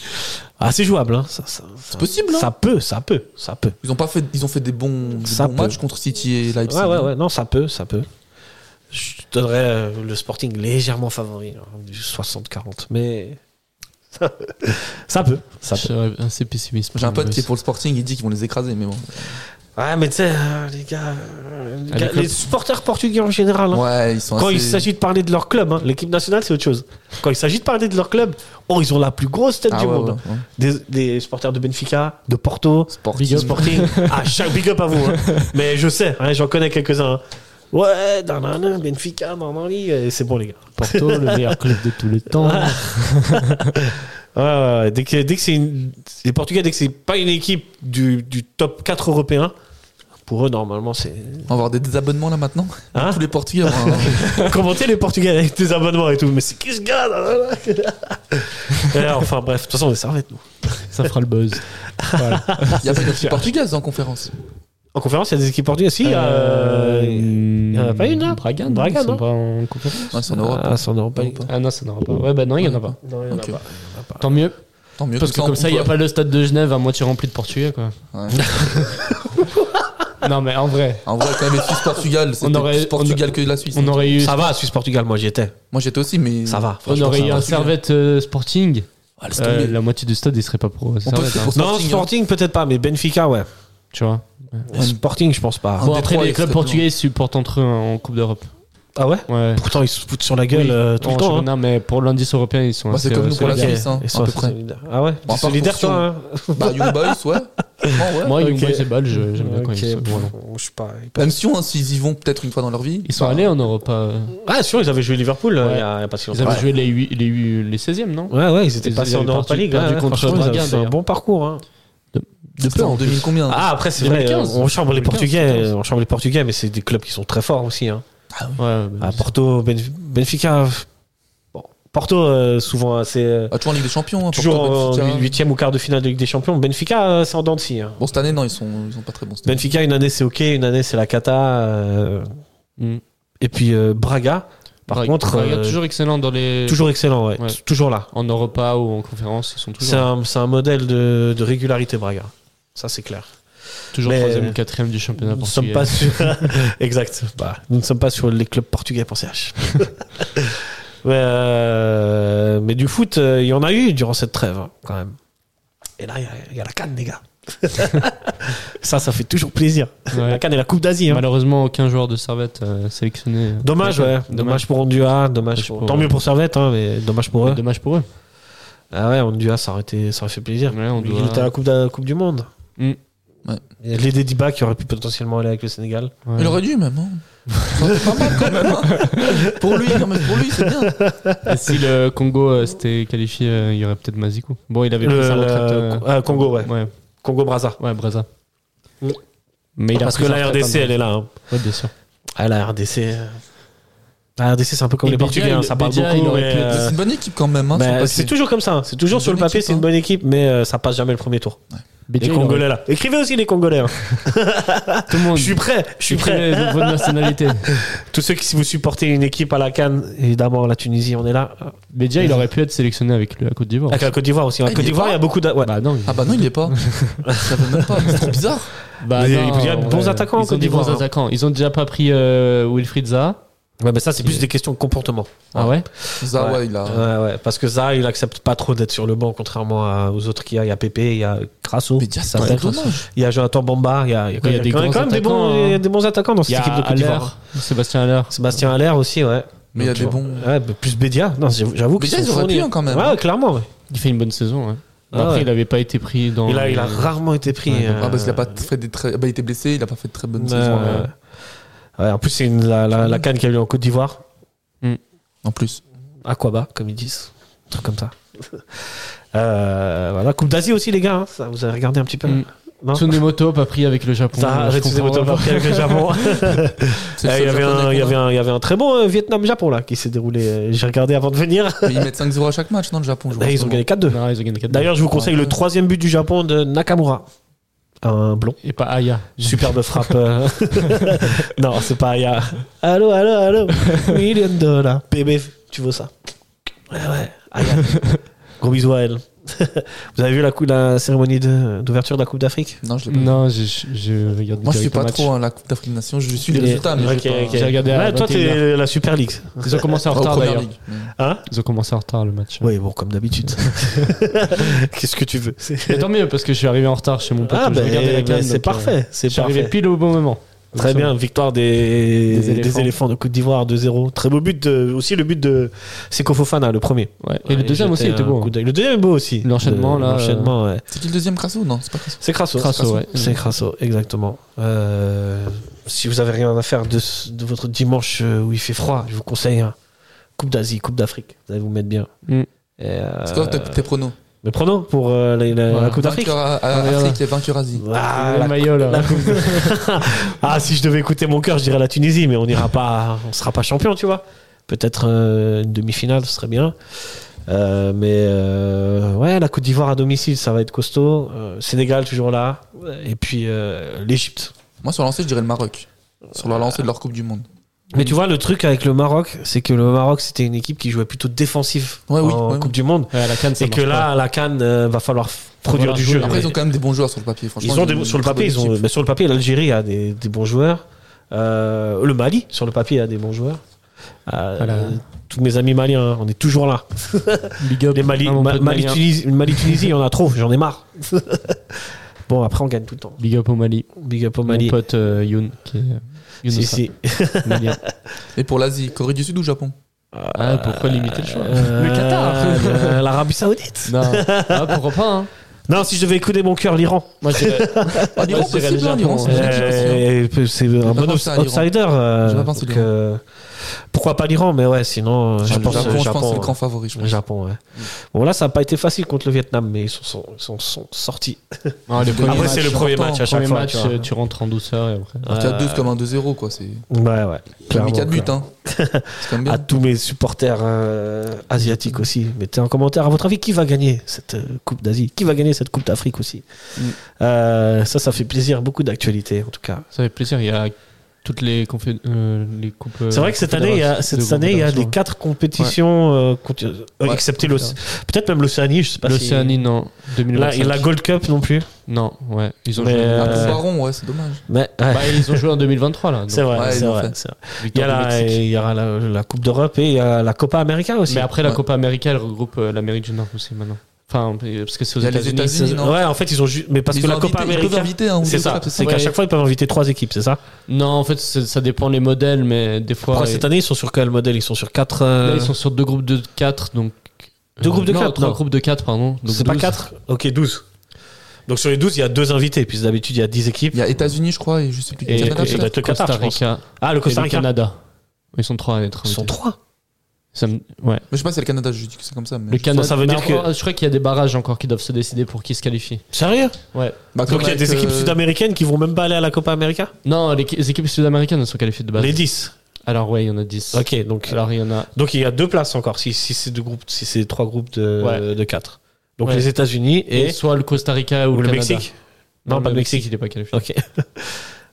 Speaker 5: ah, c'est jouable, hein. Ça, ça- ça-
Speaker 7: possible, hein.
Speaker 5: Ça peut, ça peut, ça peut.
Speaker 7: Ils ont pas fait. Ils ont fait des bons, des
Speaker 5: Ça
Speaker 7: bons
Speaker 5: peut.
Speaker 7: matchs contre City et Leipzig. hein.
Speaker 5: Ouais, ouais, ouais, non, ça peut, ça peut. Je donnerais euh, le Sporting légèrement favori, hein, du 60-40, mais *laughs* ça, ça peut,
Speaker 6: hein
Speaker 5: ça peut.
Speaker 6: C'est assez pessimiste.
Speaker 7: J'ai un pote
Speaker 6: Ouais,
Speaker 7: qui est pour le Sporting, il dit qu'ils vont les écraser, mais bon.
Speaker 5: Ouais, mais tu sais, euh, les gars, euh, les,
Speaker 6: Ah, les
Speaker 5: gars-
Speaker 6: clubs.
Speaker 5: les supporters portugais en général, hein,
Speaker 7: Ouais, ils sont
Speaker 5: quand
Speaker 7: assez-
Speaker 5: il s'agit de parler de leur club, hein, l'équipe nationale c'est autre chose. Quand il s'agit de parler de leur club, oh, ils ont la plus grosse tête
Speaker 7: Ah
Speaker 5: du
Speaker 7: ouais,
Speaker 5: monde.
Speaker 7: ouais, ouais.
Speaker 5: Des, des supporters de Benfica, de Porto,
Speaker 7: Sporting.
Speaker 5: Big up Sporting. ah, chaque big up à vous. hein. Mais je sais, hein, j'en connais quelques-uns. hein. Ouais, nanana, Benfica, Normandie, euh, c'est bon les gars.
Speaker 6: Porto, le meilleur club de tous les temps.
Speaker 5: Ouais, ouais, ouais. Dès que, dès que c'est une- les Portugais, dès que c'est pas une équipe du, du top 4 européen, pour eux, normalement, c'est.
Speaker 7: On va avoir des désabonnements là maintenant. *laughs*
Speaker 5: Hein
Speaker 7: Tous les Portugais. auront un-
Speaker 5: Commenter les Portugais avec des abonnements et tout. Mais c'est qui ce gars là, là, là *laughs* Et Enfin, bref, de toute façon, on est servette, nous.
Speaker 6: Ça fera le buzz.
Speaker 7: Il y a pas d'équipe portugaise en conférence.
Speaker 5: En conférence, il y a des équipes portugaises. Si, il y a, euh, il y en a pas une là
Speaker 6: Dragan,
Speaker 5: Dragan,
Speaker 6: ils sont
Speaker 5: non
Speaker 6: pas en conférence.
Speaker 7: Ouais, c'est en Europe.
Speaker 5: Ah, ça, on n'aura pas eu.
Speaker 6: Ah non, ça n'aura pas. Ouais, bah non, il n'y en a pas.
Speaker 5: Non, il y en a
Speaker 7: Ok.
Speaker 5: pas.
Speaker 6: Tant mieux.
Speaker 7: Tant mieux.
Speaker 6: Parce que comme ça, il n'y a pas le stade de Genève à moitié rempli de Portugais, quoi.
Speaker 7: Ouais.
Speaker 6: non, mais en vrai,
Speaker 7: En vrai, quand même, Suisse Portugal, c'est
Speaker 6: aurait-
Speaker 7: plus Portugal que la Suisse.
Speaker 6: on aurait eu,
Speaker 5: Ça va, Suisse-Portugal, moi j'y étais.
Speaker 7: Moi j'étais aussi, mais
Speaker 5: Ça va.
Speaker 6: on aurait eu un
Speaker 7: Portugal.
Speaker 6: servette euh, sporting.
Speaker 7: Ah, laisse
Speaker 6: Euh,
Speaker 7: tomber.
Speaker 6: la moitié du stade, il serait pas pro.
Speaker 7: on peut
Speaker 6: Servette,
Speaker 7: faire
Speaker 6: hein.
Speaker 7: pour
Speaker 5: Non,
Speaker 7: Sporting. hein.
Speaker 5: Sporting peut-être pas, mais Benfica, ouais.
Speaker 6: Tu vois.
Speaker 5: Sporting, je pense pas.
Speaker 7: Un
Speaker 6: Bon,
Speaker 7: des
Speaker 6: après,
Speaker 7: trois,
Speaker 6: les
Speaker 7: il
Speaker 6: clubs
Speaker 7: serait plus
Speaker 6: portugais ils se supportent entre eux hein, en Coupe d'Europe.
Speaker 5: Ah ouais
Speaker 6: Ouais.
Speaker 5: Pourtant, ils se foutent sur la gueule
Speaker 6: Oui.
Speaker 5: euh, tout
Speaker 6: En
Speaker 5: le temps. hein.
Speaker 6: championnat, mais pour l'indice européen, ils sont
Speaker 7: Bah, c'est
Speaker 6: assez,
Speaker 7: comme
Speaker 6: euh,
Speaker 7: nous pour la
Speaker 5: Ok.
Speaker 6: solidaires.
Speaker 7: Suisse, hein,
Speaker 5: Ils
Speaker 7: à
Speaker 5: sont
Speaker 7: peu
Speaker 5: assez
Speaker 7: près.
Speaker 5: solidaires. Ah ouais
Speaker 7: Bon, à
Speaker 5: T'es
Speaker 7: part
Speaker 5: solidaire,
Speaker 7: Coursion.
Speaker 5: toi hein
Speaker 7: Bah, Young Boys, ouais. Franchement, ouais.
Speaker 6: Moi,
Speaker 5: Ok.
Speaker 6: Young Boys et Bâle, je- j'aime bien quand
Speaker 5: Ok,
Speaker 6: ils sont.
Speaker 5: bon,
Speaker 6: voilà.
Speaker 5: je sais pas. ils peuvent-
Speaker 7: Même si on- s'ils y vont peut-être une fois dans leur vie.
Speaker 6: Ils sont
Speaker 5: Bah.
Speaker 6: allés en Europe. euh,
Speaker 5: Ah, sûr, ils avaient joué Liverpool euh, il y, a il y a pas si
Speaker 6: Ils
Speaker 5: longtemps.
Speaker 6: avaient joué les, huit- les, huit- les 16e, non
Speaker 5: Ouais, ouais, ils étaient
Speaker 6: Ils
Speaker 5: passés en
Speaker 6: avaient
Speaker 5: Europa
Speaker 6: perdu-
Speaker 5: League.
Speaker 6: perdu
Speaker 5: ouais,
Speaker 6: contre
Speaker 5: franchement, ils
Speaker 6: Braga,
Speaker 5: avaient fait un
Speaker 6: d'ailleurs.
Speaker 5: bon parcours. hein.
Speaker 6: De
Speaker 7: C'était en 2000 combien hein.
Speaker 5: Ah, après, c'est vrai,
Speaker 6: 2015,
Speaker 5: on chambre les
Speaker 6: 2015,
Speaker 5: Portugais,
Speaker 6: 2015.
Speaker 5: on chambre les Portugais, mais c'est des clubs qui sont très forts aussi. hein.
Speaker 6: Ouais, bah,
Speaker 5: Ah, Porto, Benf- Benfica. bon, Porto, euh, souvent assez. euh,
Speaker 7: Ah, toujours en Ligue des Champions. hein,
Speaker 5: toujours
Speaker 7: Porto,
Speaker 5: en
Speaker 7: Benfica.
Speaker 5: huitième ou quart de finale de Ligue des Champions. Benfica, euh, c'est en dents de scie, hein.
Speaker 7: Bon, cette année, non, ils sont, ils sont pas très bons. cette année.
Speaker 5: Benfica, une année c'est ok, une année c'est la cata. euh,
Speaker 6: Mm.
Speaker 5: Et puis euh, Braga, par
Speaker 6: Braga-
Speaker 5: contre,
Speaker 6: Braga,
Speaker 5: euh, toujours...
Speaker 6: bah, toujours excellent dans les.
Speaker 5: excellent, ouais,
Speaker 6: Ouais.
Speaker 5: t- toujours là.
Speaker 6: En Europa ou en conférence, ils sont
Speaker 5: C'est
Speaker 6: toujours,
Speaker 5: un, c'est un modèle de, de régularité, Braga. Ça, c'est clair.
Speaker 6: toujours
Speaker 5: mais-
Speaker 6: 3ème ou 4 du championnat
Speaker 5: Nous ne sommes
Speaker 6: portugais.
Speaker 5: pas sur.
Speaker 6: *laughs*
Speaker 5: exact. Bah, nous ne sommes pas sur les clubs portugais pour CH. *laughs* mais, euh, mais du foot, euh, il y en a eu durant cette trêve, hein, quand même. Et là, il y a- il y, a la canne, les
Speaker 6: *laughs*
Speaker 5: gars. ça, ça fait toujours plaisir.
Speaker 6: Ouais.
Speaker 5: La canne et la Coupe d'Asie. hein.
Speaker 6: Malheureusement, aucun joueur de Servette euh, sélectionné.
Speaker 5: Dommage, ouais. Dommage pour Ondua, dommage
Speaker 6: Dommage
Speaker 5: pour...
Speaker 6: pour- euh,
Speaker 5: Tant mieux pour Servette, hein, mais dommage pour eux.
Speaker 6: Dommage pour eux.
Speaker 5: Ah ouais, Ondua, ça aurait, été... ça aurait fait plaisir.
Speaker 6: Ouais, on
Speaker 5: Lui,
Speaker 6: doit-
Speaker 5: Il était à la Coupe, de- coupe du Monde.
Speaker 6: Mm.
Speaker 7: Ouais.
Speaker 5: Et Les Dédibas qui auraient pu potentiellement aller avec le Sénégal.
Speaker 6: Ouais.
Speaker 7: Il aurait dû, même. hein. C'est pas mal quand même. hein. Pour lui, non, mais pour lui, c'est bien.
Speaker 6: Et si le Congo euh, s'était qualifié, euh, il y aurait peut-être Mazikou. Bon, il avait
Speaker 5: Le-
Speaker 6: pris sa retraite. euh,
Speaker 5: le- ah, Congo, ouais.
Speaker 6: Ouais,
Speaker 5: Congo-Braza.
Speaker 6: ouais Braza.
Speaker 5: Mm.
Speaker 6: Mais il a
Speaker 5: Parce que
Speaker 6: pris sa
Speaker 5: la
Speaker 6: retraite
Speaker 5: RDC,
Speaker 6: en-
Speaker 5: elle est là. hein.
Speaker 6: Ouais, bien sûr.
Speaker 5: Ah, la RDC. euh, La RDC, c'est un peu comme
Speaker 6: Et
Speaker 5: les
Speaker 6: Bédia,
Speaker 5: Portugais,
Speaker 6: il-
Speaker 5: hein, ça parle
Speaker 6: Bédia, il
Speaker 5: beaucoup.
Speaker 6: aurait
Speaker 5: mais,
Speaker 6: pu être-
Speaker 5: euh,
Speaker 7: C'est une bonne équipe quand même. hein,
Speaker 5: bah,
Speaker 7: sur le papier.
Speaker 5: c'est toujours comme ça. hein. C'est toujours
Speaker 7: Une
Speaker 5: sur le
Speaker 7: bonne
Speaker 5: papier,
Speaker 7: équipe,
Speaker 5: c'est une
Speaker 7: hein.
Speaker 5: bonne équipe, mais euh, ça passe jamais le premier tour. Les
Speaker 6: Bédia, il
Speaker 5: Congolais, là. Écrivez aussi les Congolais. hein.
Speaker 6: aurait- Tout le monde.
Speaker 5: Je
Speaker 6: *laughs*
Speaker 5: suis prêt. Je suis prêt.
Speaker 6: Écrivez de votre nationalité.
Speaker 5: Tous ceux qui, si vous supportez une équipe à la Cannes, évidemment, la Tunisie, on est là.
Speaker 6: Bédia, il aurait pu être sélectionné avec le- la Côte d'Ivoire.
Speaker 5: Avec la Côte d'Ivoire aussi. La
Speaker 7: Ah, il
Speaker 5: Côte
Speaker 7: y est
Speaker 5: d'Ivoire, il y a beaucoup de. Ouais.
Speaker 6: Bah non. il-
Speaker 7: Ah bah non, il
Speaker 5: *laughs*
Speaker 7: est pas. Je savais même pas. C'est trop bizarre.
Speaker 6: Bah
Speaker 5: Mais
Speaker 6: non,
Speaker 5: il y a de bons
Speaker 6: ouais.
Speaker 5: attaquants en
Speaker 6: Ils ont
Speaker 5: Côte
Speaker 6: des bons
Speaker 5: d'Ivoire, hein.
Speaker 6: attaquants. Ils ont déjà pas pris euh, Wilfried Zaha.
Speaker 5: Ouais, mais ça, c'est
Speaker 6: Il
Speaker 5: plus
Speaker 6: est-
Speaker 5: des questions de comportement.
Speaker 6: Ah ouais
Speaker 7: Zaha,
Speaker 5: Ouais.
Speaker 7: ouais, il a.
Speaker 5: Ouais, ouais. Parce que Zaha, il accepte pas trop d'être sur le banc, contrairement à- aux autres qu'il y a. Il y a Pépé, il y a Crasso,
Speaker 7: Mais déjà, c'est
Speaker 5: Ouais,
Speaker 7: dommage.
Speaker 5: il y a Jonathan Bamba, il y a, il y a quand
Speaker 6: Il y a
Speaker 5: même-
Speaker 6: des
Speaker 5: quand même
Speaker 6: grands
Speaker 5: des,
Speaker 6: attaquants,
Speaker 5: bons,
Speaker 6: hein.
Speaker 5: il y a des bons attaquants dans
Speaker 6: Il y
Speaker 5: cette
Speaker 6: a
Speaker 5: équipe de Côte
Speaker 6: Haller,
Speaker 5: d'Ivoire.
Speaker 6: Sébastien Haller.
Speaker 5: Sébastien Allaire aussi, ouais.
Speaker 7: Mais il y a
Speaker 5: Donc,
Speaker 7: des
Speaker 5: tu vois.
Speaker 7: bons.
Speaker 5: Ouais, mais plus Bédia. Non, j'avoue j'avoue
Speaker 7: Bédia,
Speaker 5: qu'ils
Speaker 7: ils
Speaker 5: sont
Speaker 7: auraient pu,
Speaker 5: fournis.
Speaker 7: hein, quand même.
Speaker 5: Ouais, clairement. ouais.
Speaker 6: Il fait une bonne saison. ouais.
Speaker 5: Ah
Speaker 6: Après,
Speaker 5: ouais.
Speaker 6: il n'avait pas été pris dans.
Speaker 5: Il a, il a rarement été pris.
Speaker 6: Ouais,
Speaker 5: euh,
Speaker 7: Ah, parce qu'il a pas fait des très. Bah, il était blessé, il a pas fait de très euh, bonnes
Speaker 5: Ouais,
Speaker 7: saisons.
Speaker 5: ouais. Ouais, en plus, c'est une- la, la, la canne qu'il y a eu en Côte d'Ivoire.
Speaker 7: En plus.
Speaker 5: Aquaba, comme ils disent. Un truc comme ça. *laughs* Euh, voilà. Coupe d'Asie aussi, les gars. hein. Ça, vous avez regardé un petit peu
Speaker 6: Mm.
Speaker 5: Non
Speaker 6: Tsunemoto pas pris avec le Japon.
Speaker 5: Hein Ça,
Speaker 6: Je
Speaker 5: arrête,
Speaker 6: comprends
Speaker 5: Tsunemoto
Speaker 6: pas.
Speaker 5: Park avec le *laughs* Japon. Eh, Il y
Speaker 7: C'est le seul
Speaker 5: avait
Speaker 7: Japonais
Speaker 5: un-
Speaker 7: qu'on
Speaker 5: il y
Speaker 7: a.
Speaker 5: avait un il y avait un très bon euh, Vietnam-Japon là qui s'est déroulé. euh, J'ai regardé avant de venir. *laughs*
Speaker 7: Mais ils mettent 5-0 à chaque match, non, le Japon. je vois
Speaker 5: Eh,
Speaker 7: en
Speaker 5: Ils
Speaker 7: ce
Speaker 5: ont
Speaker 7: moment.
Speaker 5: gagné 4-2.
Speaker 6: Non, ils ont gagné 4
Speaker 5: D'ailleurs, je vous conseille le troisième but du Japon de Nakamura. Un *laughs* blond.
Speaker 6: Et pas Aya.
Speaker 5: Superbe frappe. euh. *laughs* non, c'est pas Aya. Allô, allô, *laughs* allô. Million dollars. Bébé, tu veux ça Ouais, ouais. Aya. *laughs* Gros bisous à elle. *laughs* Vous avez vu la, cou- la cérémonie de- d'ouverture de la Coupe d'Afrique
Speaker 7: Non, je l'ai pas.
Speaker 6: Non, je, je- je regarde.
Speaker 7: Moi, je
Speaker 6: direct le
Speaker 7: suis pas
Speaker 6: match.
Speaker 7: trop hein, la Coupe d'Afrique des Nations, je suis les
Speaker 5: Il est-
Speaker 7: résultats, mais
Speaker 5: Ok,
Speaker 7: j'ai pas-
Speaker 5: ok.
Speaker 6: J'ai regardé à
Speaker 5: Ouais, toi,
Speaker 6: 21
Speaker 5: t'es la Super League. *laughs*
Speaker 6: Ils ont commencé en
Speaker 7: pas aux
Speaker 6: retard
Speaker 7: Premières
Speaker 6: d'ailleurs.
Speaker 7: Ligues, mais-
Speaker 5: Hein
Speaker 6: Ils ont commencé en retard le match.
Speaker 5: Oui, bon, comme d'habitude. Qu'est-ce que tu veux C'est-
Speaker 6: Mais tant mieux parce que je suis arrivé en retard chez mon pote.
Speaker 5: Ah,
Speaker 6: J'ai
Speaker 5: ben,
Speaker 6: regardé la
Speaker 5: ben,
Speaker 6: canne,
Speaker 5: c'est
Speaker 6: donc, euh,
Speaker 5: parfait.
Speaker 6: Je
Speaker 5: C'est
Speaker 6: suis arrivé
Speaker 5: parfait.
Speaker 6: pile au bon moment. Donc,
Speaker 5: Très
Speaker 6: ça
Speaker 5: bien, victoire des,
Speaker 6: Des
Speaker 5: des, éléphants.
Speaker 6: éléphants.
Speaker 5: de Côte d'Ivoire 2-0. Très beau but, de- aussi le but de Seko Fofana, le premier.
Speaker 6: va. Ouais. Et le deuxième aussi
Speaker 5: jeté
Speaker 6: était
Speaker 5: un
Speaker 6: beau.
Speaker 5: coup
Speaker 6: hein.
Speaker 5: d'œil. Le deuxième est beau aussi.
Speaker 6: L'enchaînement,
Speaker 5: Le-
Speaker 6: là, euh,
Speaker 5: L'enchaînement, ouais.
Speaker 7: C'est qui le deuxième Crasso Non, c'est pas Crasso.
Speaker 5: C'est Crasso.
Speaker 6: Crasso,
Speaker 5: C'est
Speaker 6: ouais.
Speaker 5: C'est Crasso, exactement. Euh, si vous avez rien à faire de, ce- de votre dimanche euh, où il fait froid, je vous conseille hein, Coupe d'Asie, Coupe d'Afrique. Vous allez vous mettre bien.
Speaker 6: Mm.
Speaker 5: Et, euh,
Speaker 7: C'est quoi tes- tes pronos
Speaker 5: mes pronos pour euh, la, la- la
Speaker 6: Voilà.
Speaker 5: Coupe d'Afrique
Speaker 7: Vainqueur à- à
Speaker 6: Ouais,
Speaker 7: euh, Afrique et vainqueur Asie.
Speaker 5: Ah,
Speaker 6: Et hein. le
Speaker 5: la-
Speaker 6: maillot là. *laughs*
Speaker 5: la Coupe de- ah, si je devais écouter mon cœur, je dirais la Tunisie, mais on n'ira pas, on sera pas champion, tu vois. Peut-être euh, une demi-finale, ce serait bien. Euh, mais euh, ouais, la Côte d'Ivoire à domicile, ça va être costaud. Euh, Sénégal toujours là, et puis euh, l'Égypte.
Speaker 7: Moi, sur le lancer, je dirais le Maroc. Sur la lancée de leur Coupe du Monde.
Speaker 5: Mais tu vois, le truc avec le Maroc, c'est que le Maroc, c'était une équipe qui jouait plutôt défensif
Speaker 7: Ouais, oui,
Speaker 5: en
Speaker 7: ouais,
Speaker 5: Coupe
Speaker 7: oui.
Speaker 5: du Monde.
Speaker 6: Ouais, à la canne, ça
Speaker 5: Et que
Speaker 6: marche
Speaker 5: là,
Speaker 6: pas.
Speaker 5: à la Cannes, euh, va falloir f- produire
Speaker 6: Voilà.
Speaker 5: du jeu.
Speaker 7: Après,
Speaker 5: Mais
Speaker 7: ils ont quand même des bons joueurs sur le papier, franchement.
Speaker 5: ils ont des-
Speaker 7: une
Speaker 5: sur le
Speaker 7: très
Speaker 5: papier,
Speaker 7: bonne
Speaker 5: ils ont,
Speaker 7: équipe.
Speaker 5: mais sur le papier, l'Algérie a des, des bons joueurs. Euh, le Mali, sur le papier, a des bons joueurs. Euh,
Speaker 6: Voilà.
Speaker 5: Tous mes amis maliens, hein, on est toujours là.
Speaker 6: Big up.
Speaker 5: Les Mali,
Speaker 6: Ah, mon
Speaker 5: Ma-
Speaker 6: pote
Speaker 5: Mali,
Speaker 6: malien.
Speaker 5: Tunisie, Mali Tunisie, il y en a trop, j'en ai marre. *laughs* bon, après, on gagne tout le temps.
Speaker 6: Big up au Mali.
Speaker 5: Big up au
Speaker 6: Mon
Speaker 5: Mali.
Speaker 6: pote euh, Youn, qui est
Speaker 5: Si,
Speaker 6: Younoussa,
Speaker 5: si.
Speaker 6: malien.
Speaker 7: Et pour l'Asie, Corée du Sud
Speaker 5: *laughs*
Speaker 7: ou Japon
Speaker 6: Ah, pourquoi limiter le choix
Speaker 5: Euh,
Speaker 6: Le Qatar
Speaker 5: euh, L'Arabie Saoudite.
Speaker 6: Non, *laughs* ah, pourquoi pas hein.
Speaker 5: Non, si je devais écouter mon cœur, l'Iran.
Speaker 6: Moi, je dirais-
Speaker 7: Ah, l'Iran,
Speaker 6: Ouais, je dirais
Speaker 7: possible,
Speaker 6: le
Speaker 7: hein, l'Iran,
Speaker 6: Japon,
Speaker 7: c'est
Speaker 6: ouais.
Speaker 7: une équipe aussi, hein.
Speaker 5: Euh, C'est un
Speaker 7: pas
Speaker 5: bon
Speaker 7: pensé à l'Iran.
Speaker 5: outsider. euh,
Speaker 7: J'ai pas pensé
Speaker 5: donc,
Speaker 7: à l'Iran.
Speaker 5: euh, pourquoi pas l'Iran Mais ouais, sinon, euh, je
Speaker 7: Le
Speaker 5: pense
Speaker 7: Japon,
Speaker 5: Japon.
Speaker 7: je pense, c'est le grand
Speaker 5: Japon,
Speaker 7: favori. je
Speaker 5: ouais.
Speaker 7: pense.
Speaker 5: Japon, ouais. Bon, là, ça n'a pas été facile contre le Vietnam, mais ils sont, sont- sont- sont sortis.
Speaker 6: Non, les premiers
Speaker 5: Après,
Speaker 6: matchs,
Speaker 5: c'est le
Speaker 7: Ah, match, hein.
Speaker 5: premier
Speaker 7: j'entends.
Speaker 5: match à chaque
Speaker 6: premier
Speaker 5: fois.
Speaker 6: match,
Speaker 5: tu vois.
Speaker 6: euh, tu rentres en douceur et après.
Speaker 7: Tu as
Speaker 5: Euh,
Speaker 7: 2 comme un 2-0, quoi. C'est
Speaker 5: Ouais, ouais.
Speaker 7: mis 4
Speaker 5: clairement,
Speaker 7: buts,
Speaker 5: clairement.
Speaker 7: hein. C'est quand même
Speaker 5: À
Speaker 7: bien.
Speaker 5: tous mes supporters euh, asiatiques aussi. Mettez un commentaire. À votre avis, qui va gagner cette euh, Coupe d'Asie Qui va gagner cette Coupe d'Afrique aussi
Speaker 7: Mm.
Speaker 5: Euh, Ça, ça fait plaisir. Beaucoup d'actualités, en tout cas.
Speaker 6: Ça fait plaisir, il y a toutes les, confé- euh, les coupes. euh,
Speaker 5: C'est vrai que cette année, il y a, cette année, il y a les quatre compétitions, euh, conti- euh,
Speaker 7: Ouais.
Speaker 5: excepté l'Oc- peut-être même l'Océanie, je sais pas
Speaker 6: L'Océanie, non.
Speaker 5: si. La,
Speaker 6: 2025.
Speaker 5: et la Gold Cup non plus.
Speaker 6: Non, ouais. Ils ont,
Speaker 5: Mais,
Speaker 6: joué,
Speaker 7: Ah,
Speaker 5: euh,
Speaker 7: le Baron, ouais, c'est dommage.
Speaker 5: Mais,
Speaker 6: bah, ils ont joué en 2023, là. donc,
Speaker 5: c'est vrai,
Speaker 7: ouais, ils
Speaker 5: c'est
Speaker 7: l'ont
Speaker 5: vrai.
Speaker 7: fait.
Speaker 5: c'est vrai. Il y, a
Speaker 6: victoire du
Speaker 5: la,
Speaker 6: Mexique.
Speaker 5: il y aura la, la Coupe d'Europe et il y a la Copa América aussi.
Speaker 6: Mais après, la
Speaker 7: Ouais.
Speaker 6: Copa América, elle regroupe euh, l'Amérique du Nord aussi maintenant. Enfin, euh, parce que c'est aux
Speaker 7: Il y a les
Speaker 6: États-Unis.
Speaker 7: États-Unis.
Speaker 6: c'est-
Speaker 7: non.
Speaker 5: ouais, en fait, ils ont ju- mais parce
Speaker 7: Ils
Speaker 5: que
Speaker 7: ont
Speaker 5: la Copa
Speaker 7: invité- ils peuvent
Speaker 5: América,
Speaker 7: inviter, hein, ou
Speaker 5: c'est
Speaker 7: deux,
Speaker 5: ça.
Speaker 7: trois,
Speaker 5: C'est
Speaker 6: ouais.
Speaker 5: qu'à chaque fois, ils peuvent inviter trois équipes, c'est ça.
Speaker 6: Non, en fait, c'est- ça dépend les modèles, mais des fois.
Speaker 5: Après,
Speaker 6: et-
Speaker 5: cette année, ils sont sur quel modèle Ils sont sur quatre. euh,
Speaker 6: Là, ils sont sur deux groupes de 4, donc.
Speaker 5: Deux groupes de
Speaker 6: non,
Speaker 5: quatre,
Speaker 6: Trois
Speaker 5: non.
Speaker 6: groupes de 4, pardon. Donc
Speaker 5: C'est pas
Speaker 6: 12.
Speaker 5: quatre Ok, 12 Donc sur les 12 il y a deux invités. Puis d'habitude, il y a 10 équipes.
Speaker 7: Il y a États-Unis, je crois, et je sais plus.
Speaker 6: Et,
Speaker 7: Canada,
Speaker 6: et-
Speaker 5: ça doit être le
Speaker 6: Costa
Speaker 5: Qatar, je pense.
Speaker 6: Rica
Speaker 5: Ah, le
Speaker 6: et
Speaker 5: Costa
Speaker 6: le
Speaker 5: Rica.
Speaker 6: Canada. Ils sont trois à être
Speaker 5: Ils sont
Speaker 6: invités.
Speaker 5: trois.
Speaker 6: Ça me- Ouais.
Speaker 7: Mais Bah, je sais pas si c'est le Canada, je dis que c'est comme ça. Mais
Speaker 6: Le Canada.
Speaker 5: ça veut
Speaker 6: mais
Speaker 5: dire que-
Speaker 6: encore, Je crois qu'il y a des barrages encore qui doivent se décider pour qui se qualifie.
Speaker 5: Sérieux
Speaker 6: Ouais.
Speaker 7: Bah,
Speaker 5: Donc
Speaker 7: comme
Speaker 5: il y a
Speaker 7: avec,
Speaker 5: des équipes
Speaker 7: euh,
Speaker 5: sud-américaines qui vont même pas aller à la Copa América
Speaker 6: Non, les, les équipes sud-américaines elles sont qualifiées
Speaker 7: Bah,
Speaker 6: de base.
Speaker 5: Les 10.
Speaker 6: Alors, ouais, il y en a 10.
Speaker 5: Ok, donc,
Speaker 6: Alors, il y en a.
Speaker 5: donc il y a deux places encore si, si c'est deux groupes, si c'est trois groupes de,
Speaker 6: Ouais.
Speaker 5: de quatre. Donc
Speaker 6: Ouais.
Speaker 5: les États-Unis et,
Speaker 6: soit le Costa Rica ou,
Speaker 5: ou le
Speaker 6: Canada.
Speaker 5: Mexique. Non, pas le Mexique.
Speaker 6: il n'est pas qualifié.
Speaker 5: *laughs* Ok.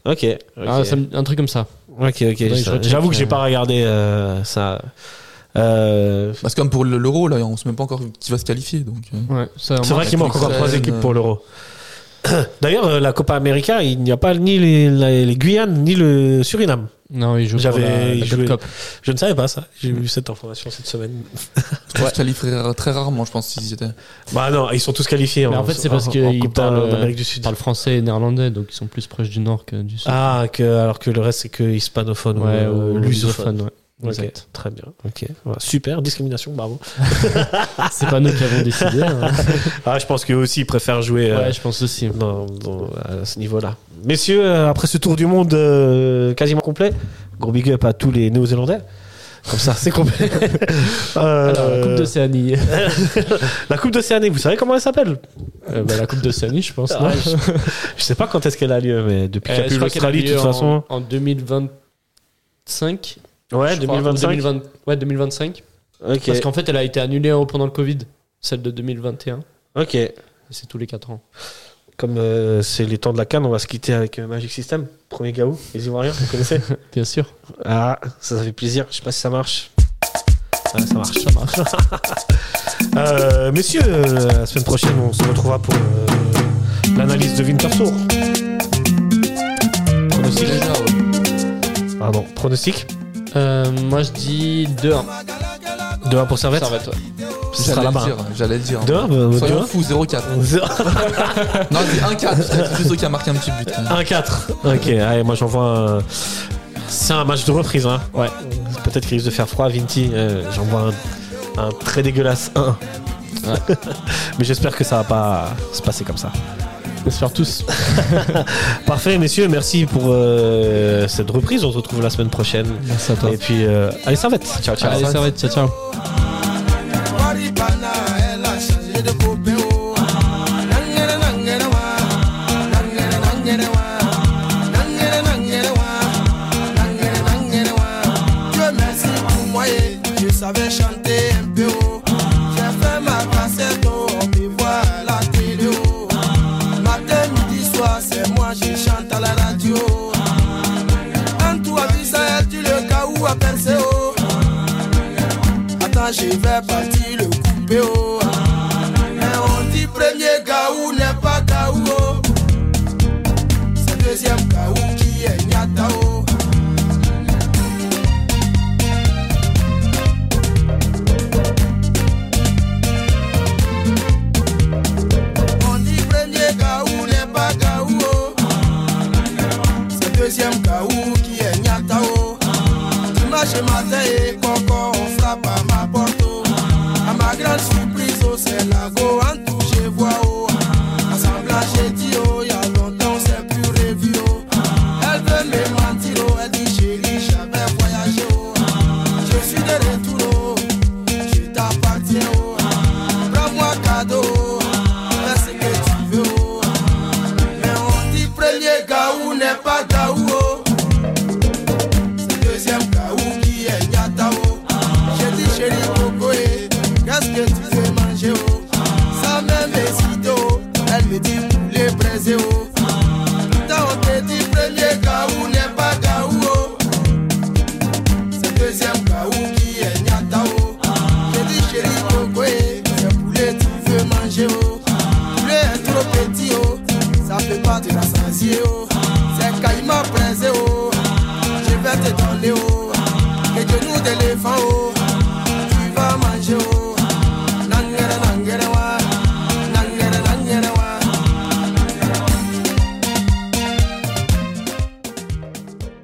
Speaker 5: ok. ok.
Speaker 6: Ah, ça me- un truc comme ça.
Speaker 5: Ok, ok,
Speaker 6: je
Speaker 5: ça-
Speaker 6: retiens
Speaker 5: J'avoue que
Speaker 6: que-
Speaker 5: j'ai pas regardé euh, ça. Euh,
Speaker 7: Bah, c'est comme pour le- l'euro, là, on sait même pas encore qui va se qualifier. Donc, euh,
Speaker 6: Ouais, ça,
Speaker 5: c'est vrai
Speaker 7: Marc,
Speaker 5: qu'il manque encore
Speaker 7: Israël,
Speaker 5: trois équipes
Speaker 7: euh,
Speaker 5: pour l'Euro. *coughs* D'ailleurs, euh, la Copa América, il n'y a pas ni les, la- les Guyanes ni le Suriname.
Speaker 6: Non, il joue pour
Speaker 5: J'avais-
Speaker 6: la,
Speaker 5: il
Speaker 6: la Gold
Speaker 5: jouait-
Speaker 6: Cup.
Speaker 5: Je ne savais pas ça. J'ai eu cette information cette semaine.
Speaker 7: je pense qu'ils se qualifieraient très rarement, je pense, s'ils y étaient.
Speaker 5: Bah non, ils sont tous qualifiés.
Speaker 6: Mais en fait, c'est parce
Speaker 5: en
Speaker 6: qu'ils
Speaker 5: Coupe
Speaker 6: parlent-
Speaker 5: d'Amérique du
Speaker 6: Ils
Speaker 5: Sud.
Speaker 6: parlent français et néerlandais, donc ils sont plus proches du nord que du sud.
Speaker 5: Ah, que, alors que le reste, c'est que hispanophone
Speaker 6: ouais,
Speaker 5: ou,
Speaker 6: ou
Speaker 5: euh, lusophone.
Speaker 6: lusophone, ouais.
Speaker 5: Ok,
Speaker 6: Exact.
Speaker 5: Très bien. Ok. Voilà, Super, discrimination, bravo.
Speaker 6: C'est pas nous qui avons décidé. *laughs* hein.
Speaker 5: Ah, je pense qu'eux aussi, ils préfèrent jouer euh,
Speaker 6: Ouais, je pense aussi.
Speaker 5: dans- dans- à ce niveau-là. Messieurs, euh, après ce tour du monde euh, quasiment complet, gros big up à tous les Néo-Zélandais. Comme ça, c'est
Speaker 6: *laughs*
Speaker 5: complet. Euh,
Speaker 6: Alors, la Coupe d'Océanie.
Speaker 5: la Coupe d'Océanie, vous savez comment elle s'appelle
Speaker 6: Euh, bah,
Speaker 5: *laughs*
Speaker 6: la Coupe d'Océanie, je pense. non
Speaker 5: Ouais, Ah, je, *laughs* je sais pas quand est-ce qu'elle a lieu, mais depuis qu'il y
Speaker 6: Euh,
Speaker 5: a plus
Speaker 6: je crois qu'elle a
Speaker 5: l'Australie, de
Speaker 6: lieu
Speaker 5: toute
Speaker 6: en-
Speaker 5: façon.
Speaker 6: En 2025.
Speaker 5: Ouais,
Speaker 6: je crois,
Speaker 5: 2025.
Speaker 6: 2020 Ouais, 2025.
Speaker 5: Ok.
Speaker 6: Parce qu'en fait, elle a été annulée euh, pendant le Covid, celle de 2021.
Speaker 5: Ok.
Speaker 6: C'est tous les 4 ans.
Speaker 5: Comme euh, c'est les temps de la canne, on va se quitter avec euh, Magic System. Premier Gaou, les Ivoiriens, vous connaissez
Speaker 6: Bien sûr.
Speaker 5: Ah, ça, ça fait plaisir. Je sais pas si ça marche. Ouais, ça marche, ça marche. *laughs* Euh, messieurs, euh, la semaine prochaine, on se retrouvera pour euh, l'analyse de Winter Sour. Pronostic
Speaker 7: Déjà, ouais.
Speaker 5: Pardon, pronostic
Speaker 6: Euh, moi, je dis 2-1.
Speaker 5: 2-1 pour Servette
Speaker 6: Servette, ouais.
Speaker 5: Ce sera
Speaker 7: J'allais le
Speaker 5: là-bas.
Speaker 7: dire, J'allais le dire.
Speaker 5: 2-1 euh,
Speaker 7: Soyons fous, 0-4.
Speaker 5: 2-1
Speaker 7: Non, c'est 1-4. C'est Gusto qui a marqué un petit but. quand même.
Speaker 5: Ah. 1-4. Ok, allez, moi j'envoie un. C'est un match de reprise, hein. Ouais. Peut-être qu'il risque de faire froid, Vinti. euh, j'envoie un, un très dégueulasse 1. *laughs* Mais j'espère que ça va pas se passer comme ça.
Speaker 6: On se faire tous.
Speaker 5: *laughs* Parfait, messieurs, merci pour euh, cette reprise. On se retrouve la semaine prochaine.
Speaker 6: Merci à toi.
Speaker 5: Et puis, euh, allez, ça va être. Ciao, ciao.
Speaker 6: Allez, Servette, ciao, ciao.
Speaker 10: oh. Je savais chanter un peu haut. J'ai fait ma cassette on me voit oh. à la télé oh. Matin, midi, soir, c'est moi, je chante à la radio oh. Moi je vais partir le couper oh. Mais on dit premier Gaou n'est pas Gaou oh. C'est deuxième Gaou qui est Nyata oh. On dit premier Gaou n'est pas Gaou oh. C'est deuxième Gaou qui est Nyata oh. Dimanche matin et coco, on frappe à ma porte. oh. À ma grande surprise, oh, c'est la go en tout, je vois. Oh. Assemblage, j'ai dit, oh, y a longtemps, on s'est plus revu. oh. Elle veut me mentir, oh, elle dit, chérie, j'avais voyagé. oh. Je suis de retour, oh, je t'appartiens. Oh. Prends-moi cadeau, oh, fais ce que tu veux. oh. Mais on dit, premier gaou n'est pas gaou. oh. Deuxième Kaou qui est Nyatao. J'ai dit chérie Kokoé, qu'est-ce que tu veux manger oh Ça même hésite oh, elle me dit poulet braisé oh. Putain on te dit premier Kaou n'est pas Kaou oh. C'est deuxième Kaou qui est Nyatao. J'ai dit chérie Kokoé, c'est poulet tu veux manger oh. Poulet est trop petit oh, ça peut pas te rassasier oh. C'est Kaïma braisé oh. Je vais te donner oh, les genoux d'éléphant oh.